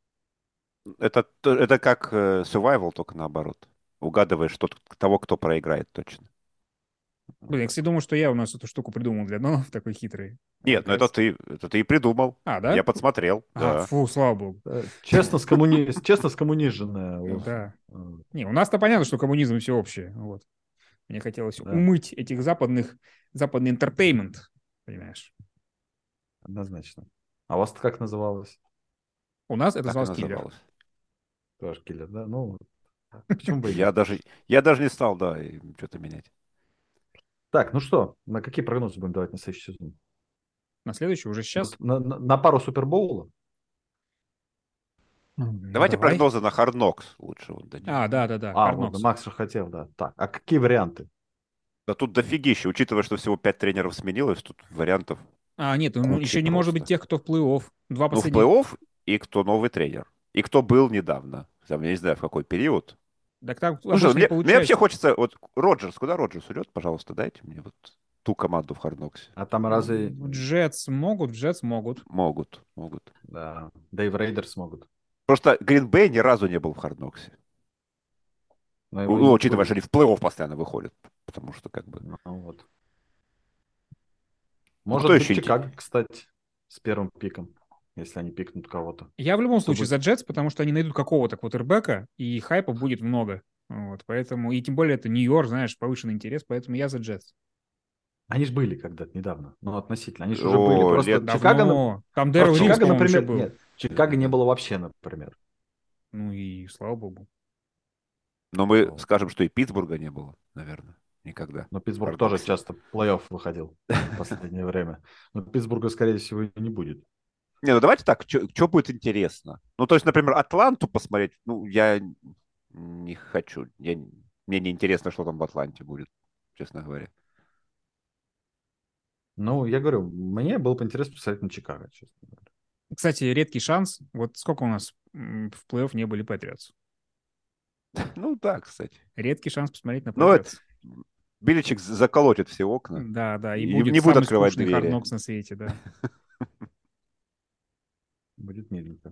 [SPEAKER 3] Это, т- это как э, survival, только наоборот. Угадываешь тот, того, кто проиграет точно.
[SPEAKER 2] Блин, я, кстати, думаю, что я у нас эту штуку придумал для Донов, такой хитрый.
[SPEAKER 3] Нет, ну это ты, это ты и придумал.
[SPEAKER 2] А, да?
[SPEAKER 3] Я подсмотрел.
[SPEAKER 2] А,
[SPEAKER 3] да.
[SPEAKER 2] фу, слава богу.
[SPEAKER 1] Э, Честно, скоммуни... честно скоммуниженная. вот.
[SPEAKER 2] Да.
[SPEAKER 1] Э,
[SPEAKER 2] Не, у нас-то понятно, что коммунизм все общее. Вот. Мне хотелось
[SPEAKER 1] Да.
[SPEAKER 2] умыть этих западных, западный интертеймент, понимаешь.
[SPEAKER 1] Однозначно. А у вас как называлось?
[SPEAKER 2] У нас это
[SPEAKER 3] Так и
[SPEAKER 2] называлось киллер.
[SPEAKER 3] называлось.
[SPEAKER 1] Тоже киллер, да? Ну, почему бы и нет?
[SPEAKER 3] Я даже, я даже не стал, да, что-то менять.
[SPEAKER 1] Так, ну что, на какие прогнозы будем давать на следующий сезон?
[SPEAKER 2] На следующий уже сейчас.
[SPEAKER 1] Вот На, на- на пару Супербоула?
[SPEAKER 3] Давайте прогнозы на Харднокс лучше. вот, да нет.
[SPEAKER 2] Ну, А, да, да, да.
[SPEAKER 1] а,
[SPEAKER 2] Hard
[SPEAKER 1] вот,
[SPEAKER 2] Knocks.
[SPEAKER 1] Макс же хотел, да. Так, а какие варианты?
[SPEAKER 3] Да тут дофигища, учитывая, что всего пять тренеров сменилось, тут вариантов.
[SPEAKER 2] А, нет, ну,
[SPEAKER 3] Куча
[SPEAKER 2] еще не может быть
[SPEAKER 3] просто.
[SPEAKER 2] тех, кто в плей-офф. Два
[SPEAKER 3] Ну, в
[SPEAKER 2] последних.
[SPEAKER 3] плей-офф и кто новый тренер. И кто был недавно. Там, я не знаю, в какой период.
[SPEAKER 2] Так там
[SPEAKER 3] Ну, Слушай,
[SPEAKER 2] обычно не
[SPEAKER 3] мне, мне вообще
[SPEAKER 2] получается.
[SPEAKER 3] хочется... Вот Роджерс, куда Роджерс уйдет, пожалуйста, дайте мне вот ту команду в Хардноксе.
[SPEAKER 1] А там разве...
[SPEAKER 2] Джетс могут, Джетс могут.
[SPEAKER 3] Могут, могут.
[SPEAKER 1] Да, Дэйв Рейдерс могут.
[SPEAKER 3] Просто Гринбей ни разу не был в Хардноксе.
[SPEAKER 1] Но его
[SPEAKER 3] Ну,
[SPEAKER 1] не
[SPEAKER 3] учитывая, что
[SPEAKER 1] будет.
[SPEAKER 3] они в плей-офф постоянно выходят. Потому что как бы...
[SPEAKER 1] Ну, вот. Может
[SPEAKER 3] Ну, кто
[SPEAKER 1] быть,
[SPEAKER 3] еще
[SPEAKER 1] Чикаго, кстати, с первым пиком, если они пикнут кого-то.
[SPEAKER 2] Я в любом случае
[SPEAKER 1] будет?
[SPEAKER 2] за Джетс, потому что они найдут какого-то квотербека, и хайпа будет много. Вот, поэтому, и тем более это Нью-Йорк, знаешь, повышенный интерес, поэтому я за Джетс.
[SPEAKER 1] Они же были когда-то недавно, ну, относительно. Они же уже
[SPEAKER 3] О,
[SPEAKER 1] были просто...
[SPEAKER 3] лет
[SPEAKER 2] Давно.
[SPEAKER 1] Чикаго, на-
[SPEAKER 3] А
[SPEAKER 2] Там
[SPEAKER 1] просто
[SPEAKER 2] Дэрил Ривз,
[SPEAKER 1] Чикаго,
[SPEAKER 2] по-моему, еще
[SPEAKER 1] например,
[SPEAKER 2] был.
[SPEAKER 1] нет. Чикаго не было вообще, например.
[SPEAKER 2] Ну и слава богу.
[SPEAKER 3] Но мы
[SPEAKER 1] Вот.
[SPEAKER 3] скажем, что и Питтсбурга не было, наверное. Никогда.
[SPEAKER 1] Но Питтсбург
[SPEAKER 3] Парадокс.
[SPEAKER 1] тоже часто в плей-офф выходил в последнее время. Но Питтсбурга, скорее всего, и не будет.
[SPEAKER 3] Не, ну давайте так, что будет интересно? Ну, то есть, например, Атланту посмотреть, ну, я н- не хочу. Я, н- мне не интересно, что там в Атланте будет, честно говоря.
[SPEAKER 1] Ну, я говорю, мне было бы интересно посмотреть на Чикаго, честно говоря.
[SPEAKER 2] Кстати, редкий шанс. Вот сколько у нас м, в плей-офф не были Патриотс?
[SPEAKER 3] Ну, да, кстати.
[SPEAKER 2] Редкий шанс посмотреть на
[SPEAKER 3] Ну, это-
[SPEAKER 2] Патриотс.
[SPEAKER 3] Беличек з- заколотит все окна.
[SPEAKER 2] Да, да, и,
[SPEAKER 3] И
[SPEAKER 2] будет
[SPEAKER 3] не буду
[SPEAKER 2] самый
[SPEAKER 3] открывать
[SPEAKER 2] скучный
[SPEAKER 3] двери.
[SPEAKER 2] Hard Knocks на свете, да.
[SPEAKER 1] Будет миленько.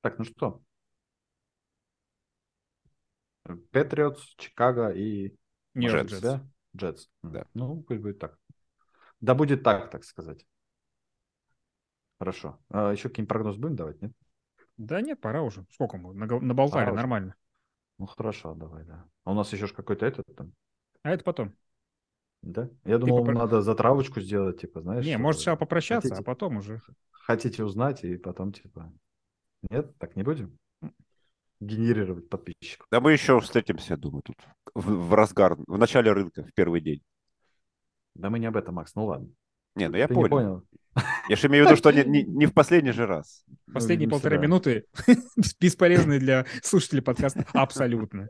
[SPEAKER 1] Так, ну что? Патриотс, Чикаго и
[SPEAKER 2] Нью-Йорк
[SPEAKER 3] Джетс,
[SPEAKER 2] Джетс.
[SPEAKER 1] да? Джетс. М.
[SPEAKER 3] Да.
[SPEAKER 1] Ну, пусть будет так. Да будет так, так сказать. Хорошо. А, еще какие-нибудь прогнозы будем давать, нет?
[SPEAKER 2] Да нет, пора уже. Сколько мы? Нага- Наболтали,
[SPEAKER 1] Пора уже.
[SPEAKER 2] нормально.
[SPEAKER 1] Ну, хорошо, давай, да. А у нас еще ж какой-то этот там,
[SPEAKER 2] А это потом.
[SPEAKER 1] да? Я думал,
[SPEAKER 2] попро-
[SPEAKER 1] надо затравочку сделать, типа, знаешь?
[SPEAKER 2] Типа не,
[SPEAKER 1] чтобы-
[SPEAKER 2] может сначала попрощаться, а
[SPEAKER 1] хотите? Ну,
[SPEAKER 2] потом уже.
[SPEAKER 1] Хотите узнать, и потом, типа... Нет, так не будем? Генерировать подписчиков.
[SPEAKER 3] Да мы еще встретимся, я думаю, тут в, в разгар, в начале рынка, в первый день.
[SPEAKER 1] Да мы не об этом, Макс, ну ладно.
[SPEAKER 3] Не, ну я
[SPEAKER 1] Ты
[SPEAKER 3] понял.
[SPEAKER 1] не понял.
[SPEAKER 3] Я же имею в виду, что не, не- не в последний же раз.
[SPEAKER 2] Последние
[SPEAKER 1] Ну,
[SPEAKER 2] полторы
[SPEAKER 1] да.
[SPEAKER 2] минуты бесполезные для слушателей подкаста абсолютно.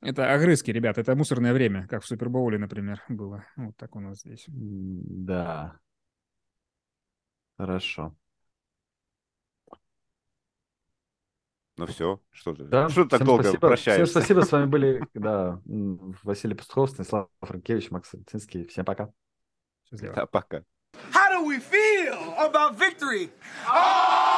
[SPEAKER 2] Это огрызки, ребят, это мусорное время, как в Супербоуле, например, было. Вот так у нас здесь.
[SPEAKER 1] М, Да. Хорошо.
[SPEAKER 3] Ну все, что ты,
[SPEAKER 1] Да,
[SPEAKER 3] что ты так
[SPEAKER 1] всем
[SPEAKER 3] долго
[SPEAKER 1] спасибо.
[SPEAKER 3] прощаешься?
[SPEAKER 1] Всем спасибо, с вами были да, м, Василий Пастухов, Станислав Франкевич, Макс Литинский. Всем пока.
[SPEAKER 2] Счастливо.
[SPEAKER 3] Да, А пока.
[SPEAKER 4] how we feel about victory. Oh!